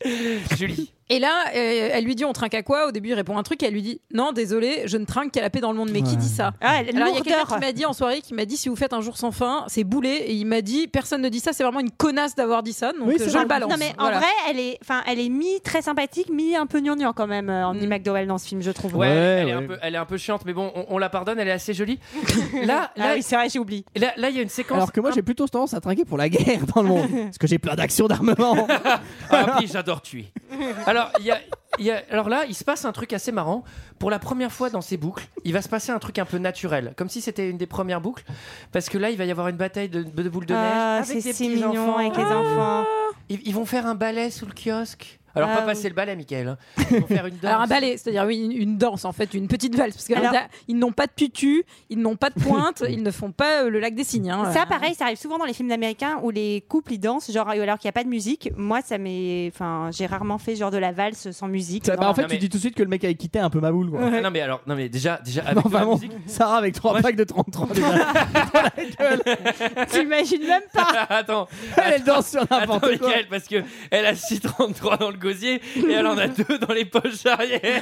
[SPEAKER 1] Julie.
[SPEAKER 9] Et là, euh, elle lui dit on trinque à quoi Au début, il répond un truc. et Elle lui dit non, désolé, je ne trinque qu'à la paix dans le monde. Mais qui dit ça
[SPEAKER 7] ah,
[SPEAKER 9] Alors il y a quelqu'un
[SPEAKER 7] Lourdeur.
[SPEAKER 9] qui m'a dit en soirée qui m'a dit si vous faites un jour sans fin, c'est boulet. Et il m'a dit personne ne dit ça. C'est vraiment une connasse d'avoir dit ça. Donc
[SPEAKER 6] Oui,
[SPEAKER 9] euh,
[SPEAKER 6] c'est
[SPEAKER 9] je
[SPEAKER 6] vrai.
[SPEAKER 9] le balance.
[SPEAKER 7] Non mais en
[SPEAKER 9] Voilà.
[SPEAKER 7] vrai, elle est, enfin, elle est mi très sympathique, mi un peu gnangnan quand même, euh,
[SPEAKER 9] Mm.
[SPEAKER 7] Andy McDowell dans ce film, je trouve.
[SPEAKER 1] Ouais,
[SPEAKER 6] Ouais,
[SPEAKER 1] elle, Est
[SPEAKER 6] ouais.
[SPEAKER 1] un peu, elle est un peu chiante, mais bon, on, on la pardonne, elle est assez jolie. Là,
[SPEAKER 7] Ah
[SPEAKER 1] là,
[SPEAKER 7] oui, c'est vrai, j'ai oublié.
[SPEAKER 1] là, là, il y a une séquence.
[SPEAKER 6] Alors que moi, j'ai plutôt tendance à trinquer pour la guerre dans le monde. Parce que j'ai plein d'actions d'armement. Bah,
[SPEAKER 1] Ah oui, j'adore tuer. Alors, il y a- il y a- alors là, il se passe un truc assez marrant. Pour la première fois dans ces boucles, il va se passer un truc un peu naturel, comme si c'était une des premières boucles, parce que là, il va y avoir une bataille de, de boules de neige
[SPEAKER 7] Ah,
[SPEAKER 1] avec
[SPEAKER 7] c'est
[SPEAKER 1] des
[SPEAKER 7] si
[SPEAKER 1] petits
[SPEAKER 7] mignon
[SPEAKER 1] enfants.
[SPEAKER 7] avec les
[SPEAKER 1] Ah.
[SPEAKER 7] enfants.
[SPEAKER 1] Ils, ils vont faire un ballet sous le kiosque. Alors, pas
[SPEAKER 9] Ah,
[SPEAKER 1] passer le balai, Michael. hein. Ils vont faire une danse.
[SPEAKER 9] Alors un ballet, c'est-à-dire oui, une, une danse en fait, une petite valse, parce qu'ils n'ont pas de tutu, ils n'ont pas de pointe, ils ne font pas euh, le lac des cygnes.
[SPEAKER 1] Oh
[SPEAKER 9] hein.
[SPEAKER 7] Ça, pareil, ça arrive souvent dans les films américains où les couples ils dansent, genre alors qu'il n'y a pas de musique. Moi, ça m'est, enfin, j'ai rarement fait genre de la valse sans musique.
[SPEAKER 6] Ça, bah, en fait,
[SPEAKER 1] Non,
[SPEAKER 6] tu
[SPEAKER 1] mais-
[SPEAKER 6] dis tout de suite que le mec a quitté un peu ma boule. Quoi.
[SPEAKER 1] Ah, Non mais alors, non mais déjà, déjà
[SPEAKER 6] Non,
[SPEAKER 1] avec de la
[SPEAKER 6] vraiment,
[SPEAKER 1] musique-
[SPEAKER 6] Sarah avec 3 packs de 33 déjà.
[SPEAKER 7] T'imagines même pas.
[SPEAKER 1] attends,
[SPEAKER 6] Elle, elle danse sur n'importe
[SPEAKER 1] attends,
[SPEAKER 6] quoi.
[SPEAKER 1] Michael, parce que elle a 6,33 dans le gosier et elle en a deux dans les poches arrière.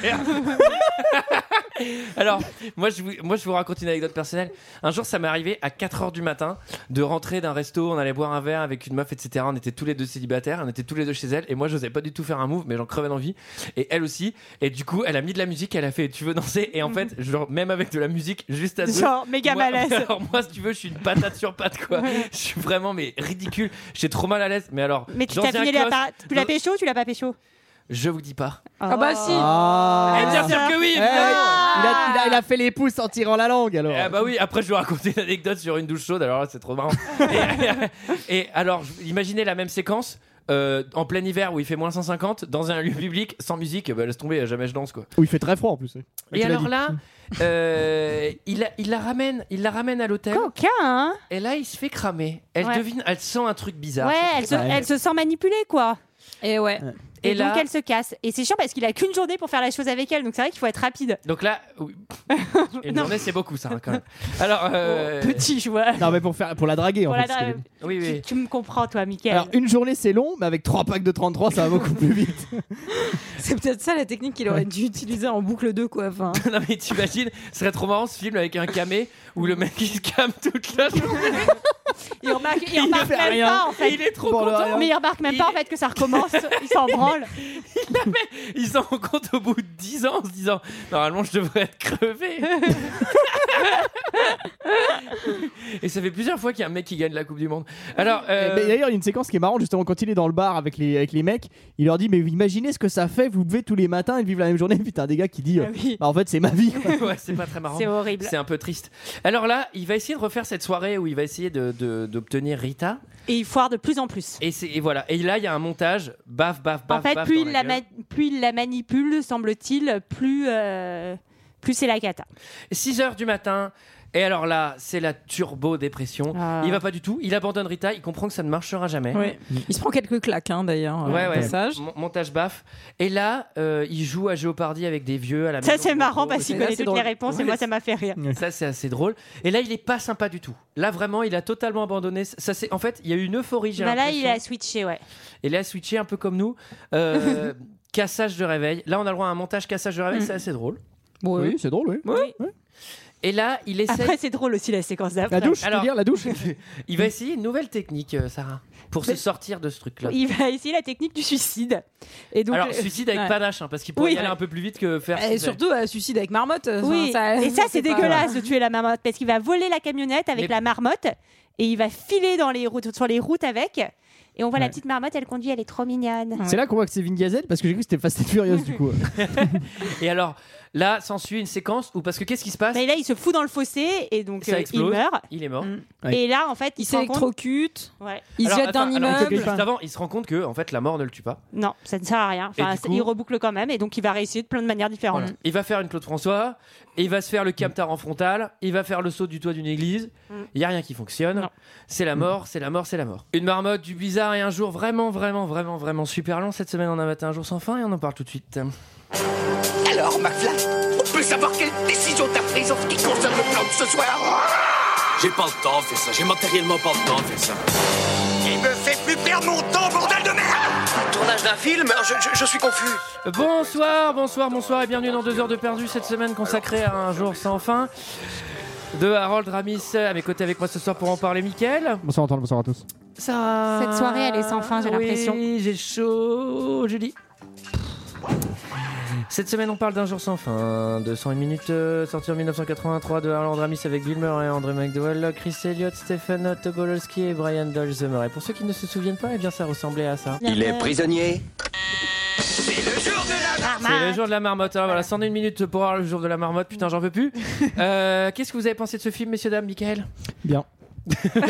[SPEAKER 1] Alors, moi je, vous, moi, je vous raconte une anecdote personnelle. Un jour, ça m'est arrivé à 4h du matin de rentrer d'un resto. On allait boire un verre avec une meuf, etc. On était tous les deux célibataires, on était tous les deux chez elle. Et moi, j'osais pas du tout faire un move, mais j'en crevais d'envie. Et elle aussi. Et du coup, elle a mis de la musique, elle a fait Tu veux danser
[SPEAKER 6] Mhm.
[SPEAKER 1] Et en fait, genre, même avec de la musique, juste à deux.
[SPEAKER 7] Genre, méga
[SPEAKER 1] moi-
[SPEAKER 7] malaise.
[SPEAKER 1] Alors, moi, si tu veux, je suis une patate sur patate, quoi. Je suis vraiment, mais ridicule. J'ai trop mal à l'aise. Mais alors,
[SPEAKER 7] Mais tu
[SPEAKER 1] dans
[SPEAKER 7] t'as
[SPEAKER 1] un
[SPEAKER 7] filé la
[SPEAKER 1] cloche-
[SPEAKER 7] part- Tu l'as pécho ou tu l'as pas pécho
[SPEAKER 1] Je vous dis pas.
[SPEAKER 7] Ah bah si. Ah.
[SPEAKER 1] Eh bien sûr que oui,
[SPEAKER 6] Eh,
[SPEAKER 1] évidemment.
[SPEAKER 6] il, a, il a- il a fait les pouces en tirant la langue alors.
[SPEAKER 1] Ah bah oui, après je vais raconter une anecdote sur une douche chaude, alors là c'est trop marrant. et, et alors, je- imaginez la même séquence euh, en plein hiver où il fait moins 150 dans un lieu public sans musique, bah laisse tomber, jamais je danse quoi.
[SPEAKER 6] Où il fait très froid en plus. oui. Tu
[SPEAKER 1] Et
[SPEAKER 6] l'as
[SPEAKER 1] alors
[SPEAKER 6] dit.
[SPEAKER 1] là, euh, il, la, il la ramène, il la ramène à l'hôtel.
[SPEAKER 7] Coquin, hein
[SPEAKER 1] Et là, il se fait cramer. Elle
[SPEAKER 7] Ouais.
[SPEAKER 1] devine, elle sent un truc bizarre.
[SPEAKER 7] Ouais, elle se, elle se sent manipulée, quoi.
[SPEAKER 9] Et ouais.
[SPEAKER 1] Et
[SPEAKER 7] Et,
[SPEAKER 1] là-
[SPEAKER 7] donc elle se casse. Et c'est chiant parce qu'il a qu'une journée pour faire la chose avec elle, donc c'est vrai qu'il faut être rapide.
[SPEAKER 1] Donc là, oui. une journée c'est beaucoup ça hein, quand même. Alors euh,
[SPEAKER 7] Oh, Petit joueur.
[SPEAKER 6] Non mais pour faire pour la draguer en
[SPEAKER 7] Pour la
[SPEAKER 6] fait. ce qu'elle
[SPEAKER 7] dra-
[SPEAKER 6] dit.
[SPEAKER 1] Oui, oui.
[SPEAKER 7] Tu me comprends, toi, Mickaël.
[SPEAKER 6] Alors une journée c'est long, mais avec 3 packs de 33 ça va beaucoup plus vite.
[SPEAKER 9] C'est peut-être ça la technique qu'il aurait dû utiliser en boucle 2 quoi. Enfin,
[SPEAKER 1] non mais t'imagines, ce serait trop marrant ce film avec un camé où le mec il se came toute la journée.
[SPEAKER 7] Il remarque, il
[SPEAKER 1] Il
[SPEAKER 7] remarque
[SPEAKER 1] fait
[SPEAKER 7] même
[SPEAKER 1] rien.
[SPEAKER 7] pas, en fait.
[SPEAKER 1] Il est trop
[SPEAKER 7] Pour le
[SPEAKER 1] content.
[SPEAKER 7] rien. Mais il remarque même pas, en fait, que ça recommence. Il s'en branle.
[SPEAKER 1] Ils s'en rendent compte au bout de 10 ans en se disant normalement je devrais être crevé. Et ça fait plusieurs fois qu'il y a un mec qui gagne la Coupe du Monde. Alors
[SPEAKER 7] Eh
[SPEAKER 1] euh,
[SPEAKER 6] Mais D'ailleurs il y a une séquence qui est marrante justement quand il est dans le bar avec les avec les mecs, il leur dit mais vous imaginez ce que ça fait vous devez tous les matins et de vivre la même journée. Putain des gars qui dit euh,
[SPEAKER 1] Ah oui.
[SPEAKER 6] bah en fait c'est ma vie. quoi.
[SPEAKER 1] ouais, c'est pas très marrant.
[SPEAKER 7] ben, C'est horrible.
[SPEAKER 1] C'est un peu triste. Alors là, il va essayer de refaire cette soirée où il va essayer de- de- d'obtenir Rita.
[SPEAKER 7] Et il foire de plus en plus.
[SPEAKER 1] Et, c'est- et voilà. Et là, il y a un montage. Baf, baf, baf.
[SPEAKER 7] en fait,
[SPEAKER 1] baf
[SPEAKER 7] plus
[SPEAKER 1] dans
[SPEAKER 7] il, la
[SPEAKER 1] gueule.
[SPEAKER 7] ma- plus il la manipule, semble-t-il, plus, euh, plus c'est la
[SPEAKER 1] Ah,
[SPEAKER 7] cata.
[SPEAKER 1] 6 heures du matin. Et alors là, c'est la turbo-dépression.
[SPEAKER 9] Ah.
[SPEAKER 1] Il va pas du tout. Il abandonne Rita. Il comprend que ça ne marchera jamais.
[SPEAKER 9] ouais. Il se prend quelques claques hein, d'ailleurs. euh,
[SPEAKER 1] Ouais,
[SPEAKER 9] au
[SPEAKER 1] ouais.
[SPEAKER 9] passage.
[SPEAKER 1] Mon- montage baf. Et là, euh, il joue à Géopardy avec des vieux à la
[SPEAKER 7] Ça,
[SPEAKER 1] maison
[SPEAKER 7] c'est
[SPEAKER 1] de
[SPEAKER 7] marrant
[SPEAKER 1] repos.
[SPEAKER 7] parce qu'il
[SPEAKER 1] Et là,
[SPEAKER 7] connaît
[SPEAKER 1] c'est
[SPEAKER 7] toutes
[SPEAKER 1] drôle.
[SPEAKER 7] les réponses et
[SPEAKER 1] Ouais,
[SPEAKER 7] moi, ça m'a fait rire.
[SPEAKER 1] Ça, c'est assez drôle. Et là, il est pas sympa du tout. Là, vraiment, il a totalement abandonné. Ça, c'est... En fait, il y a eu une euphorie. J'ai
[SPEAKER 7] Bah là, il
[SPEAKER 1] l'impression.
[SPEAKER 7] a switché, ouais.
[SPEAKER 1] Et là, switché un peu comme nous. Euh, cassage de réveil. Là, on a le droit à un montage cassage de
[SPEAKER 7] Mm.
[SPEAKER 1] réveil. C'est assez drôle.
[SPEAKER 9] euh,
[SPEAKER 6] Oui c'est drôle oui.
[SPEAKER 1] Et là, il essaye.
[SPEAKER 7] Après, c'est drôle aussi la séquence d'après.
[SPEAKER 6] La douche, je veux
[SPEAKER 1] Alors-
[SPEAKER 6] dire la douche.
[SPEAKER 1] Il va essayer une nouvelle technique, euh, Sarah, pour se sortir de ce truc-là.
[SPEAKER 7] Il va essayer la technique du suicide. Et donc,
[SPEAKER 1] Alors, suicide avec
[SPEAKER 9] euh, ouais.
[SPEAKER 1] panache, hein, parce qu'il pourrait
[SPEAKER 9] Oui.
[SPEAKER 1] y aller un peu plus vite que faire.
[SPEAKER 9] Et surtout euh, suicide avec marmotte. euh,
[SPEAKER 7] Oui,
[SPEAKER 9] enfin,
[SPEAKER 7] et ça c'est
[SPEAKER 9] pas-
[SPEAKER 7] dégueulasse de tuer la marmotte parce qu'il va voler la camionnette avec
[SPEAKER 1] Mais-
[SPEAKER 7] la marmotte et il va filer dans les routes, sur les routes avec. Et on voit la
[SPEAKER 6] Ouais.
[SPEAKER 7] petite marmotte, elle conduit, elle est trop mignonne.
[SPEAKER 6] C'est là qu'on voit que c'est Vin Diesel parce que j'ai cru que c'était Fast and Furious du coup.
[SPEAKER 1] Et alors, là, s'ensuit une séquence où, parce que qu'est-ce qui se passe
[SPEAKER 7] Mais là, il se fout dans le fossé et donc
[SPEAKER 1] Ça
[SPEAKER 7] euh, il
[SPEAKER 1] explose.
[SPEAKER 7] meurt.
[SPEAKER 1] Il est mort.
[SPEAKER 6] Ouais.
[SPEAKER 7] Et là, en fait, il,
[SPEAKER 9] Il
[SPEAKER 7] se rend compte.
[SPEAKER 9] s'électrocute.
[SPEAKER 7] Ouais.
[SPEAKER 9] Mm. Il se
[SPEAKER 1] Alors,
[SPEAKER 9] jette d'un
[SPEAKER 1] attends, alors,
[SPEAKER 9] immeuble.
[SPEAKER 1] juste avant, il se rend compte que, en fait, la mort ne le tue pas.
[SPEAKER 7] Non, ça ne sert à rien. Enfin,
[SPEAKER 1] Et du
[SPEAKER 7] c'est-
[SPEAKER 1] coup-
[SPEAKER 7] Il reboucle quand même et donc il va réussir de plein de manières différentes.
[SPEAKER 1] Voilà. Il va faire une Claude François, il va se faire le camtar en frontal, il va faire le saut du toit d'une église.
[SPEAKER 9] Mm.
[SPEAKER 1] Il y a rien qui fonctionne. C'est la mort, c'est la mort, c'est la mort. Une marmotte, du bizarre et un jour vraiment, vraiment, vraiment, vraiment super long. Cette semaine, on a maté un jour sans fin et on en parle tout de suite.
[SPEAKER 2] Alors, McFly, on peut savoir quelle décision t'as prise en ce qui concerne le plan de ce soir
[SPEAKER 3] J'ai pas le temps de faire ça. J'ai matériellement pas le temps de faire ça.
[SPEAKER 2] Il me fait plus perdre mon temps, bordel de merde Tournage d'un film hein, je, suis confus.
[SPEAKER 1] Bonsoir, bonsoir, bonsoir et bienvenue dans deux heures de perdu cette semaine consacrée à un jour sans fin. De Harold Ramis à mes côtés avec moi ce soir pour en parler, Mickaël.
[SPEAKER 6] Bonsoir Antoine, bonsoir à tous.
[SPEAKER 1] Ça...
[SPEAKER 7] Cette soirée, elle est sans fin, j'ai
[SPEAKER 1] Ah, Oui,
[SPEAKER 7] l'impression.
[SPEAKER 1] j'ai chaud, Julie. Cette semaine, on parle d'un jour sans fin, de 101 minutes, euh, sorti en 1983 de Harland Ramis avec Bill Murray, André McDowell, Chris Elliott, Stephen Tobolowsky et Brian Doyle Murray. Pour ceux qui ne se souviennent pas, eh bien, ça ressemblait à ça.
[SPEAKER 2] Il est prisonnier.
[SPEAKER 1] C'est le jour de la marmotte. Alors voilà, 101 minutes pour avoir le jour de la marmotte. Putain, j'en veux plus. Euh, Qu'est-ce que vous avez pensé de ce film, messieurs, dames, Michael
[SPEAKER 6] Bien.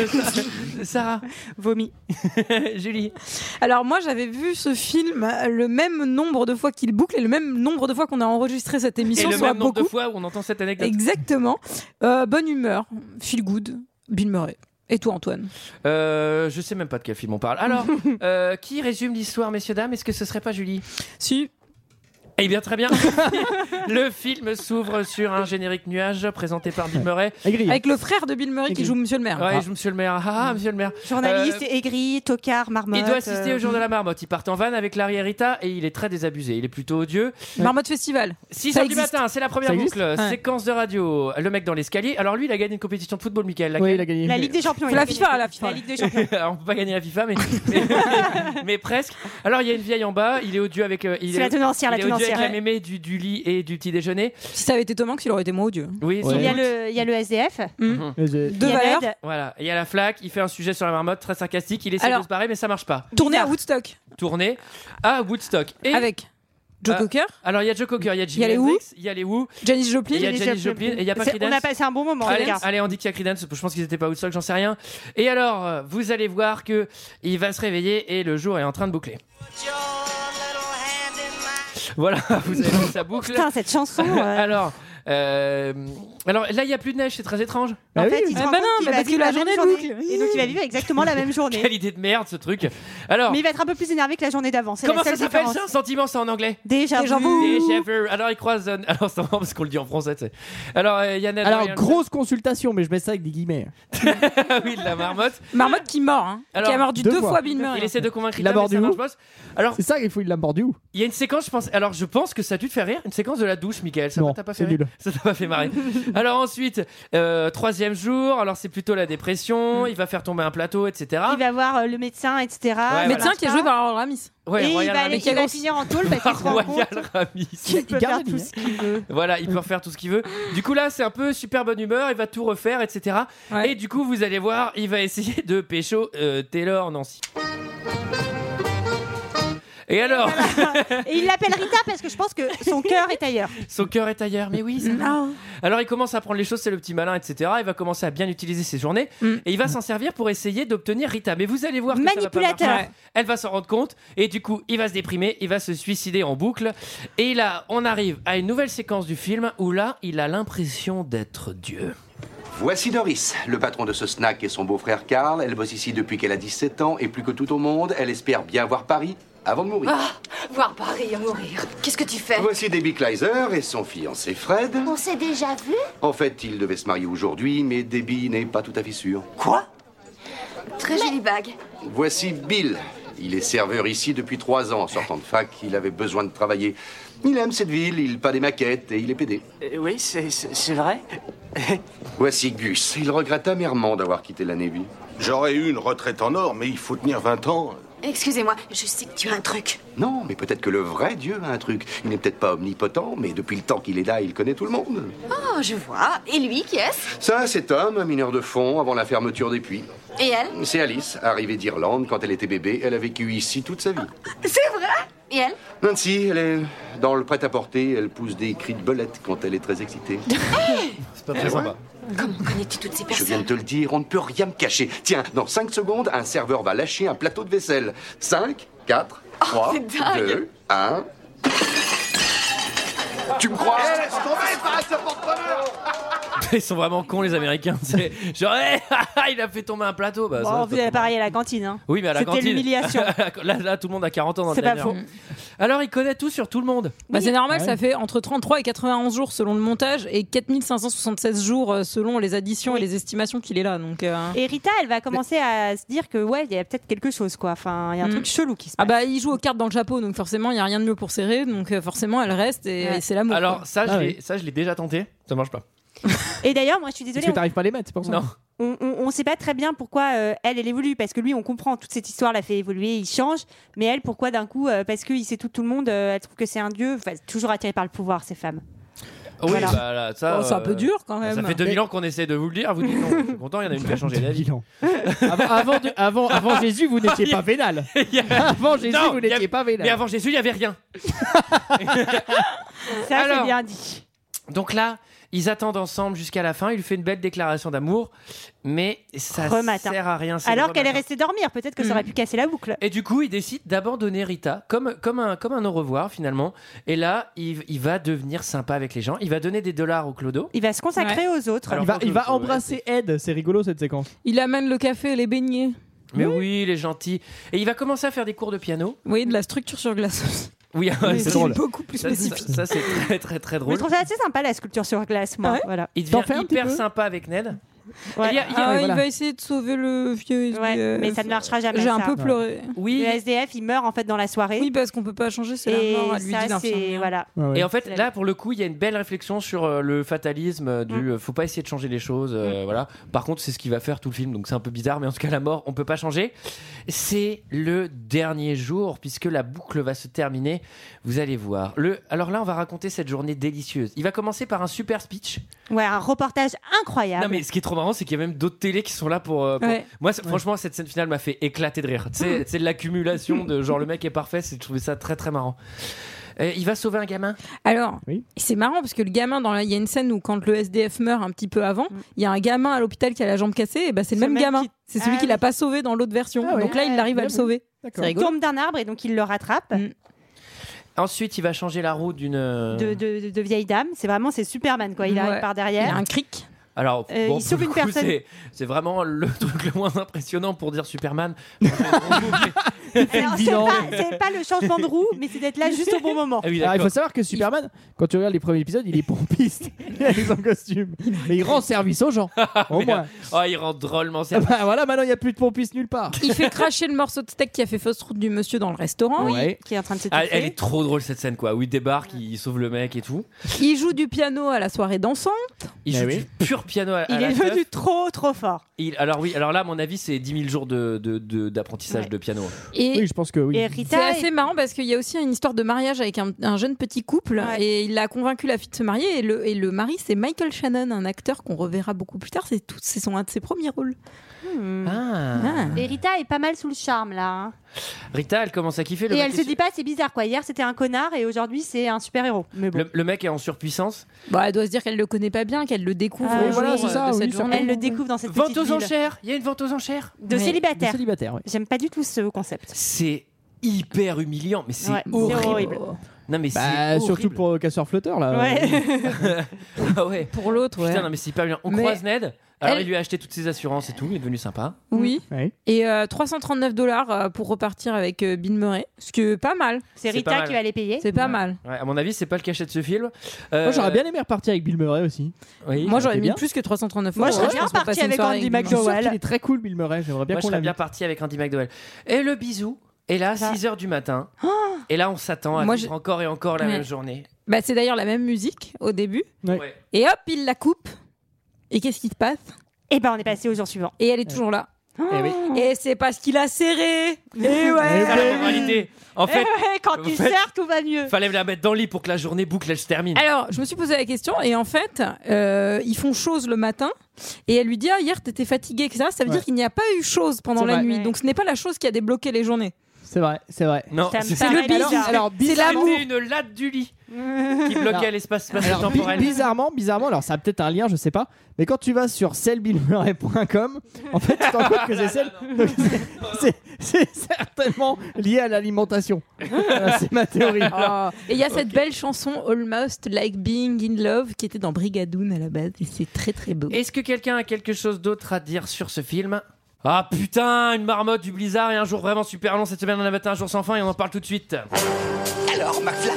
[SPEAKER 1] Sarah,
[SPEAKER 9] vomi.
[SPEAKER 1] Julie.
[SPEAKER 9] Alors moi j'avais vu ce film euh, le même nombre de fois qu'il boucle et le même nombre de fois qu'on a enregistré cette
[SPEAKER 1] Et
[SPEAKER 9] émission.
[SPEAKER 1] le
[SPEAKER 9] ça va
[SPEAKER 1] même nombre de
[SPEAKER 9] beaucoup.
[SPEAKER 1] fois où on entend cette anecdote.
[SPEAKER 9] Exactement. Euh, bonne humeur, feel good, Bill Murray. Et toi Antoine
[SPEAKER 1] Euh, je sais même pas de quel film on parle. Alors, euh, qui résume l'histoire, messieurs, dames Est-ce que ce serait pas Julie
[SPEAKER 9] Si.
[SPEAKER 1] Eh bien, très bien. le film s'ouvre sur un générique nuage présenté par Bill Murray.
[SPEAKER 6] hein.
[SPEAKER 9] Avec le frère de Bill Murray qui joue Monsieur le Maire.
[SPEAKER 1] Ouais, il joue Monsieur le Maire. Ah, ah, Monsieur le Maire.
[SPEAKER 7] Journaliste,
[SPEAKER 1] Euh,
[SPEAKER 7] aigri, tocard, marmotte.
[SPEAKER 1] il doit assister au jour de
[SPEAKER 7] euh,
[SPEAKER 1] la marmotte. Il part en van avec Larry Herita et il est très désabusé. Il est plutôt odieux.
[SPEAKER 9] Hein. Marmotte Festival.
[SPEAKER 1] 6
[SPEAKER 9] Ça
[SPEAKER 1] h du
[SPEAKER 9] existe.
[SPEAKER 1] matin, c'est la première
[SPEAKER 9] Ça existe
[SPEAKER 1] boucle.
[SPEAKER 9] Ouais.
[SPEAKER 1] Séquence de radio. Le mec dans l'escalier. Alors lui, il a gagné une compétition de football, Michael.
[SPEAKER 6] Oui, il a gagné.
[SPEAKER 7] La Ligue des Champions. il
[SPEAKER 9] La
[SPEAKER 7] a gagné.
[SPEAKER 9] FIFA, la FIFA.
[SPEAKER 7] Ligue des Champions.
[SPEAKER 1] Alors, on peut pas gagner la FIFA, mais, mais, mais presque. Alors, il y a une vieille en bas. Il est odieux avec. euh, il
[SPEAKER 7] C'est
[SPEAKER 1] est-
[SPEAKER 7] la tenancière, la
[SPEAKER 1] il est odieux
[SPEAKER 7] tenancière,
[SPEAKER 1] avec
[SPEAKER 7] ouais.
[SPEAKER 1] la mémé du, du lit et du petit déjeuner.
[SPEAKER 9] Si ça avait été Tom Hanks, il aurait été moins odieux.
[SPEAKER 1] Oui, sans
[SPEAKER 7] Il, y a
[SPEAKER 1] doute.
[SPEAKER 7] le, il y a le SDF.
[SPEAKER 1] Mhm.
[SPEAKER 9] De
[SPEAKER 7] Il y a
[SPEAKER 9] valeur.
[SPEAKER 7] l'aide.
[SPEAKER 1] Voilà. Et Il y a la flaque. Il fait un sujet sur la marmotte très sarcastique. Il essaie
[SPEAKER 9] Alors-
[SPEAKER 1] de se barrer, mais ça marche pas.
[SPEAKER 9] Tourné à Woodstock.
[SPEAKER 1] Tourné à Woodstock. Et
[SPEAKER 9] Avec Joe
[SPEAKER 1] Ah,
[SPEAKER 9] Cocker.
[SPEAKER 1] Alors, il y a Joe Cocker, il y a Jimi
[SPEAKER 9] Il y a les Who.
[SPEAKER 1] Hendrix, il y a les Who.
[SPEAKER 9] Janis Joplin.
[SPEAKER 1] Il y a Janis Joplin et il y a pas
[SPEAKER 7] C'est-
[SPEAKER 1] Creedence.
[SPEAKER 7] On a passé un bon moment, les
[SPEAKER 1] Allez,
[SPEAKER 7] gars.
[SPEAKER 1] allez, on dit qu'il y a Creedence, je pense qu'ils étaient pas Woodstock, j'en sais rien. Et alors, euh, vous allez voir que il va se réveiller et le jour est en train de boucler. Voilà, vous avez vu sa boucle.
[SPEAKER 7] Putain, cette chanson. euh,
[SPEAKER 1] alors, euh, alors là, il y a plus de neige, c'est très étrange.
[SPEAKER 7] en fait, il se
[SPEAKER 9] Ah
[SPEAKER 7] rend
[SPEAKER 9] bah
[SPEAKER 7] compte
[SPEAKER 9] non,
[SPEAKER 7] qu'il va
[SPEAKER 9] bah parce que
[SPEAKER 7] vivre
[SPEAKER 9] la
[SPEAKER 7] la même
[SPEAKER 9] journée
[SPEAKER 7] journée. Et donc, il va vivre exactement la même journée.
[SPEAKER 1] Quelle idée de merde ce truc. Alors,
[SPEAKER 7] Mais il va être un peu plus énervé que la journée d'avant. C'est
[SPEAKER 1] comment
[SPEAKER 7] la
[SPEAKER 1] ça
[SPEAKER 7] seule
[SPEAKER 1] s'appelle
[SPEAKER 7] différence.
[SPEAKER 1] ça, un sentiment ça en anglais
[SPEAKER 7] Déjà,
[SPEAKER 9] Déjà
[SPEAKER 7] vu.
[SPEAKER 1] Déjà vu. Alors, il croise. euh, alors, c'est marrant parce qu'on le dit en français. tu sais. Alors, euh, Yann Adler-
[SPEAKER 6] Alors, grosse consultation, mais je mets ça avec des guillemets.
[SPEAKER 1] Ah oui, de la marmotte.
[SPEAKER 9] Marmotte qui mord, hein,
[SPEAKER 1] Alors,
[SPEAKER 9] qui a mordu
[SPEAKER 6] deux
[SPEAKER 9] deux,
[SPEAKER 6] fois.
[SPEAKER 9] fois, Bill Murray.
[SPEAKER 1] Il essaie de convaincre
[SPEAKER 6] Il l'a
[SPEAKER 1] Rita,
[SPEAKER 6] mordu
[SPEAKER 1] mais ça
[SPEAKER 6] où
[SPEAKER 1] marche pas. Alors,
[SPEAKER 6] C'est ça, il faut il l'a mordu où
[SPEAKER 1] il y a une séquence, je pense. Alors, je pense que ça tu te fait rire. Une séquence de la douche, Michael. Ça
[SPEAKER 6] Non,
[SPEAKER 1] t'a pas fait
[SPEAKER 6] c'est
[SPEAKER 1] rire
[SPEAKER 6] nul.
[SPEAKER 1] Ça t'a pas fait marrer. alors ensuite, euh, troisième jour. Alors, c'est plutôt la dépression. Il va faire tomber un plateau, etc.
[SPEAKER 7] Mm. Il va voir euh, le médecin, etc.
[SPEAKER 1] Ouais,
[SPEAKER 9] Médecin
[SPEAKER 1] voilà.
[SPEAKER 9] qui est joué par Harold Ramis.
[SPEAKER 1] Ouais,
[SPEAKER 7] et il
[SPEAKER 1] Royal
[SPEAKER 7] va,
[SPEAKER 1] Ramis.
[SPEAKER 7] aller, il va finir en tôle parce qu'il se rend compte
[SPEAKER 1] Royal Ramis.
[SPEAKER 7] qu'il peut
[SPEAKER 6] Il
[SPEAKER 7] faire
[SPEAKER 6] garde
[SPEAKER 7] tout
[SPEAKER 6] lui,
[SPEAKER 7] ce qu'il veut.
[SPEAKER 1] Voilà, il peut refaire tout ce qu'il veut. Du coup, là, c'est un peu super bonne humeur, il va tout refaire, etc.
[SPEAKER 9] Ouais.
[SPEAKER 1] Et du coup, vous allez voir, il va essayer de pécho euh, Taylor Nancy. Et alors,
[SPEAKER 7] Et il l'appelle Rita parce que je pense que son cœur est ailleurs.
[SPEAKER 1] son cœur est ailleurs, mais oui, c'est
[SPEAKER 7] Ah
[SPEAKER 1] vrai. Alors, il commence à prendre les choses, c'est le petit malin, etc. Il va commencer à bien utiliser ses journées
[SPEAKER 9] Mm.
[SPEAKER 1] et il va s'en servir pour essayer d'obtenir Rita. Mais vous allez voir que ça va pas
[SPEAKER 7] Manipulateur.
[SPEAKER 1] marcher. Elle va s'en rendre compte et du coup, il va se déprimer, il va se suicider en boucle. Et là, on arrive à une nouvelle séquence du film où là, il a l'impression d'être Dieu.
[SPEAKER 4] Voici Doris, le patron de ce snack et son beau-frère Karl. Elle bosse ici depuis qu'elle a 17 ans et plus que tout au monde, elle espère bien voir Paris avant de mourir.
[SPEAKER 8] Voir Paris à mourir. Qu'est-ce que tu fais
[SPEAKER 4] Voici Debbie Kleiser et son fiancé Fred.
[SPEAKER 8] On s'est déjà vu
[SPEAKER 4] En fait, ils devaient se marier aujourd'hui, mais Debbie n'est pas tout à fait sûre.
[SPEAKER 8] Très jolie bague.
[SPEAKER 4] Voici Bill. Il est serveur ici depuis trois ans. En sortant de fac, il avait besoin de travailler. Il aime cette ville, il peint des maquettes et il est pédé.
[SPEAKER 14] Euh, oui, c'est vrai.
[SPEAKER 4] Voici Gus. Il regrette amèrement d'avoir quitté la Navy.
[SPEAKER 15] J'aurais eu une retraite en or, mais il faut tenir 20 ans.
[SPEAKER 8] Excusez-moi, je sais que tu as un truc.
[SPEAKER 4] Non, mais peut-être que le vrai Dieu a un truc. Il n'est peut-être pas omnipotent, mais depuis le temps qu'il est là, il connaît tout le monde.
[SPEAKER 8] Oh, je vois. Et lui, qui est-ce
[SPEAKER 4] Ça, c'est Tom, un mineur de fond avant la fermeture des puits.
[SPEAKER 8] Et elle
[SPEAKER 4] C'est Alice, arrivée d'Irlande quand elle était bébé. Elle a vécu ici toute sa vie.
[SPEAKER 8] C'est vrai Et elle
[SPEAKER 4] Nancy, elle est dans le prêt-à-porter. Elle pousse des cris de belette quand elle est très excitée.
[SPEAKER 1] C'est pas
[SPEAKER 4] très sympa.
[SPEAKER 8] Ah Comment connais-tu toutes ces
[SPEAKER 4] Je viens de
[SPEAKER 8] personnes
[SPEAKER 4] te le dire, on ne peut rien me cacher. Tiens, dans 5 secondes, un serveur va lâcher un plateau de vaisselle. 5, 4, 3,
[SPEAKER 8] Oh, c'est dingue.
[SPEAKER 4] 2, 1. Tu me crois
[SPEAKER 1] Ils sont vraiment cons les Américains. C'est genre, Hey, il a fait tomber un plateau. Bah, ça,
[SPEAKER 7] Bon,
[SPEAKER 1] c'est
[SPEAKER 7] vous
[SPEAKER 1] pas-
[SPEAKER 7] avez pareil à la cantine. hein.
[SPEAKER 1] Oui, mais à la
[SPEAKER 7] C'était
[SPEAKER 1] cantine.
[SPEAKER 7] l'humiliation.
[SPEAKER 1] là, là, tout le monde a 40 ans dans le
[SPEAKER 7] C'est pas
[SPEAKER 1] diner.
[SPEAKER 7] faux.
[SPEAKER 1] Alors, il connaît tout sur tout le monde.
[SPEAKER 9] Bah, c'est normal,
[SPEAKER 6] Ouais.
[SPEAKER 9] ça fait entre 33 et 91 jours selon le montage et 4576 jours euh, selon les additions et les estimations qu'il est là. Donc,
[SPEAKER 1] Ah.
[SPEAKER 9] euh,
[SPEAKER 7] Et Rita, elle va commencer à se dire que ouais, il y a peut-être quelque chose quoi. Enfin, il y a un
[SPEAKER 9] Mm.
[SPEAKER 7] truc chelou qui se
[SPEAKER 9] Ah
[SPEAKER 7] passe.
[SPEAKER 9] bah il joue aux cartes dans le chapeau donc forcément il y a rien de mieux pour serrer donc euh, forcément elle reste et,
[SPEAKER 7] Ouais.
[SPEAKER 9] et c'est l'amour.
[SPEAKER 1] Alors, ça, je
[SPEAKER 6] Ah
[SPEAKER 1] l'ai- ça, je l'ai déjà tenté. Ça marche pas.
[SPEAKER 7] Et d'ailleurs, moi, je suis
[SPEAKER 6] Parce
[SPEAKER 7] désolée.
[SPEAKER 6] que t'arrives pas à les mettre, c'est pour ça.
[SPEAKER 1] Non.
[SPEAKER 7] On, on, on sait pas très bien pourquoi euh, elle, elle évolue parce que lui, on comprend toute cette histoire, la fait évoluer, il change. Mais elle, pourquoi d'un coup euh, Parce qu'il sait tout tout le monde. euh, elle trouve que c'est un dieu. Enfin, toujours attirée par le pouvoir, ces femmes.
[SPEAKER 1] Oui,
[SPEAKER 7] Voilà.
[SPEAKER 1] bah, là, ça.
[SPEAKER 9] Bon, Oh, c'est un
[SPEAKER 1] euh,
[SPEAKER 9] peu dur quand même.
[SPEAKER 1] Ça fait 2000 ans qu'on essaie de vous le dire. Vous dites non. Je suis content, il y en a une qui a changé d'avis.
[SPEAKER 6] Bilan. avant, avant, de- avant, avant Jésus, vous n'étiez pas vénal.
[SPEAKER 1] Il y a-
[SPEAKER 6] Avant Jésus,
[SPEAKER 1] Non,
[SPEAKER 6] vous
[SPEAKER 1] il y a-
[SPEAKER 6] n'étiez pas
[SPEAKER 1] Mais
[SPEAKER 6] vénal.
[SPEAKER 1] avant Jésus, il y avait rien.
[SPEAKER 7] Ça,
[SPEAKER 1] Alors-
[SPEAKER 7] c'est bien dit.
[SPEAKER 1] Donc là, Ils attendent ensemble jusqu'à la fin. Il lui fait une belle déclaration d'amour, mais ça
[SPEAKER 7] Rematin.
[SPEAKER 1] sert à rien. c'est
[SPEAKER 7] Alors
[SPEAKER 1] le
[SPEAKER 7] qu'elle est
[SPEAKER 1] rematin.
[SPEAKER 7] restée dormir, peut-être
[SPEAKER 9] Mm.
[SPEAKER 7] que ça aurait pu casser la boucle.
[SPEAKER 1] Et du coup, il décide d'abandonner Rita, comme, comme, un, comme un au revoir finalement. Et là, il, il va devenir sympa avec les gens. Il va donner des dollars au Clodo.
[SPEAKER 7] Il va se consacrer aux autres.
[SPEAKER 1] Alors,
[SPEAKER 6] il va,
[SPEAKER 1] quand
[SPEAKER 6] il
[SPEAKER 1] je-
[SPEAKER 6] va embrasser Ed, c'est rigolo cette séquence.
[SPEAKER 9] Il amène le café et les beignets.
[SPEAKER 1] Mais oui. il est gentil. Et il va commencer à faire des cours de piano.
[SPEAKER 9] Oui, de la structure sur glace.
[SPEAKER 1] Oui,
[SPEAKER 9] Mais
[SPEAKER 1] c'est
[SPEAKER 9] c'est
[SPEAKER 1] drôle.
[SPEAKER 9] beaucoup plus
[SPEAKER 1] Ça, ça-
[SPEAKER 9] spécifique.
[SPEAKER 1] Ça, c'est très, très, très
[SPEAKER 7] Mais
[SPEAKER 1] drôle.
[SPEAKER 7] je trouve ça assez sympa la sculpture sur glace,
[SPEAKER 9] Ah
[SPEAKER 7] moi. voilà.
[SPEAKER 1] Il devient hyper sympa avec Ned.
[SPEAKER 7] Ouais.
[SPEAKER 1] Il y a- il y a-
[SPEAKER 9] Ah, il va essayer de sauver le vieux SDF.
[SPEAKER 7] Ouais, mais ça ne marchera jamais,
[SPEAKER 9] euh, J'ai un
[SPEAKER 7] ça.
[SPEAKER 9] peu pleuré.
[SPEAKER 1] Oui.
[SPEAKER 7] Le SDF, il meurt en fait dans la soirée.
[SPEAKER 9] Oui, parce qu'on peut pas changer, c'est
[SPEAKER 7] Et
[SPEAKER 9] la mort, elle lui
[SPEAKER 7] ça,
[SPEAKER 9] dit hein.
[SPEAKER 7] c'est-
[SPEAKER 9] d'infirmière.
[SPEAKER 7] voilà.
[SPEAKER 6] Ah,
[SPEAKER 1] Et en fait, là, pour le coup, il y a une belle réflexion sur euh, le fatalisme euh, du euh, faut pas essayer de changer les choses. euh, Voilà. Par contre, c'est ce qu'il va faire tout le film, donc c'est un peu bizarre, mais en tout cas, la mort, on peut pas changer. C'est le dernier jour, puisque la boucle va se terminer. Vous allez voir. Le... Alors là, on va raconter cette journée délicieuse. Il va commencer par un super speech.
[SPEAKER 7] Ouais, un reportage incroyable.
[SPEAKER 1] Non, mais ce qui est trop marrant, c'est qu'il y a même d'autres télés qui sont là pour. euh, pour-
[SPEAKER 7] Ouais.
[SPEAKER 1] Moi, c'est- franchement, cette scène finale m'a fait éclater de rire. C'est c'est l'accumulation de genre le mec est parfait, c'est- je trouvais ça très très marrant. Euh, il va sauver un gamin.
[SPEAKER 9] Alors, c'est marrant parce que le gamin, dans la- il y a une scène où quand le SDF meurt un petit peu avant, il y a un gamin à l'hôpital qui a la jambe cassée, et bah Mm. c'est le même, gamin. C'est celui qui Ah l'a pas sauvé dans l'autre version.
[SPEAKER 7] ouais.
[SPEAKER 9] Donc là, il arrive à
[SPEAKER 7] Ah
[SPEAKER 9] le
[SPEAKER 7] oui.
[SPEAKER 9] sauver. C'est
[SPEAKER 7] Il
[SPEAKER 9] rigolo.
[SPEAKER 7] tombe d'un arbre et donc il le rattrape
[SPEAKER 1] Mm. Ensuite, il va changer la roue d'une. euh,
[SPEAKER 7] de, de- de- de vieille dame. C'est vraiment c'est Superman quoi. Il arrive
[SPEAKER 9] Ouais.
[SPEAKER 7] par derrière.
[SPEAKER 9] Il y a un cric.
[SPEAKER 1] Alors,
[SPEAKER 7] Euh, il
[SPEAKER 1] bon, pour
[SPEAKER 7] sauve
[SPEAKER 1] le
[SPEAKER 7] une
[SPEAKER 1] coup,
[SPEAKER 7] personne.
[SPEAKER 1] C'est, c'est vraiment le truc le moins impressionnant pour dire Superman.
[SPEAKER 7] Alors, c'est pas, c'est pas le changement de roue, mais c'est d'être là juste au bon moment.
[SPEAKER 1] Ah oui,
[SPEAKER 6] Alors, il faut
[SPEAKER 1] d'accord.
[SPEAKER 6] savoir que Superman, quand tu regardes les premiers épisodes, il est pompiste, il est avec son costume, mais il rend service aux gens. Au moins.
[SPEAKER 1] oh, il rend drôlement
[SPEAKER 6] Ah
[SPEAKER 1] sérieux.
[SPEAKER 6] bah voilà, maintenant il n'y a plus de pompistes nulle part.
[SPEAKER 9] Il fait cracher le morceau de steak qui a fait fausse route du monsieur dans le restaurant,
[SPEAKER 1] Ouais.
[SPEAKER 7] qui est en train de se
[SPEAKER 1] Ah,
[SPEAKER 9] tuer.
[SPEAKER 1] elle est trop drôle cette scène quoi, où il débarque, il sauve le mec et tout.
[SPEAKER 9] Il joue du piano à la soirée dansante.
[SPEAKER 1] Il joue du pur piano à, à
[SPEAKER 7] Il
[SPEAKER 1] la
[SPEAKER 7] est
[SPEAKER 1] teuf.
[SPEAKER 7] venu trop trop fort.
[SPEAKER 1] Il- alors oui, alors là à mon avis c'est 10 000 jours de, de- de- d'apprentissage
[SPEAKER 9] Ouais.
[SPEAKER 1] de piano.
[SPEAKER 9] Et-
[SPEAKER 6] Oui, je pense que oui.
[SPEAKER 9] C'est assez marrant parce qu'il y a aussi une histoire de mariage avec un, un jeune petit couple et il a convaincu la fille de se marier et le, et le mari c'est Michael Shannon, un acteur qu'on reverra beaucoup plus tard, c'est tout, c'est son un de ses premiers rôles.
[SPEAKER 7] Mm.
[SPEAKER 1] Ah.
[SPEAKER 7] Et Rita est pas mal sous le charme là. hein.
[SPEAKER 1] Rita elle commence à kiffer. Le,
[SPEAKER 7] Et
[SPEAKER 1] mec
[SPEAKER 7] elle
[SPEAKER 1] est
[SPEAKER 7] se
[SPEAKER 1] su-
[SPEAKER 7] dit pas c'est bizarre quoi. Hier c'était un connard et aujourd'hui c'est un super héros. Mais bon.
[SPEAKER 1] le- le mec est en surpuissance.
[SPEAKER 9] Bah, elle doit se dire qu'elle le connaît pas bien, qu'elle le découvre
[SPEAKER 7] Ah,
[SPEAKER 9] au
[SPEAKER 7] oui,
[SPEAKER 9] jour,
[SPEAKER 7] voilà, c'est
[SPEAKER 9] euh,
[SPEAKER 7] ça,
[SPEAKER 9] de
[SPEAKER 7] oui,
[SPEAKER 9] cette
[SPEAKER 7] ça.
[SPEAKER 9] journée.
[SPEAKER 7] Elle le découvre dans cette
[SPEAKER 1] Vente
[SPEAKER 7] petite
[SPEAKER 1] aux
[SPEAKER 7] ville.
[SPEAKER 1] enchères. Il y a une vente aux enchères
[SPEAKER 7] De
[SPEAKER 1] Ouais.
[SPEAKER 7] célibataire.
[SPEAKER 1] De célibataire, oui.
[SPEAKER 7] J'aime pas du tout ce concept.
[SPEAKER 1] C'est hyper humiliant, mais c'est
[SPEAKER 7] Ouais, c'est
[SPEAKER 1] horrible.
[SPEAKER 7] horrible.
[SPEAKER 1] Non mais
[SPEAKER 6] Bah,
[SPEAKER 1] c'est
[SPEAKER 6] surtout
[SPEAKER 1] horrible.
[SPEAKER 6] pour le casseur flotteur
[SPEAKER 1] Euh,
[SPEAKER 6] là.
[SPEAKER 1] ah ouais.
[SPEAKER 9] Pour l'autre, ouais.
[SPEAKER 1] Putain, non, mais c'est pas bien. On
[SPEAKER 9] Mais
[SPEAKER 1] croise Ned. Alors,
[SPEAKER 9] elle-
[SPEAKER 1] il lui a acheté toutes ses assurances et tout. Il est devenu sympa.
[SPEAKER 9] Oui. Et euh, 339 dollars pour repartir avec euh, Bill Murray, ce qui est pas mal.
[SPEAKER 7] C'est
[SPEAKER 1] C'est Rita pas mal. qui va
[SPEAKER 7] les payer.
[SPEAKER 9] C'est pas mal.
[SPEAKER 1] Ouais, à mon avis, c'est pas le cachet de ce film. Euh,
[SPEAKER 6] Moi j'aurais bien aimé repartir avec Bill Murray aussi.
[SPEAKER 1] oui.
[SPEAKER 9] Moi j'aurais
[SPEAKER 6] C'était
[SPEAKER 9] mis
[SPEAKER 6] bien.
[SPEAKER 9] plus que 339
[SPEAKER 6] Moi, je serais
[SPEAKER 9] euros,
[SPEAKER 6] bien
[SPEAKER 9] pense, pour
[SPEAKER 6] partie
[SPEAKER 9] passer une
[SPEAKER 6] avec
[SPEAKER 9] soirée
[SPEAKER 6] Andy
[SPEAKER 9] avec Bill Murray.
[SPEAKER 6] McDowell. Il est très cool, Bill Murray. J'aimerais bien
[SPEAKER 1] Moi, je
[SPEAKER 6] qu'on
[SPEAKER 1] serais
[SPEAKER 6] l'amène.
[SPEAKER 1] bien parti avec Andy McDowell. Et le bisou. Et là, Ah. 6h du matin. Et là, on s'attend à
[SPEAKER 9] Moi,
[SPEAKER 1] vivre
[SPEAKER 9] je-
[SPEAKER 1] encore et encore la
[SPEAKER 9] Ouais.
[SPEAKER 1] même journée.
[SPEAKER 9] Bah, c'est d'ailleurs la même musique au début.
[SPEAKER 1] Ouais.
[SPEAKER 9] Et hop, il la coupe. Et qu'est-ce qui se passe
[SPEAKER 7] Et ben on est passé au jour suivant.
[SPEAKER 9] Et elle est toujours là.
[SPEAKER 1] Eh oui.
[SPEAKER 9] Et c'est parce qu'il a serré. Et ouais.
[SPEAKER 1] Ça, la moralité. En
[SPEAKER 9] Eh
[SPEAKER 1] fait,
[SPEAKER 9] ouais,
[SPEAKER 7] quand
[SPEAKER 1] tu
[SPEAKER 7] sers, tout va mieux.
[SPEAKER 1] fallait me la mettre dans le lit pour que la journée boucle, elle se termine.
[SPEAKER 9] Alors, je me suis posé la question et en fait, euh, ils font chose le matin et elle lui dit ah, hier t'étais fatiguée etc. Ça veut
[SPEAKER 6] Ouais.
[SPEAKER 9] dire qu'il n'y a pas eu chose pendant
[SPEAKER 6] C'est
[SPEAKER 9] la
[SPEAKER 6] vrai.
[SPEAKER 9] nuit.
[SPEAKER 6] Ouais.
[SPEAKER 9] Donc ce n'est pas la chose qui a débloqué les journées.
[SPEAKER 6] C'est vrai, c'est vrai.
[SPEAKER 1] Non,
[SPEAKER 9] Ça me
[SPEAKER 1] c'est-
[SPEAKER 9] paraît C'est le bizarre.
[SPEAKER 6] Alors,
[SPEAKER 9] bisou.
[SPEAKER 6] alors,
[SPEAKER 9] C'est
[SPEAKER 6] bizarrement-
[SPEAKER 1] C'était une latte du lit qui bloquait
[SPEAKER 6] Alors-
[SPEAKER 1] l'espace
[SPEAKER 6] alors,
[SPEAKER 1] spatial
[SPEAKER 6] bi-
[SPEAKER 1] temporel.
[SPEAKER 6] bizarrement, bizarrement, alors ça a peut-être un lien, je sais pas, mais quand tu vas sur sellbillmurray.com, en fait, tu t'en compte que c'est celle. donc c'est- c'est- C'est certainement lié à l'alimentation. Voilà, Euh, c'est ma théorie.
[SPEAKER 9] Ah. Et il y a cette belle chanson Almost Like Being in Love qui était dans Brigadoon à la base et c'est très très beau.
[SPEAKER 1] Est-ce que quelqu'un a quelque chose d'autre à dire sur ce film Ah putain, une marmotte du blizzard et un jour vraiment super long cette semaine, on a matin un jour sans fin et on en parle tout de suite.
[SPEAKER 16] Alors, McFly,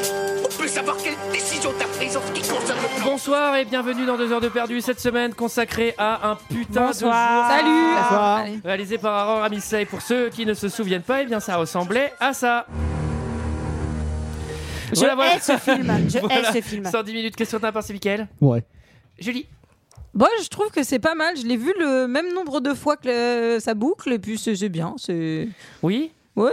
[SPEAKER 16] on peut savoir quelle décision t'as prise en ce qui concerne le plan
[SPEAKER 1] Bonsoir et bienvenue dans 2 heures de perdu cette semaine consacrée à un putain
[SPEAKER 7] Ah,
[SPEAKER 16] Bonsoir.
[SPEAKER 1] de jour.
[SPEAKER 16] Salut. Bonsoir.
[SPEAKER 1] Allez. Réalisé par Aaron Ramissey. Pour ceux qui ne se souviennent pas, eh bien ça ressemblait à ça.
[SPEAKER 7] Je hais ce film. Je hais ce
[SPEAKER 10] Bah.
[SPEAKER 7] film.
[SPEAKER 1] 110 minutes, question de c'est Mickaël
[SPEAKER 6] Ouais.
[SPEAKER 1] Julie
[SPEAKER 9] Bon, je trouve que c'est pas mal. Je l'ai vu le même nombre de fois que euh, ça boucle et puis c'est c'est bien. C'est
[SPEAKER 1] Oui
[SPEAKER 9] ouais.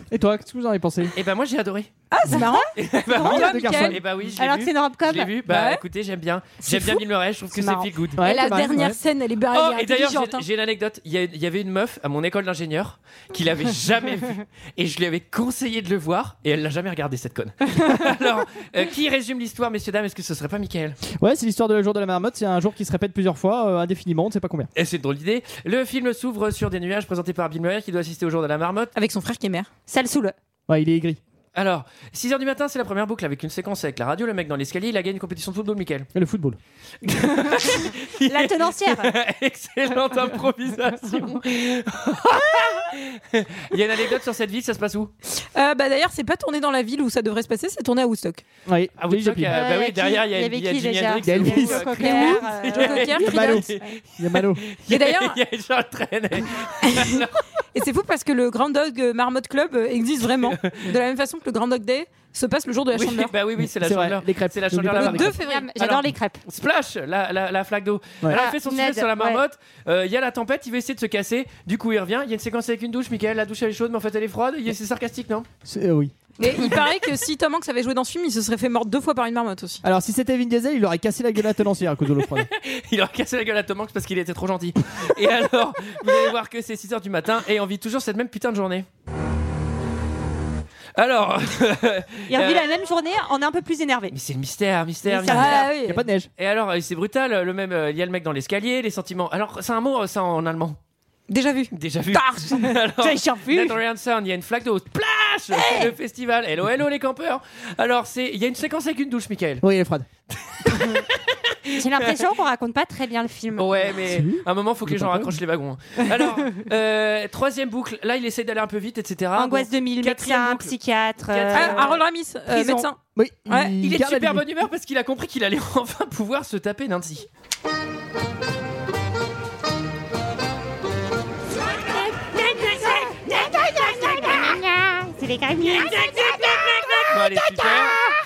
[SPEAKER 6] Et toi, qu'est-ce que vous en avez pensé
[SPEAKER 1] Eh ben moi j'ai adoré.
[SPEAKER 10] Ah, c'est marrant.
[SPEAKER 1] Eh bah oui,
[SPEAKER 10] Drôle,
[SPEAKER 1] deux
[SPEAKER 10] Mickaël.
[SPEAKER 1] garçons. Eh bah oui, je l'ai
[SPEAKER 10] Alors
[SPEAKER 1] vu.
[SPEAKER 10] que c'est une rom-com.
[SPEAKER 1] Je l'ai vu. Bah,
[SPEAKER 10] Ouais.
[SPEAKER 1] écoutez, j'aime bien.
[SPEAKER 10] C'est
[SPEAKER 1] J'aime bien
[SPEAKER 10] fou.
[SPEAKER 1] Bill Murray. Je trouve que c'est
[SPEAKER 10] marrant.
[SPEAKER 1] feel good.
[SPEAKER 10] et la dernière scène, elle est hein. barrée.
[SPEAKER 1] Oh, et d'ailleurs,
[SPEAKER 9] hein.
[SPEAKER 1] j'ai- j'ai l'anecdote. Il y, a- il y avait une meuf à mon école d'ingénieur qui l'avait jamais vu et je lui avais conseillé de le voir et elle l'a jamais regardé cette conne. Alors, euh, qui résume l'histoire, messieurs dames Est-ce que ce serait pas Michael
[SPEAKER 6] Ouais, c'est l'histoire de la jour de la marmotte. C'est un jour qui se répète plusieurs fois, euh, indéfiniment, on ne sait pas combien.
[SPEAKER 1] Et Eh, c'est une drôle d'idée. Le film s'ouvre sur des nuages présentés par Bill Murray qui doit assister au jour de la marmotte.
[SPEAKER 10] Avec son frère qui est mère. Ça le saoule.
[SPEAKER 6] Ouais, il est aigri.
[SPEAKER 1] Alors, 6h du matin, c'est la première boucle avec une séquence avec la radio, le mec dans l'escalier, il a gagné une compétition de football, Michael.
[SPEAKER 6] Et le football.
[SPEAKER 1] La tenancière Excellente improvisation Il y a une anecdote sur cette ville, ça se passe où
[SPEAKER 10] Euh, bah, D'ailleurs, c'est pas tourné dans la ville où ça devrait se passer, c'est tourné à Woodstock.
[SPEAKER 6] Oui,
[SPEAKER 1] ah, Woodstock,
[SPEAKER 6] Joplin.
[SPEAKER 1] euh, bah
[SPEAKER 10] Ouais,
[SPEAKER 1] oui,
[SPEAKER 10] y a qui
[SPEAKER 1] derrière, il y a,
[SPEAKER 10] Il y avait
[SPEAKER 1] il y a
[SPEAKER 10] qui
[SPEAKER 1] Jimi
[SPEAKER 10] déjà
[SPEAKER 1] Hendrix,
[SPEAKER 10] Il y a
[SPEAKER 1] il y a
[SPEAKER 10] Elvis.
[SPEAKER 1] Woodstock.
[SPEAKER 10] Cocker, euh,
[SPEAKER 1] Il y a-
[SPEAKER 10] Cocker,
[SPEAKER 7] Eh ben,
[SPEAKER 10] Creedence.
[SPEAKER 6] Il
[SPEAKER 1] il y a Malo.
[SPEAKER 6] y a Malo.
[SPEAKER 1] Il y a-
[SPEAKER 10] d'ailleurs-
[SPEAKER 1] il y a Charles Trenet.
[SPEAKER 10] Et c'est fou parce que le Grand Dog Marmotte Club euh, existe vraiment. De la même façon que le Grand Dog Day se passe le jour de la
[SPEAKER 1] Oui,
[SPEAKER 10] chandeleur.
[SPEAKER 1] bah oui, oui, c'est la
[SPEAKER 6] C'est vrai,
[SPEAKER 1] chandeleur.
[SPEAKER 6] les crêpes.
[SPEAKER 1] C'est la
[SPEAKER 6] N'oublie pas
[SPEAKER 1] chandeleur
[SPEAKER 6] de
[SPEAKER 1] là-bas.
[SPEAKER 6] faire
[SPEAKER 10] les crêpes. 2 février. J'adore
[SPEAKER 1] Alors,
[SPEAKER 10] les crêpes.
[SPEAKER 1] Splash, la, la, la flaque d'eau.
[SPEAKER 6] Ouais.
[SPEAKER 1] Alors,
[SPEAKER 6] Ah,
[SPEAKER 1] il fait son
[SPEAKER 10] Ned,
[SPEAKER 1] sujet sur la
[SPEAKER 10] ouais.
[SPEAKER 1] marmotte. Euh, Il y a la tempête, il veut essayer de se casser. Du coup, il revient. Il y a une séquence avec une douche. Michael, la douche elle est chaude, mais en fait elle est froide. Il- C'est sarcastique, non
[SPEAKER 6] C'est- euh, oui.
[SPEAKER 10] Mais il paraît que si Tom Hanks avait joué dans ce film, il se serait fait mordre deux fois par une marmotte aussi.
[SPEAKER 6] Alors, si c'était Vin Diesel, il aurait cassé la gueule à la tenancière à cause de l'eau froide.
[SPEAKER 1] Il leur a cassé la gueule à Tom Hanks parce qu'il était trop gentil. Et alors, vous allez voir que c'est 6h du matin et on vit toujours cette même putain de journée. Alors,
[SPEAKER 7] Il revit
[SPEAKER 1] euh,
[SPEAKER 7] la même journée, on est un peu plus énervé.
[SPEAKER 1] mais c'est le mystère, mystère,
[SPEAKER 10] Ah,
[SPEAKER 7] Mais ça
[SPEAKER 1] mystère.
[SPEAKER 7] va, oui. Ah, Y a pas
[SPEAKER 6] de neige.
[SPEAKER 1] Et alors, euh, c'est brutal. Le même, euh, il y a le mec dans l'escalier, les sentiments. Alors, c'est un mot, euh, ça, en allemand.
[SPEAKER 10] Déjà
[SPEAKER 7] Euh,
[SPEAKER 10] vu.
[SPEAKER 1] Déjà vu.
[SPEAKER 10] Tarche.
[SPEAKER 1] Oh.
[SPEAKER 10] Déjà vu.
[SPEAKER 1] Ned Ryanson, il y a une flaque d'eau. Splash
[SPEAKER 7] Eh.
[SPEAKER 1] C'est Le festival. Hello, hello, les campeurs. Alors, c'est, il y a une séquence avec une douche, Michael.
[SPEAKER 6] Oui, elle est froide.
[SPEAKER 7] J'ai l'impression qu'on raconte pas très bien le film.
[SPEAKER 1] Ouais, mais à un moment, faut que les gens raccrochent les wagons. hein. Alors, euh, troisième boucle. Là, il essaie d'aller un peu vite, etc.
[SPEAKER 7] Angoisse
[SPEAKER 1] Donc,
[SPEAKER 7] 2000,
[SPEAKER 1] quatrième
[SPEAKER 7] médecin,
[SPEAKER 1] boucle.
[SPEAKER 7] psychiatre.
[SPEAKER 1] Quatrième-
[SPEAKER 10] Ah, Harold Ramis, euh,
[SPEAKER 7] prison.
[SPEAKER 10] médecin.
[SPEAKER 6] Oui.
[SPEAKER 1] Ouais, il, est de
[SPEAKER 6] garde la
[SPEAKER 1] super
[SPEAKER 6] limite.
[SPEAKER 1] bonne humeur parce qu'il a compris qu'il allait enfin pouvoir se taper Nancy.
[SPEAKER 7] C'est les Gremlins.
[SPEAKER 1] Bon, allez, super.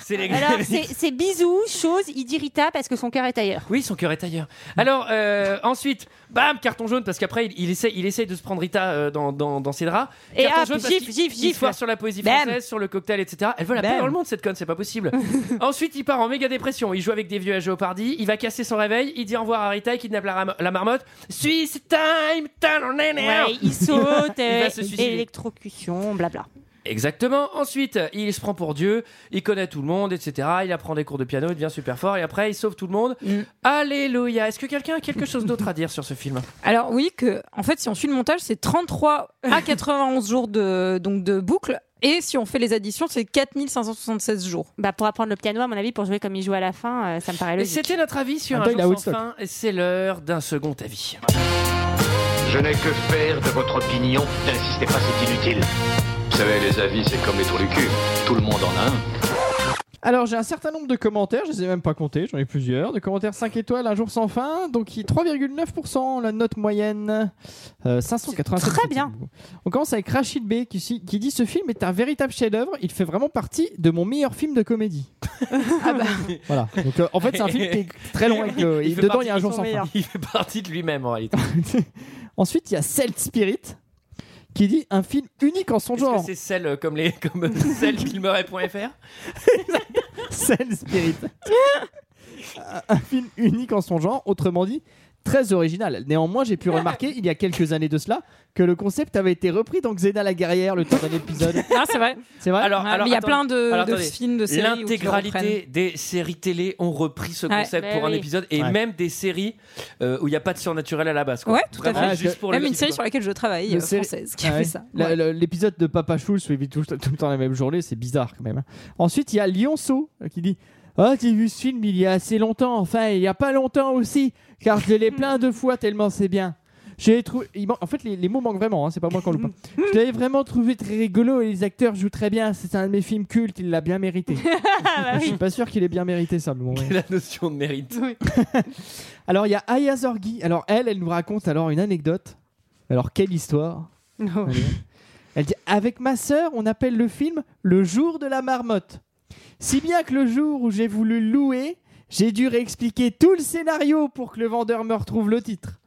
[SPEAKER 1] C'est les
[SPEAKER 7] Ah, Alors, c'est c'est bisous, chose, il dit Rita parce que son cœur est ailleurs.
[SPEAKER 1] Oui, son cœur est ailleurs. Alors, euh, ensuite, bam, carton jaune, parce qu'après, il, il essaie, il essaie de se prendre Rita euh, dans, dans, dans ses draps.
[SPEAKER 7] Et
[SPEAKER 1] carton
[SPEAKER 7] hop,
[SPEAKER 1] jaune parce
[SPEAKER 7] gifle,
[SPEAKER 1] qu'il-
[SPEAKER 7] gifle,
[SPEAKER 1] il se
[SPEAKER 7] gifle.
[SPEAKER 1] foire sur la poésie
[SPEAKER 7] Bam.
[SPEAKER 1] française, sur le cocktail, etc. Elle veut la paix
[SPEAKER 7] Bam.
[SPEAKER 1] dans le monde, cette conne, c'est pas possible. ensuite, il part en méga dépression. Il joue avec des vieux à Géopardy, il va casser son réveil, il dit au revoir à Rita, il kidnappe la, ram- la marmotte. Suicide time,
[SPEAKER 7] Ouais, il saute,
[SPEAKER 1] Il va
[SPEAKER 7] euh,
[SPEAKER 1] se suicider.
[SPEAKER 7] électrocution, blabla.
[SPEAKER 1] Exactement. Ensuite, il se prend pour Dieu, il connaît tout le monde, etc. Il apprend des cours de piano, il devient super fort et après, il sauve tout le monde.
[SPEAKER 10] Mm.
[SPEAKER 1] Alléluia. Est-ce que quelqu'un a quelque chose d'autre à dire sur ce film
[SPEAKER 10] Alors oui, que en fait, si on suit le montage, c'est 33 à 91 jours de donc de boucle. Et si on fait les additions, c'est 4576 jours.
[SPEAKER 7] Bah pour apprendre le piano, à mon avis, pour jouer comme il joue à la fin, euh, ça me paraît
[SPEAKER 1] Et
[SPEAKER 7] logique.
[SPEAKER 1] C'était notre avis sur
[SPEAKER 6] Attends, il a
[SPEAKER 1] un jour sans
[SPEAKER 6] Woodstock.
[SPEAKER 1] fin. et C'est l'heure d'un second avis.
[SPEAKER 4] Je n'ai que faire de votre opinion. N'insistez pas, c'est inutile.
[SPEAKER 5] Vous savez, les avis, c'est comme les trous du cul. Tout le monde en a un.
[SPEAKER 6] Alors, j'ai un certain nombre de commentaires, je les ai même pas comptés, j'en ai plusieurs. De commentaires 5 étoiles, un jour sans fin, donc il- 3,9% la note moyenne. Euh, 587.
[SPEAKER 7] Très bien.
[SPEAKER 6] On commence avec Rachid B qui, si- qui dit Ce film est un véritable chef-d'œuvre, il fait vraiment partie de mon meilleur film de comédie.
[SPEAKER 1] Ah
[SPEAKER 6] Voilà. Donc, euh, en fait, c'est un film qui est très long et que- et
[SPEAKER 1] bah. fait
[SPEAKER 6] dedans,
[SPEAKER 1] partie
[SPEAKER 6] il y a un
[SPEAKER 1] de
[SPEAKER 6] jour
[SPEAKER 1] son
[SPEAKER 6] sans fin.
[SPEAKER 1] meilleur. Il fait partie de lui-même en réalité.
[SPEAKER 6] Ensuite, il y a Celt Spirit qui dit Un film unique en son
[SPEAKER 1] Est-ce que
[SPEAKER 6] genre.
[SPEAKER 1] c'est celle euh, comme les comme euh, celle filmerait.fr
[SPEAKER 6] Cell Spirit. un un film unique en son genre, autrement dit très original. Néanmoins, j'ai pu remarquer il y a quelques années de cela que le concept avait été repris dans Xena la guerrière le temps d'un épisode.
[SPEAKER 10] Ah, c'est vrai.
[SPEAKER 6] C'est vrai
[SPEAKER 10] Ouais, mais il y a plein de- de films, de séries où tu le
[SPEAKER 1] L'intégralité
[SPEAKER 10] reprennes.
[SPEAKER 1] des séries télé ont repris ce
[SPEAKER 10] Ouais.
[SPEAKER 1] concept
[SPEAKER 10] Mais
[SPEAKER 1] pour un
[SPEAKER 10] oui.
[SPEAKER 1] épisode et
[SPEAKER 10] Ouais.
[SPEAKER 1] même des séries euh, où il n'y a pas de surnaturel à la base. Quoi.
[SPEAKER 10] Ouais, tout à
[SPEAKER 1] Vraiment
[SPEAKER 10] fait.
[SPEAKER 1] juste pour
[SPEAKER 10] Même
[SPEAKER 1] le-
[SPEAKER 10] une série sur laquelle je travaille,
[SPEAKER 6] Le
[SPEAKER 10] euh,
[SPEAKER 6] série-
[SPEAKER 10] française, qui
[SPEAKER 6] Ah
[SPEAKER 10] a
[SPEAKER 6] ouais.
[SPEAKER 10] fait ça.
[SPEAKER 6] La- le- L'épisode de Papa Chou suivi tout, tout le temps la même journée, c'est bizarre quand même. hein. Ensuite, il y a Lionceau euh, qui dit Ah, j'ai vu ce film il y a assez longtemps, enfin il y a pas longtemps aussi, car je l'ai plein de fois tellement c'est bien. J'ai trouvé. il man- En fait, les, les mots manquent vraiment, hein, c'est pas moi qui en loupe. hein. Je l'avais vraiment trouvé très rigolo et les acteurs jouent très bien. C'est un de mes films cultes, il l'a bien mérité.
[SPEAKER 10] Bah
[SPEAKER 6] Je suis pas sûr qu'il ait bien mérité ça, mais bon, ouais.
[SPEAKER 1] la notion de mérite.
[SPEAKER 6] Alors, il y a Aya Zorgi. Alors, elle, elle nous raconte alors une anecdote. Alors, quelle histoire Allez. Elle dit Avec ma sœur, on appelle le film Le jour de la marmotte. Si bien que le jour où j'ai voulu le louer, j'ai dû réexpliquer tout le scénario pour que le vendeur me retrouve le titre.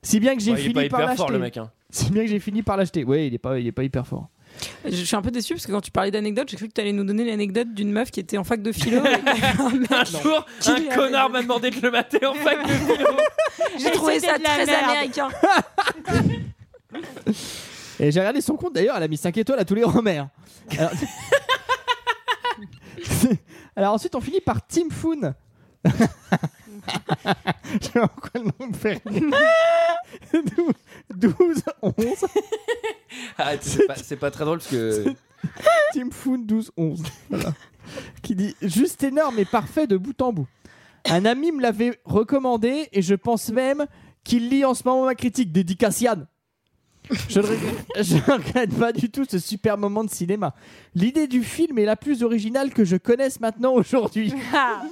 [SPEAKER 6] Si bien que j'ai
[SPEAKER 1] Ouais, il est
[SPEAKER 6] fini
[SPEAKER 1] pas
[SPEAKER 6] par
[SPEAKER 1] hyper
[SPEAKER 6] l'acheter.
[SPEAKER 1] fort, le mec, hein.
[SPEAKER 6] Si bien que j'ai fini par l'acheter. Ouais, il est pas, il est pas hyper fort.
[SPEAKER 9] Je suis un peu déçu parce que quand tu parlais d'anecdote, j'ai cru que tu allais nous donner l'anecdote d'une meuf qui était en fac de philo. et qui avait un mec
[SPEAKER 1] Un jour,
[SPEAKER 9] qui
[SPEAKER 1] un
[SPEAKER 9] lui avait-
[SPEAKER 1] connard m'a demandé de le mater en fac de philo.
[SPEAKER 9] J'ai trouvé
[SPEAKER 7] c'était
[SPEAKER 9] ça
[SPEAKER 7] de la
[SPEAKER 9] très
[SPEAKER 7] merde.
[SPEAKER 9] américain.
[SPEAKER 6] Et j'ai regardé son compte d'ailleurs, elle a mis 5 étoiles à tous les romers. Alors... Alors ensuite, on finit par Tim Foon. Je sais pas pourquoi le nom me fait rire. 12, 11.
[SPEAKER 1] Arrête, c'est pas, c'est pas très drôle parce que.
[SPEAKER 6] Tim Foon 12 11 voilà. qui dit juste énorme et parfait de bout en bout. Un ami me l'avait recommandé et je pense même qu'il lit en ce moment ma critique dédicace Yann. Je ne regrette, je ne regrette pas du tout ce super moment de cinéma. L'idée du film est la plus originale que je connaisse maintenant aujourd'hui.
[SPEAKER 7] Ah.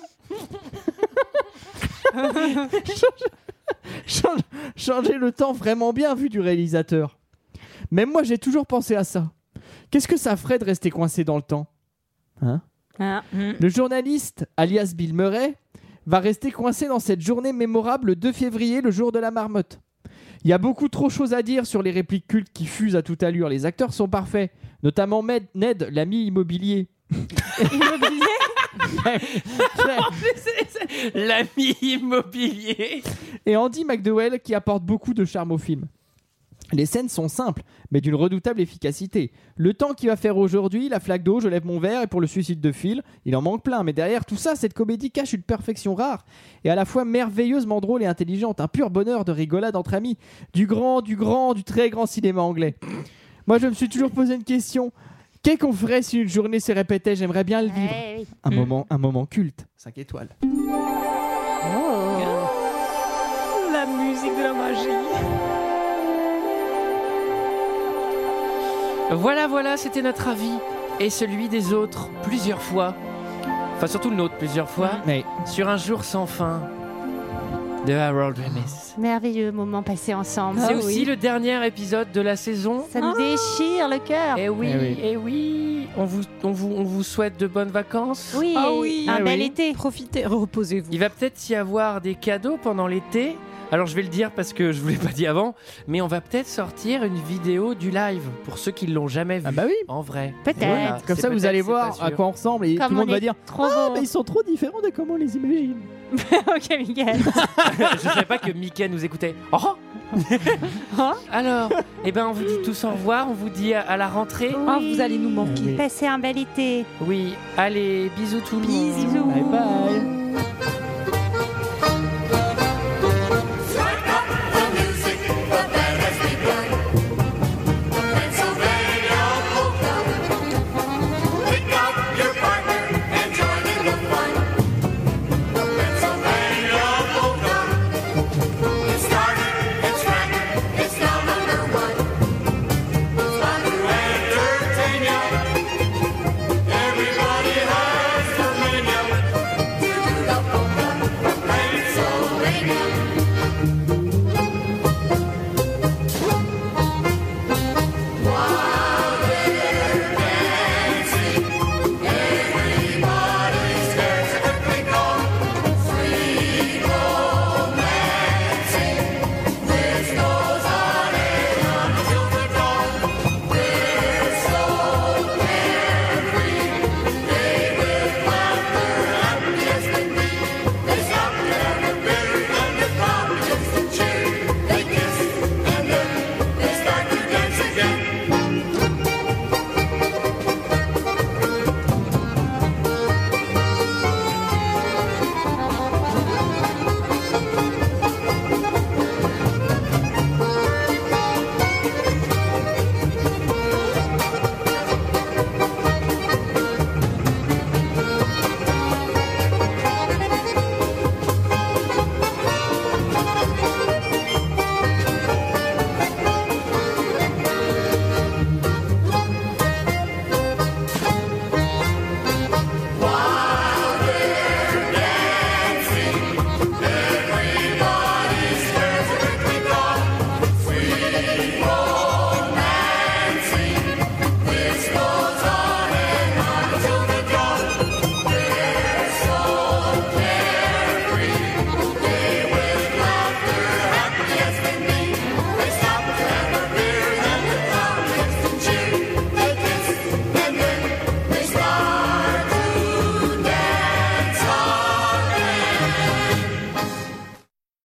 [SPEAKER 6] Change- changer le temps vraiment bien vu du réalisateur. Même moi, j'ai toujours pensé à ça. Qu'est-ce que ça ferait de rester coincé dans le temps Hein
[SPEAKER 7] Ah, hum.
[SPEAKER 6] Le journaliste, alias Bill Murray, va rester coincé dans cette journée mémorable le 2 février, le jour de la marmotte. Il y a beaucoup trop choses à dire sur les répliques cultes qui fusent à toute allure. Les acteurs sont parfaits, notamment Med- Ned, l'ami immobilier.
[SPEAKER 1] L'ami immobilier.
[SPEAKER 6] et Andy McDowell qui apporte beaucoup de charme au film. Les scènes sont simples, mais d'une redoutable efficacité. Le temps qu'il va faire aujourd'hui, la flaque d'eau, je lève mon verre, et pour le suicide de Phil, il en manque plein. Mais derrière tout ça, cette comédie cache une perfection rare, et à la fois merveilleusement drôle et intelligente. Un pur bonheur de rigolade entre amis. Du grand, du grand, du très grand cinéma anglais. Moi, je me suis toujours posé une question. Qu'est-ce qu'on ferait si une journée se répétait J'aimerais bien le vivre.
[SPEAKER 7] Eh
[SPEAKER 6] Un moment, un moment culte. 5 étoiles.
[SPEAKER 13] La musique de la magie.
[SPEAKER 1] Voilà, voilà, c'était notre avis et celui des autres plusieurs fois. Enfin, surtout le nôtre plusieurs fois. Sur un jour sans fin de Harold Remis.
[SPEAKER 7] Merveilleux moment passé ensemble.
[SPEAKER 1] C'est aussi le dernier épisode de la saison.
[SPEAKER 7] Ça nous déchire le cœur.
[SPEAKER 1] Eh oui, eh oui. On vous, on, vous, on vous souhaite de bonnes vacances.
[SPEAKER 7] Oui, Ah oui. un bel
[SPEAKER 1] été. Profitez, reposez-vous. Il va peut-être y avoir des cadeaux pendant l'été. Alors je vais le dire parce que je vous l'ai pas dit avant, mais on va peut-être sortir une vidéo du live pour ceux qui l'ont jamais vu. Ah
[SPEAKER 6] bah oui.
[SPEAKER 1] En vrai.
[SPEAKER 6] Peut-être.
[SPEAKER 1] Voilà,
[SPEAKER 6] Comme
[SPEAKER 1] c'est
[SPEAKER 6] ça, vous
[SPEAKER 1] peut-être,
[SPEAKER 6] allez
[SPEAKER 1] c'est
[SPEAKER 6] voir
[SPEAKER 1] pas
[SPEAKER 6] à
[SPEAKER 1] sûr.
[SPEAKER 6] quoi on ressemble et tout le monde va dire Ah, mais ils sont trop différents de comment on les imagine.
[SPEAKER 7] ok, Miguel.
[SPEAKER 1] je savais pas que Mickey nous écoutait. Oh Alors, eh ben on vous dit tous au revoir, on vous dit à, à la rentrée.
[SPEAKER 7] Oh, vous allez nous manquer. Passez un bel été.
[SPEAKER 1] Oui, allez, bisous tout le monde.
[SPEAKER 7] Bisous. Bye bye.